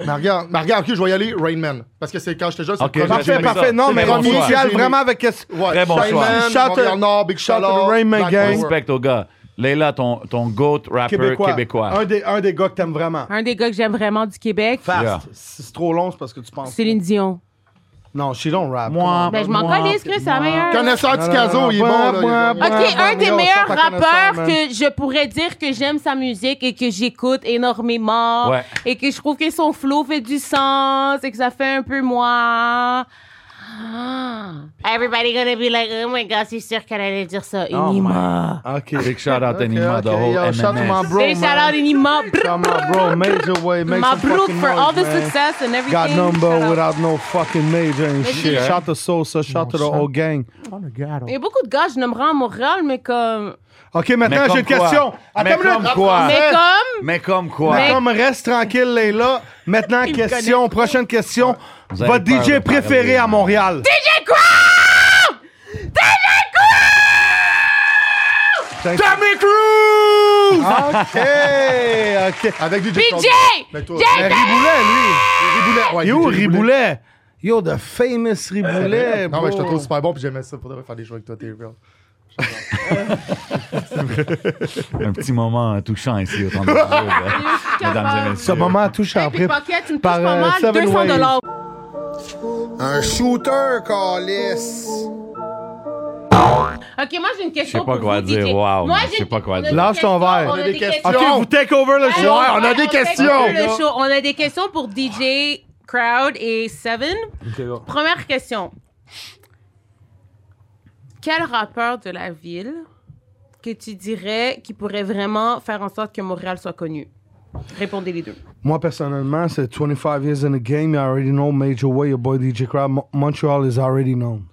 S4: Mais regarde, mais regarde, ok, je vais y aller, Rain Man. Parce que c'est quand j'étais jeune, c'est
S6: Ok,
S4: le premier
S3: Parfait,
S6: j'ai aimé
S4: Rain Man.
S3: parfait.
S6: ça.
S3: Non,
S6: C'est
S3: mais
S6: bon
S3: on
S6: choix.
S3: initiale
S4: J'ai
S3: vraiment avec... Ouais.
S6: Très bon
S4: Rain
S6: choix.
S4: Man,
S3: Shout out-
S4: Montréal Nord, Big
S3: shout out
S4: Shout
S3: to Rain Man
S4: Black
S3: Gang.
S4: Power.
S6: Respect au gars. Leila, ton, ton GOAT rapper
S3: Québécois.
S6: québécois.
S3: Un, des, un des gars que t'aimes vraiment.
S1: Un des gars que j'aime vraiment du Québec,
S3: Fast.
S6: Yeah.
S3: Si c'est trop long, c'est parce que tu penses.
S1: Céline Dion.
S3: Non, she don't rap.
S6: Moi,
S1: Ben, je m'en
S6: moi,
S1: calisse, que c'est la meilleure.
S4: Connaisseur du Caso, il est bon, là. il est
S1: Ok,
S4: bon.
S1: un des
S3: on
S1: meilleurs
S3: sort ta connaissance,
S1: rappeurs
S3: man.
S1: que je pourrais dire que j'aime sa musique et que j'écoute énormément
S6: Ouais.
S1: et que je trouve que son flow fait du sens et que ça fait un peu moi. Ah. Everybody gonna be like, oh my god, c'est sûr qu'elle allait dire ça.
S6: Oh
S1: Enima.
S3: OK.
S6: Big shout out Anima, the
S3: okay,
S6: whole
S3: yo, shout out to my
S6: MMS.
S3: bro,
S1: Big shout out Enima.
S3: Shout out my bro, Major Way. Make
S1: Ma
S3: some
S1: bro
S3: fucking
S1: for all the
S3: noise, man.
S1: success and everything.
S3: Got
S1: Shout
S3: number
S1: out.
S3: without no fucking major and shit.
S1: c'est-
S3: Shout to Sosa, shout to the whole gang.
S1: Il y a beaucoup de gars, je nommerai à Montréal, mais comme.
S3: OK, maintenant,
S6: Mais comme
S3: j'ai une
S6: quoi?
S3: question.
S6: Mais
S3: Attends une
S6: comme
S3: minute.
S6: quoi?
S1: Mais comme.
S6: Mais comme quoi?
S1: Mais-
S3: Comme reste tranquille, Leila.
S1: *laughs*
S3: Maintenant,
S1: Il me
S3: question, prochaine question.
S6: Vous avez
S3: *laughs* Votre
S6: peur de
S3: DJ préféré
S6: parler.
S3: à Montréal?
S1: DJ Crown! DJ
S3: Tommy Cruz!
S1: *laughs*
S3: OK, OK.
S4: Avec DJ
S1: BJ!
S4: Mais toi,
S1: DJ!
S3: Mais Riboulet, lui.
S4: Riboulet, ouais,
S3: Yo,
S4: DJ Riboulet.
S3: Riboulet. Yo, the famous Riboulet,
S4: Non,
S3: bro.
S4: mais je te trouve super bon, puis j'aimais ça. Faudrait faire des jeux avec toi, t'es real.
S6: Un petit moment euh, touchant ici
S3: *laughs*
S6: au temps de jeu, là. mesdames
S1: Crown!
S6: et
S3: Ce
S6: messieurs.
S3: moment touche
S1: Hey,
S3: après.
S1: Pickpocket, tu me touches
S3: par,
S1: pas
S3: euh,
S1: mal,
S3: Seven
S1: 200
S3: Ways.
S1: dollars.
S2: Un shooter, Calis.
S1: Ok, moi j'ai une question.
S6: Je sais pas
S1: pour
S6: quoi
S1: vous,
S6: dire,
S1: DJ.
S6: wow,
S1: Moi,
S6: mais
S1: j'ai-
S6: je sais pas quoi
S1: on a
S6: dire.
S1: des
S3: Lâche ton
S1: questions,
S3: verre.
S1: On a des questions.
S3: OK, vous take over le
S1: Allez,
S3: show.
S1: on a des questions. le show. On a des questions pour DJ Crowd et Seven. Première question. Quel rappeur de la ville que tu dirais qui pourrait vraiment faire en sorte que Montréal soit connu? Répondez les deux.
S3: Moi, personnellement, c'est 25 years in the game. You already know Major Way, your boy DJ Crowd. Mo- Montreal is already known.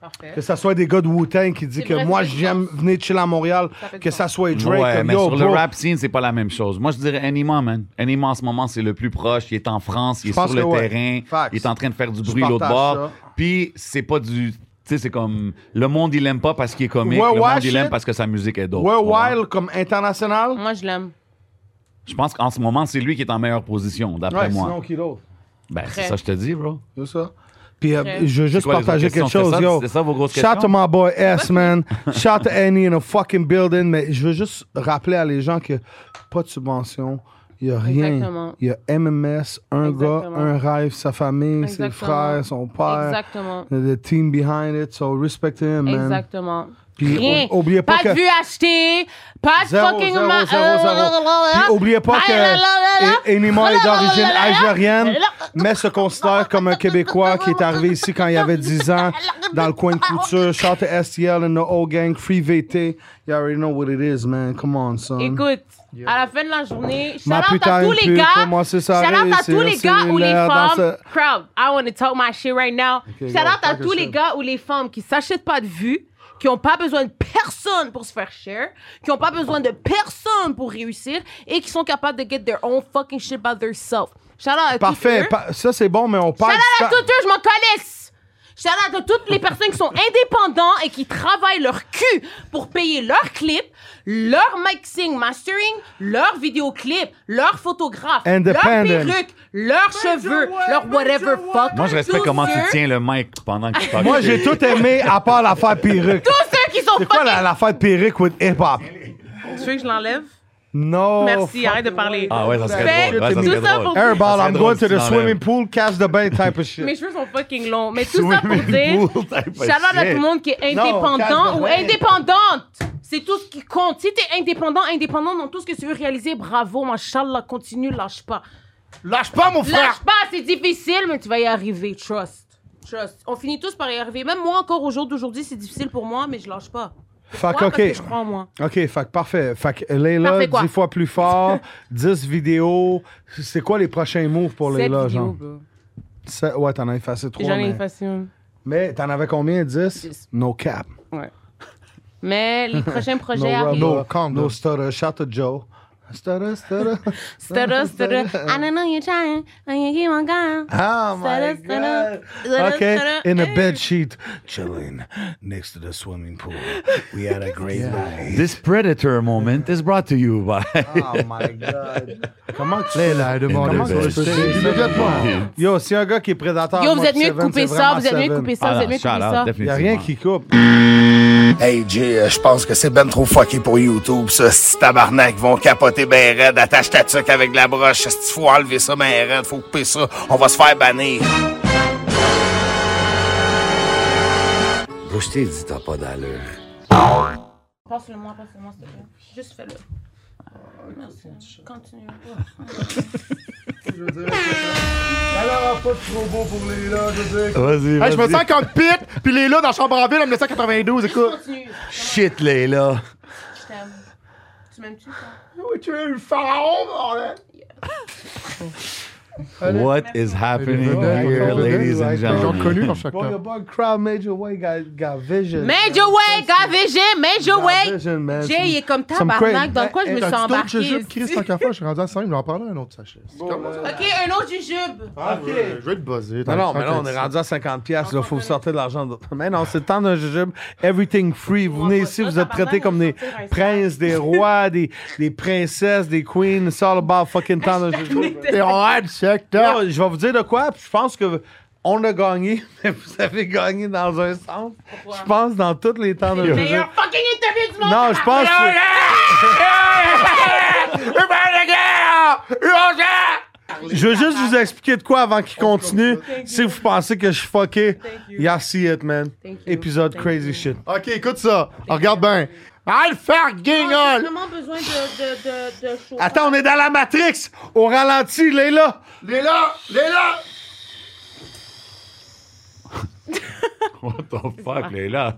S1: Parfait.
S3: Que ça soit des gars de Wu-Tang qui disent
S1: C'est
S3: que
S1: vrai,
S3: moi,
S1: ça fait du
S3: j'aime venir chiller à Montréal,
S1: Ça fait du
S3: que ça soit Drake.
S6: Ouais,
S3: comme,
S6: mais
S3: yo,
S6: sur
S3: bro,
S6: le rap scene, c'est pas la même chose. Moi, je dirais Anima, man. Anima, en ce moment, c'est le plus proche. Il est en France, il est
S3: pense
S6: sur le
S3: que ouais.
S6: terrain,
S3: Facts.
S6: il est en train de faire du
S3: Je
S6: bruit l'autre
S3: partage
S6: bord.
S3: ça.
S6: Puis, c'est pas du. Tu sais, c'est comme. Le monde, il l'aime pas parce qu'il est comique.
S3: Ouais,
S6: le
S3: ouais,
S6: monde, il
S3: shit.
S6: l'aime parce que sa musique est dope.
S3: Worldwide
S1: Mm.
S6: Tu comprends?
S3: comme international,
S1: Moi, je l'aime.
S6: Je pense qu'en ce moment, c'est lui qui est en meilleure position, d'après
S3: Ouais,
S6: moi.
S3: sinon qui d'autre?
S6: Ben, c'est
S3: Prêt.
S6: ça, que je te dis, bro.
S3: C'est ça. Puis euh,
S6: Prêt.
S3: je veux
S6: C'est
S3: juste
S6: quoi les
S3: partager
S6: autres questions?
S3: quelque chose,
S6: C'est ça-
S3: yo.
S6: c'est ça vos grosses
S3: Shout to
S6: questions?
S3: my boy
S1: *laughs*
S3: S, man. Shout to Annie in a fucking building. Mais je veux juste rappeler à les gens que pas de subvention. Il n'y a
S1: Exactement.
S3: rien. Il y a MMS, un
S1: Exactement.
S3: gars, un rêve, sa famille, ses
S1: Exactement.
S3: frères, son père.
S1: Exactement.
S3: The team behind it. So respect him, man.
S1: Exactement.
S3: Puis
S1: Rien.
S3: ou- oubliez pas
S1: de
S3: que-
S1: vue achetée, pas de
S3: Zéro,
S1: fucking
S3: zéro,
S1: ma- Oh,
S3: zéro, zéro. Puis oubliez pas
S1: Ah, là, là, là, Oh, là.
S3: que Enima est d'origine algérienne, mais se considère comme un Québécois qui est arrivé ici quand il avait 10 ans, dans le coin de couture. Shout to STL and the old gang, Free VT. You already know what it is, man. Come on, son.
S1: Écoute, à la fin de la journée, shout
S3: Ma
S1: out à
S3: putain
S1: tous
S3: de
S1: les
S3: pute,
S1: gars.
S3: pour moi, c'est ça,
S1: Shout out à
S3: c'est-
S1: tous les
S3: c'est
S1: gars ou les
S3: la- dans
S1: femmes.
S3: ce-
S1: Crowd, I want to talk my shit right now.
S3: Okay,
S1: shout
S3: hein, go,
S1: out à
S3: talk your
S1: tous les
S3: shit.
S1: gars ou les femmes qui s'achètent pas de vue, qui ont pas besoin de personne pour se faire share, qui ont pas besoin de personne pour réussir et qui sont capables de get their own fucking shit by themselves. Shout out à tous
S3: Parfait.
S1: eux.
S3: Pa- ça, c'est bon, mais on
S1: Shout
S3: parle.
S1: out à toutes eux, je m'en calisse. Shout out à toutes les personnes qui sont indépendants et qui travaillent leur cul pour payer leurs clips, leur mixing, mastering, leur vidéoclip, leur photographe, leur
S6: Independent.
S1: perruque, leurs cheveux, leur whatever fuck.
S6: Moi, je respecte
S1: Tous
S6: comment tu
S1: ceux-
S6: tiens le mic pendant que tu parles.
S3: Moi, j'ai tout aimé, à part l'affaire perruque.
S1: Tous ceux qui sont
S3: C'est quoi
S1: fucking...
S3: la- l'affaire perruque with hip-hop?
S1: Tu veux que je l'enlève?
S8: Oh,
S3: Non.
S1: Merci, arrête de parler.
S6: Ah ouais, ça
S1: Fait
S6: serait drôle. Ouais, ça
S1: tout
S6: serait
S1: ça
S6: drôle.
S1: pour-
S3: Airball,
S6: Ça
S3: I'm going
S6: serait drôle
S3: to
S6: si
S3: the
S6: tu
S3: swimming pool, casse the bain type of shit.
S1: Mes cheveux sont fucking longs. Mais tout ça pour
S6: Swimming
S1: dire,
S6: pool type of
S1: shout out à
S6: shit.
S1: tout le monde qui est
S6: Non,
S1: indépendant
S6: calme-toi.
S1: ou indépendante. C'est tout ce qui compte. Si t'es indépendant, indépendant dans tout ce que tu veux réaliser, bravo, machallah, continue, lâche pas.
S7: Lâche pas, mon frère!
S1: Lâche pas, c'est difficile, mais tu vas y arriver, trust. Trust. On finit tous par y arriver. Même moi, encore au jour d'aujourd'hui, c'est difficile pour moi, mais je lâche pas.
S3: Fait que,
S1: Pourquoi? Parce
S3: OK.
S1: que je crois en moi.
S3: OK, fait que parfait. Fait que Layla,
S1: Parfait quoi?
S3: 10 fois plus fort, *laughs* 10 vidéos. C'est quoi les hein. prochains moves pour
S1: Sept
S3: Layla,
S1: vidéos,
S3: genre?
S1: bro.
S3: Sept- ouais, t'en as effacé 3.
S1: J'en ai
S3: mais...
S1: effacé une.
S3: mais t'en avais combien, 10? No cap.
S1: Ouais. Mais les prochains projets
S3: no, rub,
S1: arrivent.
S3: no, no stutter. Shout out Joe. Stutter, *laughs* stutter.
S1: Stutter, stutter. I don't know you're trying, and you keep on going.
S3: Oh my
S1: Stutter, stutter.
S3: God.
S1: Stutter,
S3: Okay,
S1: stutter.
S3: in a bed sheet, chilling next to the swimming pool. We had a great night.
S6: This predator moment is brought to you by.
S1: Ah,
S3: Oh my God. Comment tu
S6: Layla a demandé
S3: Comment
S6: de
S3: tu
S6: rester
S3: fais ça?
S6: immédiatement.
S3: Yo, s'il y a un gars qui est prédateur,
S1: Yo,
S3: moi,
S1: vous êtes
S3: que
S1: mieux de
S3: Seven,
S1: couper
S3: c'est
S1: ça,
S3: vraiment
S1: vous êtes mieux de
S3: Seven. Ah,
S1: couper
S6: Ah,
S1: ça, vous êtes mieux de couper ça.
S3: Il n'y a rien qui coupe.
S13: Hey Jay, euh, je pense que c'est ben trop fucké pour YouTube, ça. Si tabarnak ils vont capoter ben raide, attache ta tuque avec de la broche. Si faut enlever ça ben raide, faut couper ça, on va se faire bannir.
S14: Bro, je t'ai dit, t'as pas d'allure.
S1: Passe-le-moi, passe-le-moi, s'il te plaît. Juste fais-le. Oh, Merci. Continue.
S3: Alors, Ah, pas trop beau pour les là, je veux dire.
S6: Vas-y,
S7: Hey, je me
S6: vas-y.
S7: sens comme Pete, puis les là dans Chambre en Ville en 1992, écoute.
S6: Shit, Layla.
S1: Je t'aime. Tu m'aimes-tu, ça?
S7: Oui, tu es le pharaon, bordel.
S6: What is happening here, ladies and gentlemen?
S3: Boy, your bug crowd major way got, got vision.
S1: Major Way, gars VG, Major
S3: Got
S1: Way!
S3: vision, man.
S1: Jay, il est comme
S3: Some crazy-
S1: tabarnak, dans quoi je me suis
S7: T'as-tu d'autres
S1: embarqué.
S7: jujubes, Chris, tant qu'à faire, je suis rendu à 5, je vais en parler à un autre sachet. C'est comme-
S1: Ok, un autre jujube.
S7: Je vais- je vais te buzzer.
S3: Non, non, mais là, on est rendu à 50$. piastres, Là, faut vous sortir de l'argent. d'autre. Mais non, c'est le temps d'un jujube. Everything free. Vous venez ici, vous êtes traités comme des princes, des rois, des, des princesses, des queens. It's all about fucking temps d'un jujube.
S1: *laughs*
S7: T'es hard, check
S3: Non, je vais vous dire de quoi. puis Je pense que on a gagné, *laughs* mais vous avez gagné dans un sens. Je pense dans tous les temps de jujube.
S1: Meilleur fucking interview du monde!
S3: Non, je pense que... Je veux juste vous expliquer de quoi avant qu'il continue. Si vous pensez que je suis fucké, y'all see it, man. Épisode crazy shit.
S7: Ok, écoute ça. Regarde bien. Allez, faire
S1: J'ai
S7: guignol!
S1: vraiment besoin de, de, de, de choses.
S3: Attends, on est dans la Matrix! Au ralenti, Léla!
S7: Les là, les là!
S6: What the
S3: *laughs*
S6: fuck, Layla?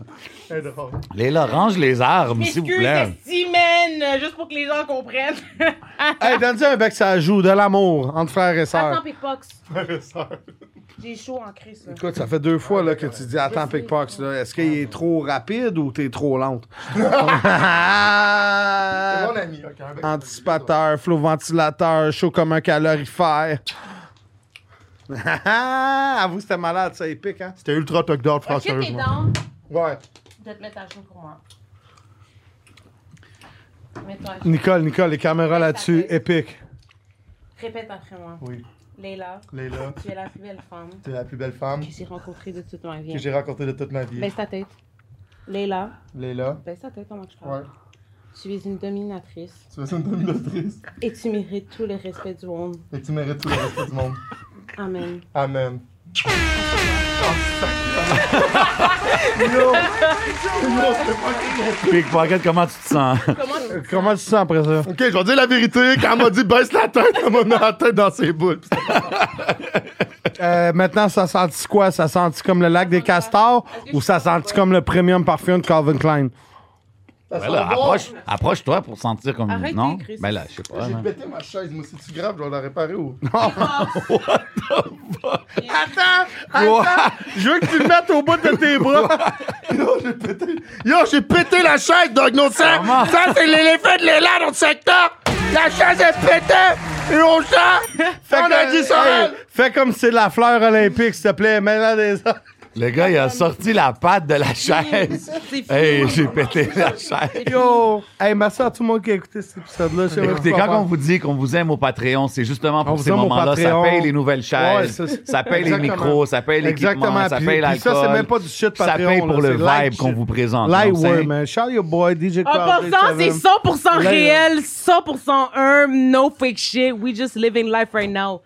S7: C'est drôle.
S6: Layla, range les armes, s'il vous
S1: Excuse,
S6: plaît.
S1: esti, man, euh, juste pour que les gens comprennent.
S3: *laughs* Hey, donne-y un bec, ça joue, de l'amour, entre frères et
S1: Attends,
S3: sœurs.
S1: Pickbox.
S7: T'as
S1: J'ai chaud en crise, là.
S3: Écoute, ça fait deux fois là, que tu dis attends, Pickpox, là, est-ce qu'il est trop rapide ou t'es trop lente?
S7: mon ami, ok. avec-
S3: Anticipateur, flot ventilateur, chaud comme un calorifère. Avoue, c'était malade, ça épique, hein?
S7: C'était ultra talk d'or,
S1: Ok, t'es
S7: franchement.
S1: down
S7: Ouais.
S1: de te mettre à jour pour moi. Mets-toi à jour. *laughs*
S3: Nicole, Nicole, les caméras là-dessus, épique.
S1: Répète après moi.
S7: Oui.
S1: Leila.
S7: Leila.
S1: Tu es la plus belle femme
S7: Tu es la plus belle femme
S1: que j'ai rencontrée de toute ma vie.
S7: que j'ai rencontrée de toute ma vie.
S1: Baisse ta tête. Leila.
S7: Leila.
S1: Baisse ta tête comment que je parle.
S7: Ouais.
S1: Tu es une dominatrice.
S7: Tu es une dominatrice.
S1: Et tu mérites tout le respect du monde.
S7: Et tu mérites tout le respect du monde.
S1: Amen.
S7: Amen. Yo! Yo, c'est fucking gros.
S6: Pickpocket, comment tu te *laughs* sens?
S7: Comment tu sens après ça? Ok, je vais dire la vérité. Quand elle m'a dit baisse la tête, elle m'a mis la tête dans ses boules.
S3: Euh, maintenant, ça sent quoi? Ça sent comme le lac des castors ou ça sent comme le premium parfum de Calvin Klein?
S6: Ouais, là, approche, approche-toi pour sentir comme.
S7: Arrête
S6: non?
S7: d'écrire ça.
S6: Ben là, je sais pas.
S7: J'ai
S6: man.
S7: pété ma chaise, moi. Si tu graves, je vais la réparer ou.
S4: Attends!
S7: Attends!
S4: Je veux que tu le mettes au bout de tes bras!
S7: Yo, j'ai pété!
S4: Yo, j'ai pété la chaise, Doug Nocent! Ça, c'est l'éléphant de l'élan dans le secteur! La chaise est pétée! Et on chante! On a dit ça! hein.
S3: Hey, fais comme si c'est de la fleur olympique, s'il te plaît. Maintenant, des
S6: Le gars, il a sorti la patte de la chaise. *laughs* Hey, j'ai pété la chaise.
S3: Yo! Hey, merci à tout le monde qui a écouté cet épisode-là. Je sais pas
S6: Écoutez,
S3: quoi
S6: quand on
S3: faire.
S6: vous dit qu'on vous aime au Patreon, c'est justement
S3: On
S6: pour
S3: vous
S6: ces
S3: aime au
S6: moments-là. Ça
S3: Patreon.
S6: paye les nouvelles chaises,
S3: Ouais,
S6: ça,
S3: ça-
S6: paye les
S3: Exactement.
S6: micros, ça paye l'équipement,
S3: Exactement.
S6: ça
S3: Puis-
S6: paye
S3: puis ça,
S6: l'alcool.
S3: c'est même pas du shit Patreon,
S6: Ça paye pour
S3: là,
S6: le
S3: c'est like
S6: vibe qu'on
S3: shit.
S6: vous présente.
S3: Light
S6: Donc, c'est-
S3: Word, man. hein. Shout out your boy, DJ
S1: En
S3: Crowd.
S1: passant, c'est 100%
S3: Là, là.
S1: réel, 100% herm, no fake shit. We just living life right now.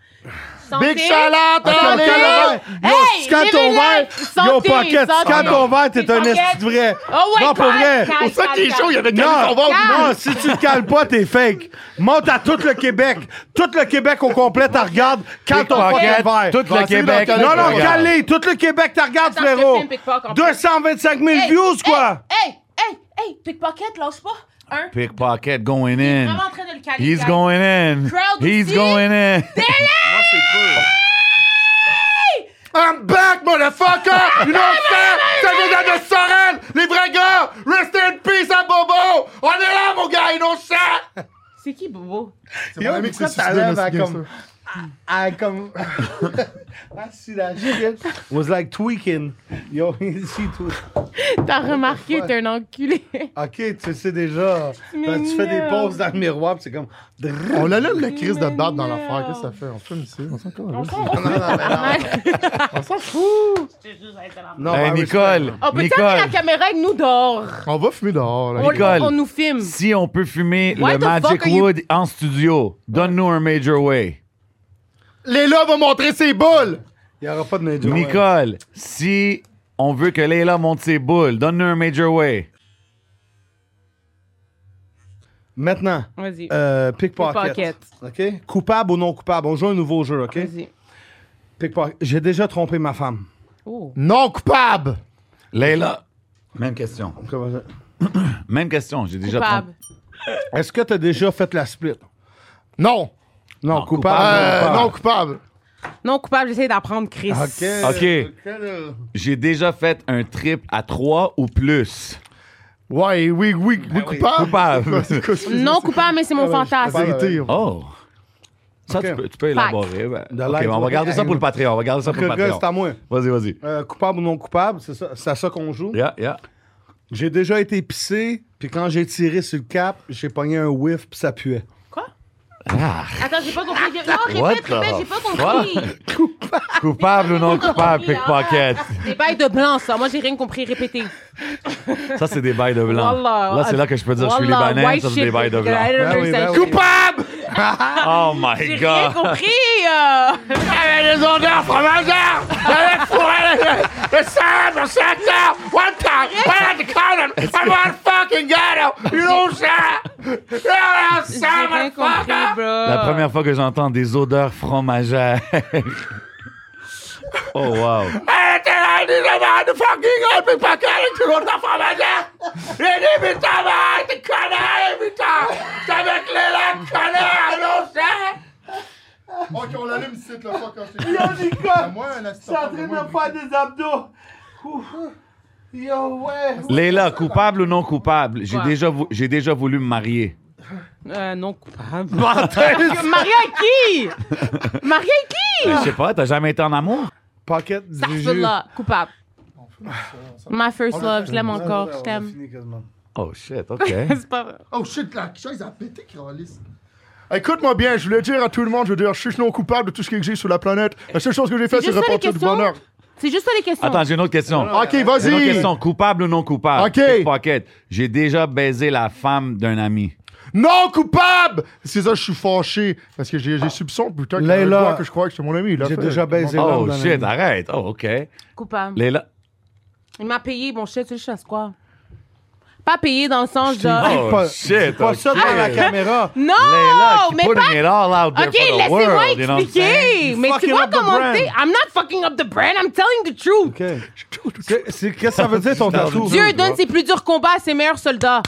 S1: Santé.
S4: Big shout out à
S1: Santé.
S4: Leila.
S1: Hey,
S3: Yo, quand
S1: living
S3: ton verre,
S1: life.
S3: yo,
S1: Santé,
S3: Pocket,
S1: santé.
S3: quand ton verre, t'es un
S1: Pocket.
S3: esti de vrai.
S1: Oh ouais,
S3: non, pour
S1: calme,
S3: vrai.
S1: calme, Pour ça qu'il est calme, chaud, il avait calme.
S3: Non,
S1: calmé son ventre.
S3: Non,
S1: Calme.
S3: si tu te cales pas, t'es fake. Monte à tout le Québec. Tout le Québec au complet, t'as regarde quand ton fucking
S6: Pocket,
S3: verre.
S6: tout le
S3: Vas-y,
S6: Québec,
S3: dans- Non,
S6: te
S3: non,
S6: regarde.
S3: calé. Tout le Québec, t'as regarde,
S1: Attends, je te
S3: frérot.
S1: filme, Pickpock, en plus.
S3: 225 000
S1: Hey,
S3: views, quoi.
S1: Hey, hey, hey, pickpocket, lâche pas. Un.
S6: Pickpocket going in.
S1: Vraiment en train de le caler,
S6: He's
S1: guys.
S6: going in.
S1: Crowd
S6: He's
S1: aussi.
S6: going in.
S1: Délai!
S4: I'm back,
S1: *laughs*
S4: motherfucker! You know what I'm saying? Ça vient de Sorel! Les vrais gars! Rest in peace
S3: hein,
S4: à Bobo! On est là, mon gars, et nos chats!
S1: C'est qui, Bobo?
S7: C'est mon ami qui s'est suicidé,
S3: lèvre,
S7: merci,
S3: elle,
S7: bien
S3: comme-
S7: sûr.
S3: I come. I see that shit. Was like tweaking. Yo, she tweak.
S1: T'as remarqué, t'es un enculé.
S3: Ok, tu sais déjà. Ben, tu fais des
S1: Mignon.
S3: pauses dans le miroir, pis c'est comme.
S7: On a là la crise de barbe dans l'affaire. Qu'est-ce que ça fait? On fume ici. On s'en calme.
S1: On s'en fout. Je te jure, j'allais te la-
S7: Non,
S6: Hey,
S7: mais
S6: Nicole.
S1: On peut t'amener la
S6: Nicole.
S1: caméra avec nous dehors.
S7: On va fumer dehors. là.
S1: On,
S6: Nicole.
S1: on nous filme.
S6: Si on peut fumer
S1: Why
S6: le
S1: the fuck
S6: Magic
S1: are you-
S6: Wood en studio, donne-nous un Major Way.
S7: Léla va montrer ses boules!
S3: Il n'y aura pas de major.
S6: Nicole, si on veut que Leila monte ses boules, donne-nous un Major Way.
S3: Maintenant.
S1: Vas-y.
S3: Euh, pickpocket.
S1: Pickpocket.
S3: OK? Coupable ou non coupable? On joue un nouveau jeu, OK?
S1: Vas-y.
S3: Pickpocket. J'ai déjà trompé ma femme.
S1: Oh.
S7: Non coupable!
S6: Leila. Même question.
S3: Comment ça?
S6: Même question. J'ai déjà
S1: Coupable.
S3: Est-ce que tu as déjà fait la split?
S7: Non!
S3: Non, coupable.
S7: Euh,
S3: coupable.
S7: non coupable!
S1: Non coupable, j'essaie d'apprendre Chris.
S3: OK.
S6: Ah, OK. J'ai déjà fait un trip à trois ou plus.
S7: Ouais, oui, oui,
S6: Ben
S7: oui, coupable!
S6: Coupable.
S1: Non coupable, mais c'est
S3: Ah,
S1: mon fantasme.
S7: Vérité.
S6: Oh. Ça,
S3: Ok.
S6: tu, peux, tu peux
S1: Fact.
S6: élaborer. ben.
S3: De
S6: Ok,
S3: l'aide,
S6: on va
S3: ouais.
S6: garder ça pour le Patreon. On va garder ça pour le
S3: OK, gars,
S6: Patreon.
S3: c'est à moi.
S6: Vas-y, vas-y.
S3: Euh, coupable ou non coupable, c'est ça, c'est à ça qu'on joue.
S6: Yeah, yeah.
S3: J'ai déjà été pissé, puis quand j'ai tiré sur le cap, j'ai pogné un whiff, puis ça puait.
S1: Quoi? Attends, j'ai pas compris. Non,
S6: Ah, What
S1: répète, répète,
S6: the
S1: j'ai pas compris.
S6: Coupable ou non coupable,
S1: compris,
S6: pickpocket.
S1: Des bails de blanc, ça. Moi, j'ai rien compris. Répétez.
S6: Ça, c'est des bails de blanc.
S1: Wallah.
S6: Là, c'est là que je peux dire je suis
S1: Wallah,
S6: libanais.
S1: white
S6: Ça, c'est des
S1: shit.
S6: bails
S1: *laughs*
S6: de blanc.
S1: I don't
S3: Ben oui, ben
S1: understand.
S3: oui.
S4: Coupable!
S6: Oh my
S1: J'ai rien
S6: God.
S1: compris.
S4: *laughs*
S1: euh.
S4: Avec les odeurs fromagères! Avec fourré le sang, le secteur! One time! One at the corner! I'm on fucking ghetto! You know that? You know
S1: J'ai
S4: that,
S1: rien compris,
S4: motherfucker!
S1: bro.
S6: La première fois que j'entends des odeurs fromagères. oh, wow.
S4: Hey, t'es là, dis le man, fucking old people carrying to l'autre fromagère! Les limites, mec, t'es connard, putain! T'es avec les lacs, connard, you know that?
S7: Ok, on l'allume ici, là, fuck, quand je Yo, Nicole! Moi, un instant.
S3: des abdos. Yo, ouais.
S6: Léla, coupable ou non coupable? J'ai
S1: Ouais.
S6: déjà, vou- j'ai déjà voulu me marier.
S1: Euh, non coupable.
S6: *laughs*
S1: Marié à qui? Marié à qui?
S6: Je sais pas, t'as jamais été en amour?
S3: Pocket,
S1: Ça
S3: du jus.
S1: là, coupable. My first love, je l'aime encore, je t'aime.
S6: Oh shit, ok.
S1: *laughs* C'est pas vrai.
S7: Oh shit, la chaise a pété, Carolis. Écoute-moi bien, je voulais dire à tout le monde, je veux dire, je suis non coupable de tout ce qui existe sur la planète. La seule chose que j'ai fait, c'est
S1: juste ça, les
S7: repartir du
S1: questions?
S7: bonheur.
S1: C'est juste ça les questions.
S6: Attends, j'ai une autre question.
S7: Ok,
S6: J'ai
S7: vas-y.
S6: Une autre question, coupable ou non coupable?
S7: Ok.
S6: Pickpocket. J'ai déjà baisé la femme d'un ami.
S7: Non coupable! C'est ça, je suis fâché. Parce que j'ai j'ai soupçon, putain, qu'il y a un
S6: Leila,
S7: gars que je crois que c'est mon ami. il l'a
S6: j'ai
S7: fait.
S6: déjà baisé
S7: Mon-
S6: l'homme Oh, d'un shit, ami. arrête. Oh, OK.
S1: Coupable.
S6: Léla.
S1: Il m'a payé mon chèque, tu sais, je sais quoi. Pas payé dans le sens de. *laughs*
S6: Oh, shit.
S1: pas ça
S6: OK.
S1: devant la
S3: *laughs*
S1: caméra. Non,
S6: Léla, qui
S1: Oh, mais
S6: putting
S1: pas-
S6: it all out there
S1: Ok,
S6: for the
S1: laissez-moi
S6: world, you know what I'm
S1: expliquer.
S6: saying?
S1: mais tu vois comment t'es. I'm not fucking up the brand, I'm telling the truth.
S3: Qu'est-ce que ça veut dire ton tatou?
S1: Dieu donne ses plus durs combats à ses meilleurs soldats.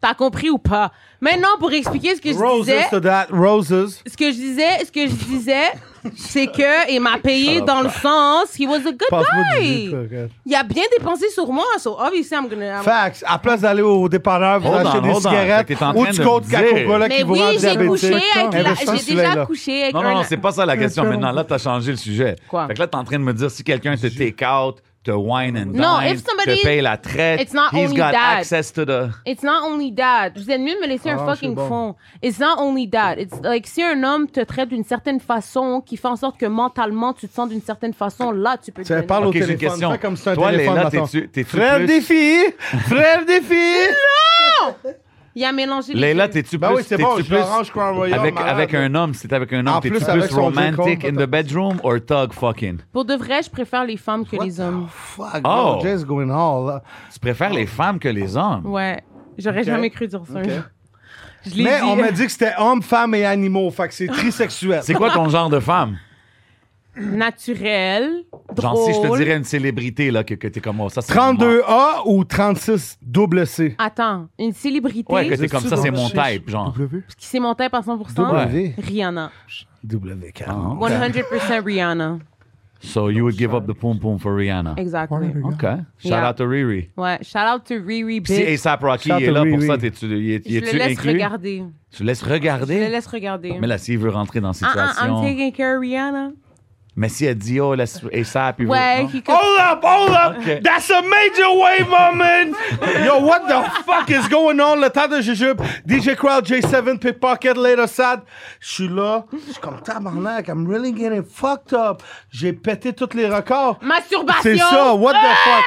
S1: T'as compris ou pas? Maintenant, pour expliquer ce que je
S3: Roses
S1: disais.
S3: to that, roses.
S1: Ce que je disais, ce que je disais, *laughs* c'est que il m'a payé dans le sens. He was a good
S3: Passe-moi du
S1: guy.
S3: jus, regarde.
S1: Il a bien dépensé sur moi, so obviously I'm gonna. I'm-
S3: Facts. À place d'aller au dépanneur, vous
S6: Hold on,
S3: achetez des
S6: hold on.
S3: cigarettes
S6: Fait que t'es en
S3: ou
S6: train
S3: tu
S6: de
S3: comptes
S6: me
S3: qu'à
S6: dire.
S3: Coca-Cola qui
S1: Mais
S3: vous
S1: oui,
S3: rend
S1: j'ai
S3: diabétique. hein? Eh ben,
S1: couché avec la-
S3: Investissez
S1: j'ai
S3: sur
S1: déjà
S3: Leila.
S1: couché avec
S6: Non, non,
S1: un-
S6: non, c'est pas ça la question
S1: Attends.
S6: maintenant. Là, t'as changé le sujet.
S1: Quoi?
S6: Fait que là, t'es en train de me dire si quelqu'un te take out, te wine and dine,
S1: Non, if somebody-
S6: te paye la traite,
S1: It's not
S6: he's
S1: only
S6: got
S1: that.
S6: access to the...
S1: It's not only that. Vous êtes mieux de me laisser un
S6: Ah,
S1: fucking
S6: c'est bon.
S1: fond. It's not only that. It's like si un homme te traite d'une certaine façon qui fait en sorte que mentalement tu te sens d'une certaine façon, là tu peux. te donner-
S6: Ok, j'ai une question. Toi, Léla, t'es-tu t'es-tu
S3: Frère
S6: plus...
S3: des filles! Frère des filles! *laughs*
S1: Non! Il a mélangé. les
S6: Léla,
S1: deux.
S6: t'es-tu
S3: Ben
S6: plus...
S3: oui, c'est bon,
S6: t'es-tu
S3: je
S6: plus
S3: l'arrange comme un voyeur
S6: avec,
S3: malade.
S6: avec un homme, si t'es avec
S3: En
S6: un homme, t'es-tu
S3: plus,
S6: plus,
S3: avec son Jay
S6: romantic
S3: Cole,
S6: in the bedroom or thug fucking?
S1: Pour de vrai, je préfère les femmes que les hommes.
S6: Oh!
S3: Jay's going all. là.
S6: Tu préfères les femmes que les hommes?
S1: Ouais, j'aurais
S3: Ok.
S1: jamais cru dire ça.
S3: Ok.
S1: *laughs* Je l'ai
S3: Mais
S1: dit.
S3: on m'a dit que c'était homme, femme et animaux.
S1: *laughs*
S3: Fait que c'est trisexuel.
S6: C'est quoi ton genre de femme?
S1: Naturel,
S6: Genre, si je te
S1: drôle.
S6: dirais une célébrité, là, que, que t'es comme, oh, ça, c'est
S3: 32A ou 36 double C?
S1: Attends, une célébrité.
S6: Ouais, que t'es comme ça, c'est mon type, genre.
S1: Parce qu'il s'est monté par 100%.
S6: W.
S1: Rihanna.
S3: W40.
S1: 100% Rihanna.
S6: So you would give up the poom poom for Rihanna?
S1: Exactly.
S6: Okay. Shout
S1: Yeah.
S6: out to Riri.
S1: Ouais, shout out to Riri Bitch.
S6: Si ASAP Rocky
S3: Shout
S6: est
S3: to
S6: là pour
S3: Riri.
S6: ça, t'es-tu y est- y
S1: Je le
S6: es-tu
S1: laisse
S6: inclus?
S1: regarder.
S6: Tu le laisses
S1: Je le
S6: regarder?
S1: laisse regarder.
S6: Mais là, s'il veut rentrer dans la
S1: Ah, ah, I'm
S6: situation.
S1: taking care of Rihanna.
S6: Mais si elle dit, oh, laisse ASAP, il veut.
S1: Ouais,
S6: non?
S1: he
S3: Oh!
S1: could-
S15: Hold up, hold up.
S6: Okay.
S15: That's a major wave moment.
S3: Yo, what the fuck is going on? Le temps de Jujube, DJ Crowd, J7, Pickpocket, Later Sad. Je suis là, je suis comme tabarnak, I'm really getting fucked up. J'ai pété tous les records.
S1: Masturbation. Euh,
S3: C'est ça, what the fuck?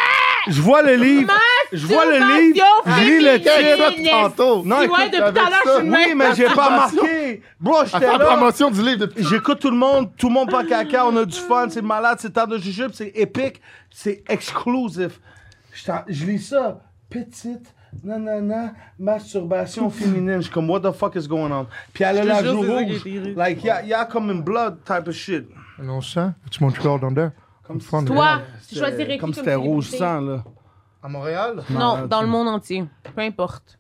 S3: Je vois le livre, je vois le livre, je lis le
S1: Masturbation
S3: titre.
S1: féministe.
S7: tantôt.
S3: Non,
S1: Ouais,
S3: écoute,
S1: depuis tout à
S3: avec
S1: l'heure,
S3: ça-
S1: je suis de
S3: Oui,
S1: même.
S3: mais j'ai pas
S1: Masturbation.
S3: marqué. Bro, j'étais
S7: Elle fait
S3: là.
S7: la promotion du livre depuis.
S3: J'écoute tout le monde, tout le monde par caca, on a du fun, c'est malade, c'est temps de jujube, c'est épique, c'est exclusif. Je t'en- Je lis ça, petite, nanana, masturbation féminine. Je suis comme, what the fuck is going on? Puis elle a
S7: Je te
S3: la
S7: jure,
S3: joue
S7: c'est ça qui
S3: rouge.
S7: est écrit.
S3: Like, yeah, yeah, come in blood type of shit.
S7: Non, sang. Tu montes encore dans dedans. Comme
S1: Toi, tu choisirais qui
S3: Euh, Comme
S1: comme
S3: c'était rouge
S1: célébrité?
S3: sang, là.
S7: À Montréal?
S1: Non, dans le monde entier. Peu
S3: *laughs*
S1: importe.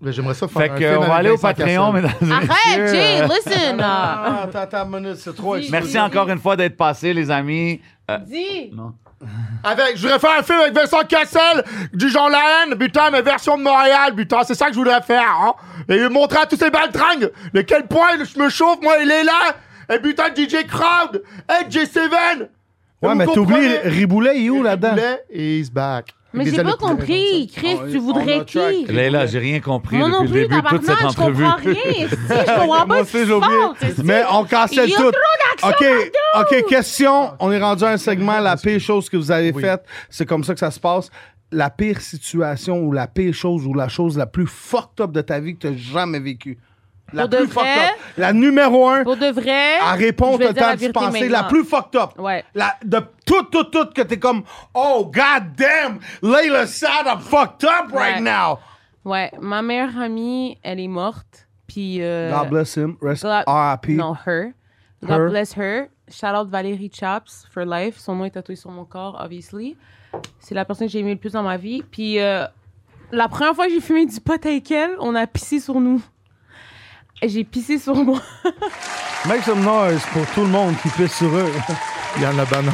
S7: Mais j'aimerais ça faire
S6: Fait
S7: un
S6: que,
S7: film
S6: on va
S7: avec
S6: aller au
S7: Vincent Cassel.
S6: Patreon, mesdames et messieurs.
S1: Arrête, Jay, listen.
S3: *laughs* Ah,
S1: euh,
S3: attends, attends, une minute, c'est trop exclusif.
S6: Merci encore une fois d'être passé, les amis. Euh,
S1: Ah, Dis.
S7: Avec, je voudrais faire un film avec Vincent Cassel, du genre La Haine, putain, mais version de Montréal, putain, c'est ça que je voudrais faire, hein. Et montrer à tous ces baltringues de quel point je me chauffe, moi, il est là. Et putain, DJ Crowd, et J7.
S3: Ouais,
S7: Vous
S3: mais t'oublies,
S7: comprenez?
S3: Riboulet, il est où là-dedans?
S7: Riboulet is back.
S1: Mais
S7: Des
S1: j'ai
S7: années
S1: pas
S7: plus tard.
S1: compris, Chris, tu voudrais qui?
S6: Léla, j'ai rien compris
S1: Moi non
S6: depuis
S1: plus,
S6: le début de toute
S1: tabarnak,
S6: cette
S1: je
S6: entrevue.
S1: comprends rien. Si, je comprends
S3: *laughs* Moi
S1: pas ce
S3: aussi,
S1: qui
S3: j'ai
S1: se
S3: oublié.
S1: passe. c'est-
S3: Mais on cancelle
S1: Il y a
S3: Ah, tout.
S1: trop
S3: OK, Ah,
S1: d'action
S3: OK, question. On est rendu à un segment, la pire chose que vous avez faite. C'est comme ça que ça se passe. La pire situation ou la pire chose ou la chose la plus fucked up de ta vie que tu as jamais vécue. La
S1: Pour de
S3: plus
S1: vrai?
S3: fucked up. La numéro un.
S1: Pour de vrai.
S3: À
S1: je
S3: répondre
S1: vais
S3: au
S1: dire
S3: temps
S1: la
S3: de
S1: vérité
S3: penser.
S1: maintenant.
S3: La plus fucked up.
S1: Ouais.
S3: La, de tout, tout, tout, que t'es comme, oh, god damn, Layla Sad, I'm fucked up right
S1: Ouais.
S3: now.
S1: Ouais, ma meilleure amie, elle est morte. Puis. euh,
S3: God bless him. Rest
S1: God-
S3: R.I.P.
S1: Non, her. God
S3: Her.
S1: bless her. Shout out Valérie Chaps for life. Son nom est tatoué sur mon corps, obviously. C'est la personne que j'ai aimée le plus dans ma vie. Puis euh, la première fois que j'ai fumé du pot avec elle, on a pissé sur nous. Et J'ai pissé sur moi.
S3: Make some noise pour tout le monde qui pisse sur eux.
S7: Il y en a banal.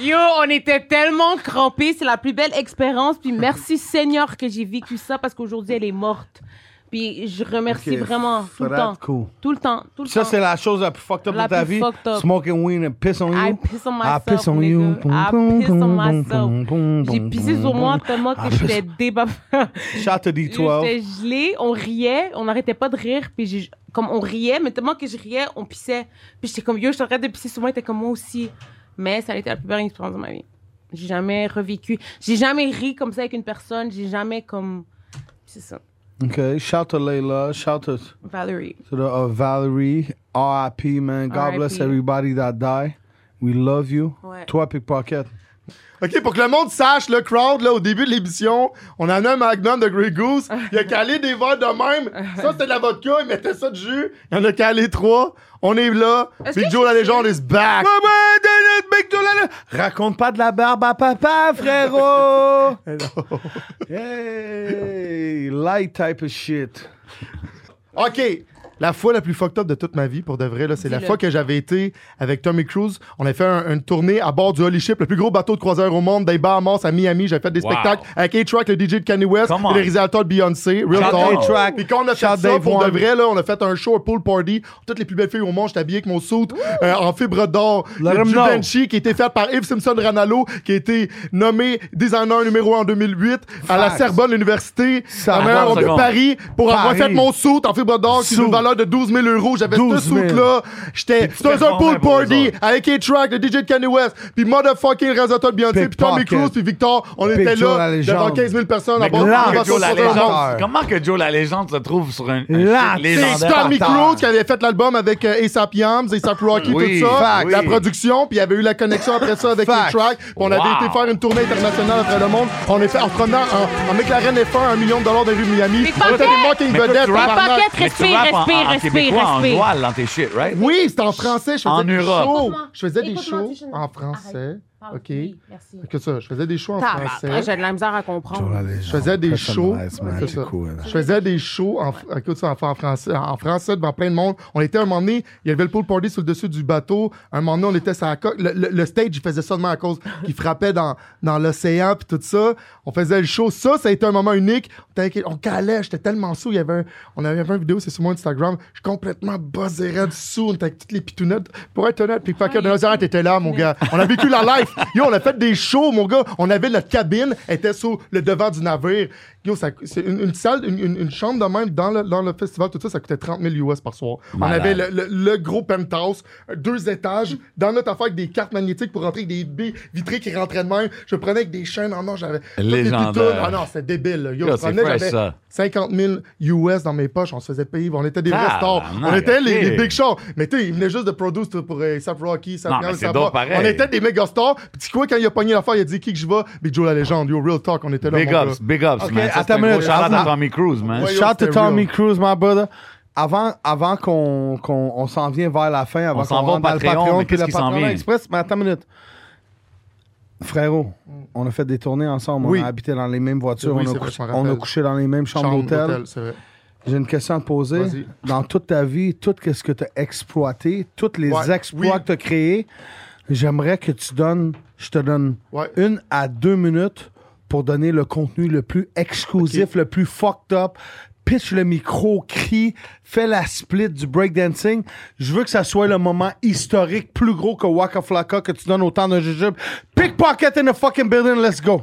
S1: Yo, on était tellement crampés. C'est la plus belle expérience. Puis merci Seigneur que j'ai vécu ça parce qu'aujourd'hui, elle est morte. Puis je remercie
S3: Ok,
S1: vraiment tout le
S3: Fred,
S1: temps.
S3: cool.
S1: Tout le temps, tout le
S3: Ça,
S1: temps.
S3: c'est la chose la plus fucked up
S1: La
S3: de ta
S1: plus
S3: vie.
S1: fucked up.
S3: Smoking weed and piss on you.
S1: I piss on
S3: I piss
S1: myself,
S3: on you.
S1: nigga. I
S3: Boum,
S1: piss on
S3: boum, boum,
S1: myself.
S3: boum, boum,
S1: J'ai
S3: boum,
S1: pissé
S3: boum,
S1: sur moi
S3: boum.
S1: tellement
S3: I
S1: que j'étais
S3: piss- *laughs*
S1: *laughs* débap...
S3: Shout to
S1: J'étais
S3: D12.
S1: gelée, on riait, on n'arrêtait pas de rire. Puis j'ai- comme on riait, mais tellement que je riais, on pissait. Puis j'étais comme, yo, je t'arrête de pisser sur moi, t'es comme moi aussi. Mais ça a été la plus belle expérience de ma vie. J'ai jamais revécu. J'ai jamais ri comme ça avec une personne. J'ai jamais comme... C'est ça.
S3: OK. Shout to Layla. Shout to, to
S1: Valérie.
S3: the, uh, Valerie. R.I.P., man. God
S1: R.I.P..
S3: bless everybody that die. We love you.
S1: Ouais.
S3: Toi, Pickpocket.
S7: OK, pour que le monde sache, le crowd, là, au début de l'émission, on en a un magnum de
S1: *laughs*
S7: Grey Goose. Il a calé des verres de même. Ça, c'était de la vodka. Il mettait ça de jus. Il en a calé trois. On est là.
S1: Est-ce
S7: Big
S1: que
S7: Joe, la légende, is back.
S3: Raconte pas de la barbe à papa, frérot!
S7: Hello.
S3: hey! Light type of shit.
S7: OK. La fois la plus fucked up de toute ma vie, pour de vrai, là, c'est la
S3: Dis-le.
S7: fois que j'avais été avec Tommy Cruise. On a fait un- une tournée à bord du Holy Ship, le plus gros bateau de croiseur au monde, des Bahamas à Miami. J'ai fait des
S6: Wow.
S7: spectacles avec A-Track, le DJ de Kanye West,
S6: Come on.
S7: et les réalisateurs de Beyoncé, Real
S6: Shout
S7: Talk.
S3: A-Track.
S7: Puis quand on a fait ça,
S3: Shout Dave
S7: pour de
S3: One.
S7: vrai, là, on a fait un show, un pool party. Toutes les plus belles filles au monde, j'étais habillé avec mon suit euh, en fibre d'or.
S3: Let
S7: Le
S3: 'em know.
S7: Givenchy, qui a été fait par Yves Simpson Ranallo, qui a été nommé designer numéro 1 en 2008 à la
S3: Facts.
S7: Sorbonne Université,
S3: Ça
S7: la meilleure
S6: va,
S7: homme de
S6: seconde.
S7: Paris, pour avoir
S3: Paris.
S7: fait mon saut en fibre d'or qui est
S3: Saut.
S7: une valeur de 12 000 euros. J'avais ce
S3: 12 000.
S7: saut-là. J'étais.
S6: tu
S7: C'était un
S6: performais
S7: pool
S6: pour eux
S7: party
S6: autres.
S7: avec A-Track, le DJ de Kanye West, puis motherfucking réalisateur de Beyoncé,
S3: Big
S7: puis Tommy
S3: Pocket.
S7: Cruise, puis Victor. On
S3: Big
S7: était là
S3: Joe, la
S7: devant
S3: légende.
S7: 15 000 personnes à
S6: Mais
S7: bord de
S6: comment,
S3: là,
S7: la
S6: que
S7: Baston
S6: Joe la
S7: sur le monde.
S6: légende, comment que Joe la légende se trouve sur un, un
S3: Là,
S7: C'est
S6: shit légendaire?
S7: Tommy
S3: bâtard.
S7: Cruise qui avait fait l'album avec euh, A$AP Yams, A$AP Rocky,
S6: Oui,
S7: tout ça,
S6: fact.
S7: la
S6: Oui.
S7: production, puis il y avait eu la connexion après ça avec
S3: Fact.
S7: A-Track, puis on avait
S6: Wow.
S7: été faire une tournée internationale après le monde, on est fait en prenant en, en McLaren F1 un million de dollars de rue de Miami,
S1: Big
S7: on était
S1: Pocket.
S7: des fucking
S6: Mais toi,
S7: vedettes,
S6: tu rappes-
S7: tabarnak.
S1: Pocket,
S6: Mais tu
S1: respire,
S6: rappes en-
S1: respire,
S6: en, en
S1: respire,
S6: québécois, en
S1: respire.
S6: joual dans tes shit, right?
S7: Oui, c'était en français, je faisais
S6: En
S7: des
S6: Europe.
S7: shows,
S1: Écoute-moi.
S7: je faisais des
S1: Écoute-moi,
S7: shows
S1: Tichane.
S7: en français,
S1: Parle.
S7: ok,
S1: Oui, merci.
S7: que ça, je faisais des shows en
S1: Ah,
S7: français,
S1: J'ai de la misère à comprendre.
S7: je faisais des shows, C'est ça.
S3: cool.
S7: Je faisais des shows en, écoute ça, en, en français, en français devant plein de monde. On était un moment donné, il y avait le pool party sur le dessus du bateau. Un moment donné, on était sur la coque. Le, le- le stage, il faisait seulement à cause qu'il frappait dans, dans l'océan puis tout ça. On faisait le show. Ça, ça a été un moment unique. On, était- on calait, j'étais tellement sous. Il y avait un- on avait fait une vidéo, c'est sur mon Instagram. Je suis complètement buzzé raide sous. On était avec toutes les pitounettes. Pour être honnête, puis Packer de Nazareth était là, mon gars. On a vécu la life. Yo, on a fait des shows, mon gars. On avait notre cabine, elle était sur le devant du navire. Yo, ça- c'est une, une salle, une, une- une chambre de même dans le, dans le festival, tout ça, ça coûtait 30 000 US par soir. On
S6: Malade.
S7: avait le, le- le gros penthouse, deux étages, dans notre affaire avec des cartes magnétiques pour rentrer, avec des baies vitrées qui rentraient de même. Je prenais avec des chaînes en or, j'avais. toutes les
S6: Légendaire.
S7: pitounes. Ah non, c'était débile. là. Yo,
S6: Yo,
S7: je
S6: c'est
S7: prenais,
S6: fresh,
S7: j'avais
S6: ça.
S7: 50 000 US dans mes poches, on se faisait payer, on était des vrais stars.
S6: Tabarnak,
S7: On était les,
S6: Ah, ok.
S7: les big shows. Mais tu sais, ils venaient juste de produce toi, pour euh, Sap Rocky, Sap
S6: Non,
S7: Young,
S6: mais c'est
S7: Sap
S6: donc
S7: Rock.
S6: pareil.
S7: On était des méga stars. Puis tu crois, quand il a pogné l'affaire, il a dit qui que je vais, Big Joe la légende, yo, real talk, on était là.
S6: Big
S7: mon
S6: ups, big ups,
S3: Ok,
S6: man. Ça, c'est
S3: attends
S6: un
S3: une minute,
S6: gros shout-out à
S3: avant-
S6: Tommy Cruise, man.
S7: Ouais, yo,
S3: Shout to
S7: c'était
S3: Tommy
S7: real.
S3: Cruise, my brother. Avant, avant qu'on qu'on- on s'en vient vers la fin, avant
S6: On
S3: qu'on
S6: s'en va au
S3: rentre dans le
S6: Patreon,
S3: Patreon,
S6: mais
S3: puis
S6: qu'est-ce
S3: le
S6: qui s'en
S3: Patreon
S6: vient?
S3: Express, mais attends une minute. Frérot, on a fait des tournées ensemble,
S7: Mm. Oui.
S3: on a habité dans les mêmes voitures,
S7: Oui,
S3: on, a
S7: c'est vrai,
S3: couché,
S7: je m'en
S3: on a
S7: rappelle.
S3: couché dans les mêmes
S7: gars.
S3: chambres d'hôtel.
S7: c'est vrai.
S3: J'ai une question à te poser.
S7: Vas-y.
S3: Dans toute ta vie, tout ce que tu as exploité, tous les
S7: Ouais,
S3: exploits
S7: oui.
S3: que tu as créés, j'aimerais que tu donnes, je te donne
S7: Ouais.
S3: une à deux minutes pour donner le contenu le plus exclusif, le plus fucked up. Pitch le micro, crie, fais la split du breakdancing. Je veux que ça soit le moment historique plus gros que Waka Flocka que tu donnes au temps de jujube. Pickpocket in the fucking building, let's go.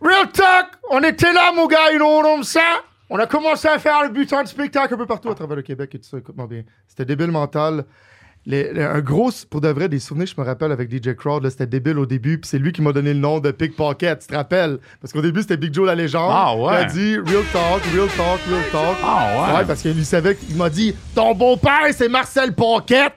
S7: Real talk, on était là, mon gars, you know what I'm saying? On a commencé à faire le butin de spectacle un peu partout à travers le Québec et tout ça, écoute-moi bien. C'était débile mental. Les- les- un gros, pour de vrai, des souvenirs, je me rappelle avec DJ Crowd, là, c'était débile au début, puis c'est lui qui m'a donné le nom de Pickpocket, tu te rappelles? Parce qu'au début, c'était Big Joe la légende.
S6: Ah ouais.
S7: Il a dit Real Talk, Real Talk, Real Talk.
S6: Ah ouais.
S7: parce qu'il savait, qu'il m'a dit Ton beau-père, c'est Marcel Paquette,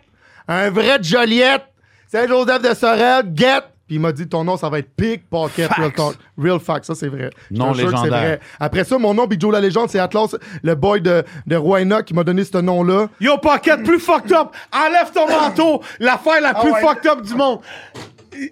S7: un vrai de Joliette, Saint-Joseph de Sorel, Guette. Puis il m'a dit Ton nom, ça va être Pickpocket, Real Talk. Real Fact, ça c'est vrai. Je
S6: Non
S7: te jure que c'est
S6: légendaire.
S7: vrai. Après ça, mon nom, Big Joe la légende, c'est Atlas, le boy de, de Roanoke qui m'a donné ce nom-là. *laughs* Ah
S3: Yo, Pocket, plus fucked up. Enlève ton manteau. L'affaire la plus fucked up du monde.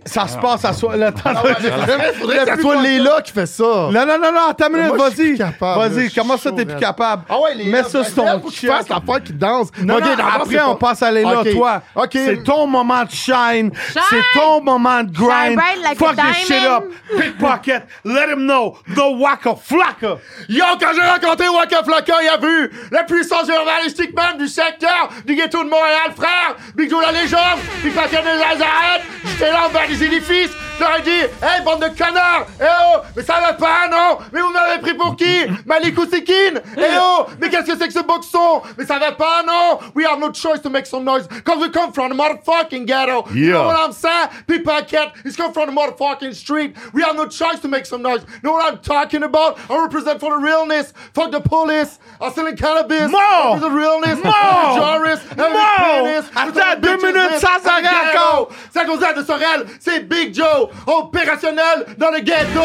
S3: Ça se passe à soi. Là, attends,
S8: Ah ouais, mais vraiment, faudrait que ça soit Léla
S3: qui fait ça. Non, non, non, non, attends une minute,
S8: Moi, je suis
S3: vas-y.
S8: plus capable, là,
S3: Vas-y,
S8: je
S3: comment
S8: suis
S3: ça, t'es
S8: chaud,
S3: plus
S8: man.
S3: capable?
S8: Ah ouais, Léla,
S3: Mets ça sur
S8: ben,
S3: ton
S8: faut que je
S3: chien.
S8: fasse la part qui danse.
S3: Non,
S8: Ok,
S3: non,
S8: d'abord, c'est
S3: après,
S8: pas-
S3: on passe à Léla,
S8: Ok,
S3: toi.
S8: ok.
S3: C'est ton moment de shine. C'est ton moment de grind.
S8: Shine bright like
S3: Fuck
S8: a
S3: this shit up.
S8: diamond.
S3: Pickpocket. Let him know. The Waka Flocka.
S7: Yo, quand j'ai rencontré Waka Flocka, il a vu la puissance journalistique même du secteur du ghetto de Montréal, frère. Big Joe la légende, Big Patrick de Nazareth. J'étais là envers les édifices. Je leur ai dit, hey, bande de connards, eh oh, mais ça va pas, non? Mais vous m'avez pris pour qui? Malik Ousekine? Eh oh, mais qu'est-ce que c'est que ce boxon? Mais ça va pas, non? We have no choice to make some noise. Cause we come from the motherfucking ghetto. You know
S6: Yeah.
S7: what I'm saying? People I can't, it's come from the motherfucking street. We have no choice to make some noise. Know what I'm talking about? I represent for the realness. Fuck the police. I'm selling cannabis. More! For the realness.
S8: More!
S7: I'm the jurist. I'm the
S8: More!
S7: pianist.
S8: Attends,
S7: I'm the
S8: deux
S7: bitches,
S8: minutes,
S7: bitch.
S8: ça
S7: I'm
S8: s'arrête
S7: the ghetto.
S8: encore.
S7: Ça Saint-Joseph de Sorel, c'est Big Joe, opérationnel dans le ghetto.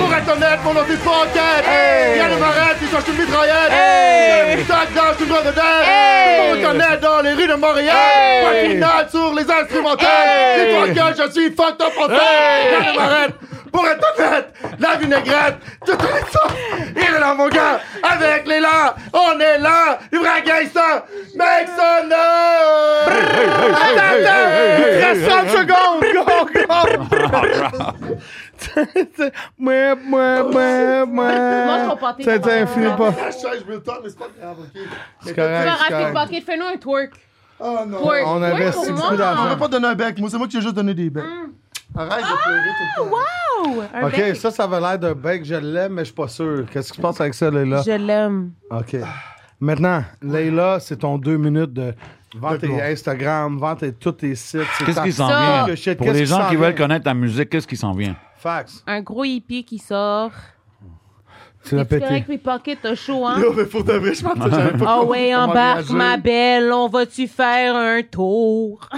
S7: Pour être honnête, mon nom c'est Pocket. Il y a le marin qui cherche une mitraillette. Il y a le sac dans tout le monde dedans. Tout le monde me connaît dans les rues de Montréal. Point final sur les instrumentales. C'est toi que je suis fucked up en tête. Il y a le marin. Pour être honnête, la vinaigrette, tout est ça. Il est là, mon gars, avec les là. On est là, du vrai gangster. Make some noise. Attends, attends, il te reste 30 secondes.
S3: Mouais, mouais, mouais, mouais.
S1: Mange ton pâté,
S3: Tiens, tiens,
S1: maman.
S3: finis pas.
S7: Ah, je sais, je me tente, mais c'est pas grave, ok.
S3: C'est
S1: Tu vas
S3: correct, c'est
S1: racheter le
S3: correct.
S1: paquet, fais-nous un twerk.
S7: Oh non.
S1: Twerk.
S3: On
S1: Twerk
S3: investit
S1: pour
S3: beaucoup
S1: moi.
S3: d'argent.
S7: On m'a pas donné un bec, moi, c'est moi qui ai juste donné des becs. Arrête de pleurer tout le temps.
S1: Wow! Un
S3: OK,
S1: bec.
S3: ça, ça avait l'air d'un bec. Je l'aime, mais je suis pas sûr. Qu'est-ce qui se passe avec ça, Léla?
S1: Je l'aime.
S3: OK. Maintenant, Leila, c'est ton deux minutes de vendre
S1: De
S3: tes Instagram, vendre tes- tous tes sites. c'est
S6: Qu'est-ce
S3: ta-
S6: qui s'en
S1: Ça.
S6: vient?
S3: Shit,
S6: Pour
S3: qu'est-ce
S6: les
S3: qui
S6: gens
S3: s'en
S6: qui veulent
S3: vient?
S6: connaître ta musique, qu'est-ce qui s'en vient?
S3: Facts.
S1: Un gros hippie qui sort.
S3: Tu l'as
S1: C'est
S3: pété.
S1: correct, puis pocket, t'as chaud, hein?
S7: Yo, mais pour de vrai, je pense que j'avais pas
S1: Ah ouais,
S7: comment
S1: embarque,
S7: réagir.
S1: ma belle, on va-tu faire un tour? *laughs*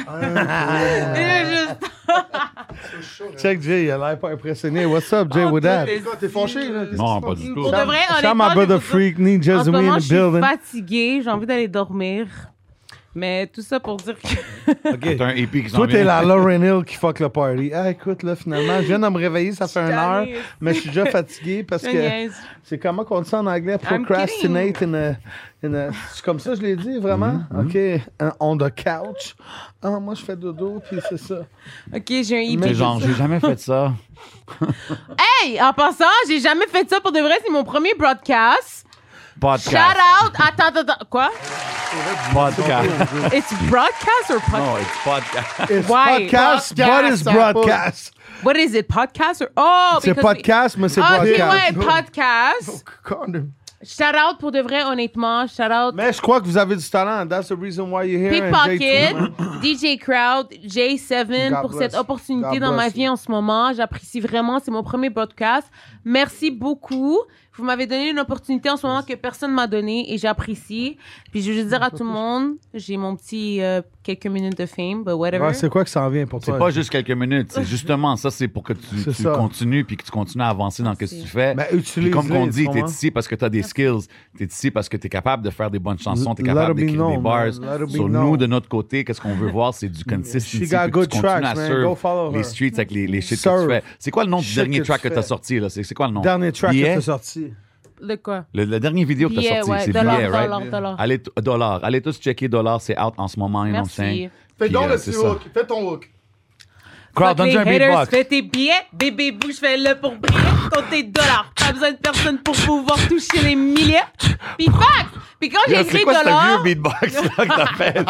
S3: Check Jay, il a l'air pas impressionné. What's up,
S8: Oh,
S3: Jay, with that?
S7: Quoi, Ah, T'es fâché, là?
S6: Non, pas du tout.
S1: Pour de vrai, honnêtement,
S3: Shout my
S1: je vais vous
S3: brother
S1: dire-
S3: Freak, Ninja
S1: en ce
S3: Zooey in
S1: moment, je
S3: the
S1: suis
S3: building.
S1: fatiguée, j'ai envie d'aller dormir. Mais tout ça pour
S3: *laughs*
S1: dire que...
S6: C'est un hippie qui s'en
S3: Toi,
S6: vient.
S3: t'es *laughs* la Lauren Hill qui fuck le party. Ah, écoute, là, finalement, je viens de me réveiller, ça fait une heure,
S1: tannée.
S3: mais je suis déjà
S1: *laughs*
S3: fatigué parce
S1: Je
S3: que
S1: niaise.
S3: c'est comment qu'on dit ça en anglais? Procrastinate in a. in a- c'est comme ça, je l'ai dit, vraiment? OK. Un- On the couch. Ah, moi, je fais dodo, puis c'est ça.
S1: OK, j'ai un E hippie.
S6: T'es
S1: qui
S6: genre, j'ai jamais fait ça.
S1: Hey, en passant, j'ai jamais fait ça pour de vrai, c'est mon premier broadcast.
S6: Podcast.
S1: Shout out! Attends, attends, attends. Quoi?
S6: Podcast.
S1: It's broadcast or podcast?
S6: Non, it's podcast.
S3: It's
S1: Why?
S3: podcast, but
S1: Podcast,
S3: it's
S1: ça a pas-
S3: broadcast.
S1: What is it? Podcast or oh?
S3: C'est
S1: because we-
S3: podcast, mais c'est
S1: Ah,
S3: broadcast.
S1: Ok, ouais, podcast.
S7: Condom.
S1: Shout out pour de vrai, honnêtement. Shout out.
S3: Mais je crois que vous avez du talent. That's the reason why you're here. and Jay
S1: Pickpocket,
S3: too.
S1: DJ Crowd, J7
S3: God
S1: pour
S3: bless.
S1: cette opportunité
S3: God
S1: dans ma
S3: bless.
S1: vie en ce moment. J'apprécie vraiment, c'est mon premier podcast. Merci beaucoup. Vous m'avez donné une opportunité en ce moment que personne m'a donnée et j'apprécie. Puis je veux juste dire à tout le monde, j'ai mon petit euh, quelques minutes de fame, but whatever.
S3: Ouais, c'est quoi qui s'en vient pour toi?
S6: C'est pas juste quelques minutes.
S3: *laughs*
S6: C'est justement ça, c'est pour que tu,
S3: C'est
S6: tu
S3: ça.
S6: continues puis que tu continues à avancer dans ce que tu fais.
S3: Ben,
S6: Puis
S3: utilise-les,
S6: comme on
S3: tu
S6: dit, t'es
S3: comprends?
S6: ici parce que t'as des skills. T'es ici parce que t'es capable de faire des bonnes chansons. T'es
S3: Let it
S6: capable
S3: be
S6: d'écrire des
S3: known,
S6: bars.
S3: man. Let it be
S6: Sur
S3: known. Mm.
S6: nous, de notre côté, qu'est-ce qu'on veut voir, c'est du consistency.
S3: She got
S6: puis que
S3: good
S6: tu continues
S3: tracks,
S6: à
S3: man.
S6: suivre
S3: Go follow
S6: les
S3: her.
S6: streets avec les, les shit que
S3: Serve.
S6: tu fais. C'est quoi le nom du
S3: Shit
S6: dernier
S3: que
S6: track
S3: tu
S6: que t'as
S3: fais.
S6: sorti, là? C'est c'est quoi le nom?
S3: Dernier track
S6: Billet?
S3: que t'as sorti.
S1: De quoi?
S6: Le, le dernier vidéo que t'as
S1: Billet,
S6: sorti,
S1: ouais.
S6: c'est
S1: Dollar,
S6: Billet, right?
S1: dollar, dollar.
S6: Allez, t- dollar. Allez tous checker Dollar, c'est out en ce moment. you know what I'm
S1: Merci.
S6: saying?
S7: Fais
S6: Puis,
S7: donc
S6: euh,
S7: le
S6: c'est
S7: petit
S6: ça.
S7: hook. Fais ton hook.
S6: Crowd,
S1: Fuck les
S6: donne un
S1: haters,
S6: beatbox.
S1: Fais tes billets, bébé bouche, fais-le pour briller, compte tes dollars. Pas besoin de personne pour pouvoir toucher les milliers. Puis fuck! Puis quand j'ai
S6: Yo,
S1: écrit
S6: C'est quoi ce
S1: dollars,
S6: vieux beatbox là que t'as fait?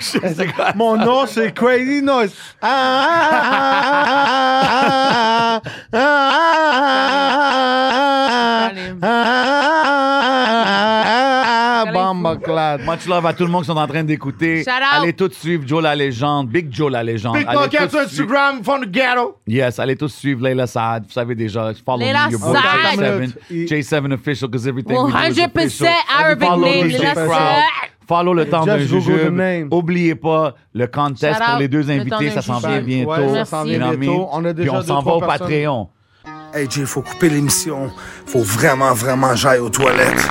S6: C'est quoi?
S3: Mon nom, c'est Crazy Noise. Ah, ah, ah, ah, ah, ah, ah, ah, ah, ah,
S1: Allez.
S3: ah, ah, ah, Bombe clad.
S6: Much love à tout le monde qui sont en train d'écouter.
S1: Shout out.
S6: Allez tout suivre Joe la légende, Big Joe la légende.
S7: Big
S6: Allez
S7: Pocket
S6: tous
S7: sur
S6: suivre-
S7: Instagram, from the ghetto.
S6: Yes, allez tous suivre Leila Saad. Vous savez déjà, follow
S1: Leila
S6: me, your boy
S1: Saad.
S6: J7. J7 official, because everything we do is
S1: 100%
S6: official.
S1: Arabic
S6: Follow
S1: name,
S6: DJ
S1: Leila
S6: Crowd.
S1: Saad.
S6: Follow le temps d'un
S3: Just Google the
S6: jujube.
S3: name.
S6: Oubliez pas le contest
S1: Shout
S6: pour
S1: out,
S6: les deux
S1: le temps
S6: invités.
S1: d'un
S6: Ça s'en
S1: jujube.
S6: vient bientôt.
S3: Ouais, ça s'en
S1: Merci.
S3: vient
S6: You know what I mean?
S3: bientôt. On a déjà
S6: Puis on
S3: deux,
S6: s'en va
S3: trois
S6: au
S3: personnes.
S6: Patreon.
S16: Hey Jay, faut couper l'émission. Faut vraiment, vraiment j'aille aux toilettes.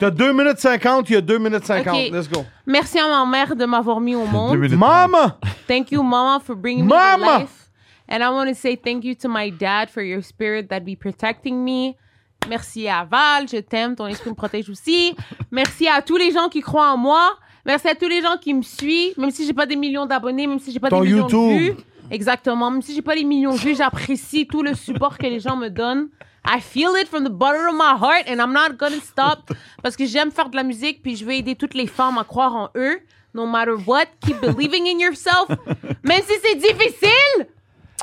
S8: T'as 2 minutes 50, il y a 2 minutes 50.
S1: Ok. Ah.
S8: Let's go.
S1: Merci à ma mère de m'avoir mis au monde.
S8: Maman!
S1: Thank you, Mama, for bringing me to
S8: Mama!
S1: life. And I want to say thank you to my dad for your spirit that be protecting me. Merci à Val, je t'aime, ton esprit me protège aussi. Merci à tous les gens qui croient en moi. Merci à tous les gens qui me suivent, même si j'ai pas des millions d'abonnés, même si j'ai pas
S8: Ton
S1: des millions de
S8: YouTube.
S1: vues. Exactement, même si j'ai pas les millions de vues, j'apprécie tout le support que les gens me donnent. I feel it from the bottom of my heart and I'm not gonna stop parce que j'aime faire de la musique puis je veux aider toutes les femmes à croire en eux. No matter what, keep believing in yourself. Même si c'est difficile,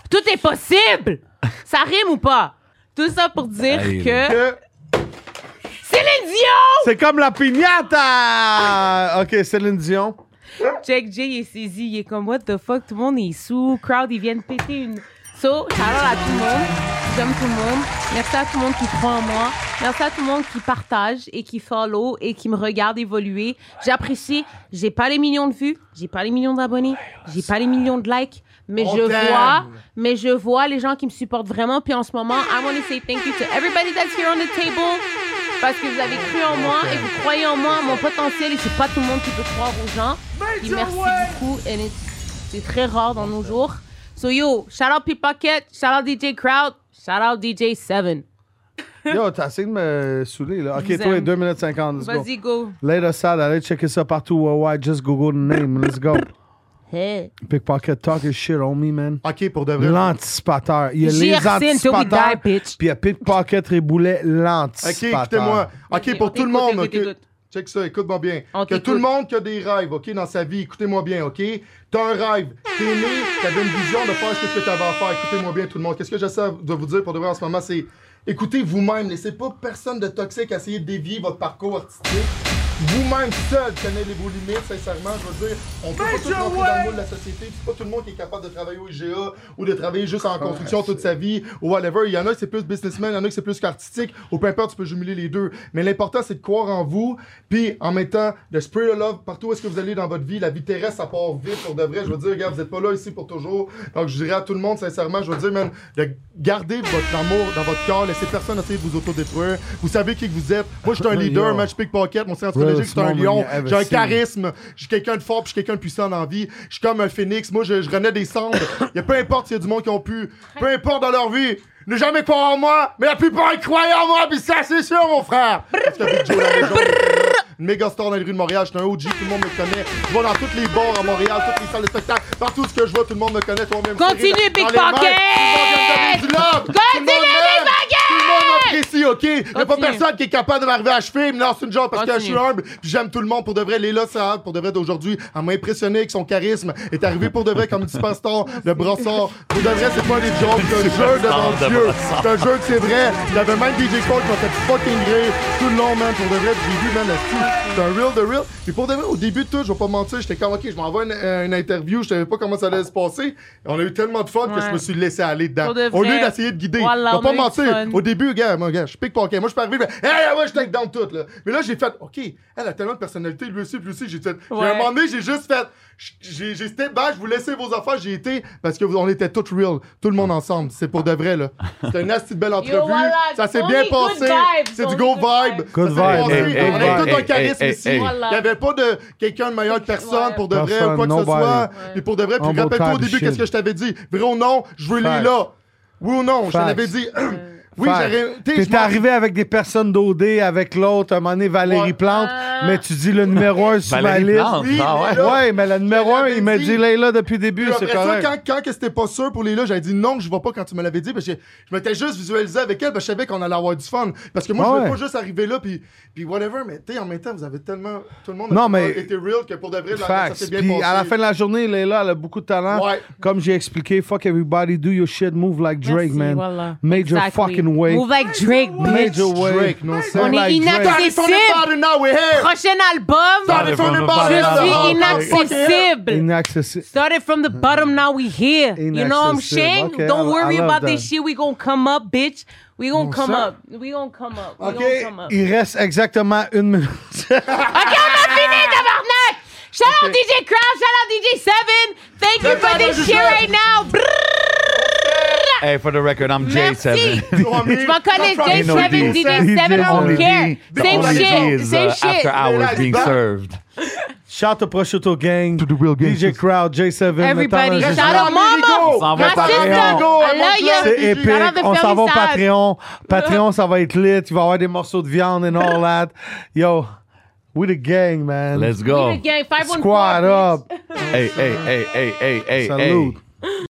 S1: tout est possible. Ça rime ou pas? Tout ça pour dire
S8: Aïe.
S1: que... Céline Dion!
S8: C'est comme la piñata! OK, Céline Dion.
S1: Jack J il est saisi, il est comme what the fuck, tout le monde est sous, crowd ils viennent péter une. So, shout out à tout le monde, j'aime tout le monde, merci à tout le monde qui croit en moi, merci à tout le monde qui partage et qui follow et qui me regarde évoluer. J'apprécie, j'ai pas les millions de vues, j'ai pas les millions d'abonnés, j'ai pas les millions de likes, mais
S17: On
S1: je
S17: t'aime.
S1: vois, mais je vois les gens qui me supportent vraiment. Puis en ce moment, I want to say thank you to everybody that's here on the table parce que vous avez cru en moi et vous croyez en moi, mon potentiel, et c'est pas tout le monde qui peut croire aux gens. Et merci beaucoup, and it's- c'est très rare dans nos jours. So yo, shout out Pickpocket, shout out DJ Crowd, shout out DJ Seven.
S8: Yo, t'as essayé de me saouler, là.
S1: Je
S8: OK,
S1: vous
S8: toi,
S1: aime.
S8: 2 minutes 50. Let's
S1: Vas-y,
S8: go.
S1: go.
S8: Later, sad. Allez checker ça partout worldwide. Just Google the name. Let's go.
S1: Hey.
S8: Pickpocket talk is shit on me, man.
S7: OK, pour de
S8: vrai. L'anticipateur. Il y a
S7: J'y
S8: les
S7: ressens till we
S8: anticipateurs.
S7: die,
S1: Puis
S8: il y a Pickpocket Riboulet,
S7: OK,
S8: l'anticipateur.
S7: écoutez-moi. OK, pour tout le monde, OK. Check ça, écoute-moi bien. que tout le monde qui a des rêves, OK, dans sa vie, écoutez-moi bien, OK? T'as un rêve, t'es né, t'avais une vision de faire ce que t'avais à faire. Écoutez-moi bien, tout le monde. Qu'est-ce que j'essaie de vous dire pour de vrai en ce moment, c'est écoutez vous-même. Laissez pas personne de toxique essayer de dévier votre parcours artistique. Vous-même seul connaissez vos limites, sincèrement. Je veux dire, on peut pas tous rentrer dans le moule de la société. puis C'est pas tout le monde qui est capable de travailler au IGA ou de travailler juste en construction toute sa vie ou whatever. Il y en a qui c'est plus businessman, il y en a qui c'est plus qu'artistique. Ou peu importe, tu peux jumeler les deux. Mais l'important, c'est de croire en vous. Puis en même temps, de spread the love partout où est-ce que vous allez dans votre vie. La vie terrestre, ça part vite pour de vrai. Je veux dire, regarde, vous n'êtes pas là ici pour toujours. Donc je dirais à tout le monde, sincèrement, je veux dire, man, de garder votre amour dans votre corps. Laissez personne essayer de vous autodétruire. Vous savez qui que vous êtes. Moi, je suis un leader,
S8: Yo.
S7: match pick pocket. Mon cerveau
S8: Greatest
S7: stratégique, c'est un
S8: moment
S7: lion.
S8: you ever
S7: J'ai un
S8: seen.
S7: charisme. Je suis quelqu'un de fort, puis je suis quelqu'un de puissant dans la vie. Je suis comme un phénix. Moi, je, je renais des cendres. Il y a peu importe s'il y a du monde qui ont pu. Peu importe dans leur vie. Ne jamais croire en moi, mais la plupart ils croient en moi, puis ça, c'est sûr, mon frère. Parce que Big Joe, la légende, une méga star dans les rues de Montréal. Je suis un OG, tout le monde me connaît. Je vais dans toutes les bars à Montréal, toutes les salles de spectacle. Partout où je vois, tout le monde me connaît. Toi-même,
S1: Continue,
S7: Cyril,
S1: Big
S7: dans les mains,
S1: Pocket!
S7: tout le monde vient me donner du love. Tout le monde
S1: Continue, Big
S7: m'aime. Tout le monde
S1: Pocket!
S7: apprécie, OK? Il n'y a pas
S1: Continue.
S7: personne qui est capable de m'arriver à cheveux, mais non, c'est une job parce que je
S1: Continue.
S7: suis humble, puis j'aime tout le monde pour de vrai. Léla Sahab, pour de vrai d'aujourd'hui, elle m'a impressionné avec son charisme, est arrivé pour de vrai comme dispensateur de brossard. Pour de vrai, c'est pas des jokes, je te jure devant
S6: Superstar de
S7: Dieu. Je
S6: brossard.
S7: te jure que c'est vrai. J'avais même DJ Cole qui m'a fait fucking rire tout le long, man, pour de vrai. puis J'ai vu, man, là-dessus. C'est un real de real. Puis pour de vrai, au début de tout, je vais pas mentir, j'étais comme, OK, je m'envoie une, euh, une interview, je savais pas comment ça allait se passer. On a eu tellement de fun que je
S1: Ouais.
S7: me suis laissé aller dedans.
S1: Pour de
S7: Au lieu
S1: vrai.
S7: d'essayer de guider.
S1: Voilà,
S7: je vais
S1: on
S7: pas
S1: a eu du fun.
S7: mentir. Au début, gars, moi, gars, je pique pocket. Moi, je suis arrivé, mais, hey, ouais, je take down tout, là. Mais là, j'ai fait, OK, elle a tellement de personnalité, lui aussi, lui aussi, j'ai fait. Puis à un
S18: Ouais.
S7: moment donné, j'ai juste fait, j'ai j'ai step back, je vous laissais vos affaires, j'ai été, parce que vous- on était toutes real, tout le monde ensemble. C'est pour de vrai, là. C'était une assez belle entrevue.
S18: voilà,
S7: ça s'est
S18: only
S7: bien
S18: good
S7: passé.
S18: vibes,
S7: C'est du
S18: only
S7: go
S18: good
S7: vibe. Ça
S8: Good
S7: s'est
S8: vibe. eh,
S7: passé.
S8: Hey, hey,
S7: on avait
S8: hey,
S7: tout un
S8: hey,
S7: charisme
S8: hey,
S7: ici.
S8: hey, hey.
S7: Il n'y avait pas de quelqu'un de meilleur que personne pour de vrai
S8: eh. Personne,
S7: ou quoi que ce
S8: nobody.
S7: soit. Puis pour de vrai, puis
S8: Humble
S7: rappelle-toi au
S8: type
S7: début,
S8: shit.
S7: qu'est-ce que je t'avais dit? Vrai ou non, je veux les
S8: Facts.
S7: là. Oui ou non, je
S8: Facts.
S7: t'avais dit. *clears throat* Oui,
S8: Fact.
S7: j'aurais. tu sais, je
S8: T'es
S7: m'en-
S8: arrivé avec des personnes d'OD, avec l'autre, un moment donné, Valérie Plante, mais tu dis le numéro 1 sur ma
S7: Valérie
S8: liste.
S7: Plante, Ah. Oui, ah ouais.
S8: ouais. mais le numéro 1, il m'a dit Leila depuis le début,
S7: Puis
S8: c'est
S7: après ça,
S8: correct.
S7: quand, quand que c'était pas sûr pour les là, j'avais dit non, je vais pas quand tu me l'avais dit, parce que je m'étais juste visualisé avec elle, parce que je savais qu'on allait avoir du fun. Parce que moi, je voulais
S8: Ouais.
S7: pas juste arriver là, puis, puis whatever, mais tu sais, en même temps, vous avez tellement. Tout le monde
S8: Non,
S7: a
S8: mais-
S7: été real que pour de vrai, la- ça
S8: Facts.
S7: s'est bien
S8: Puis
S7: passé.
S8: à la fin de la journée, Leila, elle a beaucoup de talent.
S7: Ouais.
S8: Comme j'ai expliqué, fuck everybody, do your shit, move like Drake, man.
S1: voilà.
S8: Major
S1: Exactly.
S8: fucking way.
S1: Move like Drake, bitch.
S8: Major way.
S7: Drake, non, c'est-
S1: On
S8: Move
S1: est
S8: like Drake.
S1: inaccessible. Prochain album.
S7: Started from the bottom,
S1: Je suis
S7: now we're here.
S1: inaccessible.
S8: Inaccessible.
S1: Started from
S8: Mm-hmm.
S1: the bottom, now we here. You know what I'm saying?
S8: Inaccessible. Okay,
S1: Don't
S8: I-
S1: worry
S8: I love
S1: about this
S8: that.
S1: shit. We gonna come up, bitch. We gonna
S8: Bon
S1: come
S8: sang.
S1: up. We gonna come up. We
S8: OK,
S1: gonna come up.
S8: il reste exactement une minute. *laughs*
S1: Fini, tabarnak! Shout out DJ Crowd, shout out DJ Seven. Thank you for this shit right now. Brrrr.
S6: Hey, for the record, I'm J7.
S1: Je m'en connais, J7, DD7, I don't care. Same shit, same shit.
S6: uh, After hours being served.
S3: Shout to Prosciutto Gang, to the real DJ Crowd, J7,
S1: Everybody,
S3: le talent
S1: shout out
S3: On
S1: mama,
S3: s'en
S1: my
S3: va au Patreon.
S1: sister,
S3: C'est
S1: I love
S3: épique.
S1: you. Shout out the
S3: On s'en va
S1: family
S3: au
S1: side.
S3: Patreon. Patreon, ça va être lit. Il va y avoir des morceaux de viande and all that. Yo, we the gang, man.
S6: Let's go.
S1: We the gang, 514,
S3: Squad up.
S6: Hey, hey, hey, hey, hey, hey, hey.
S3: Salute.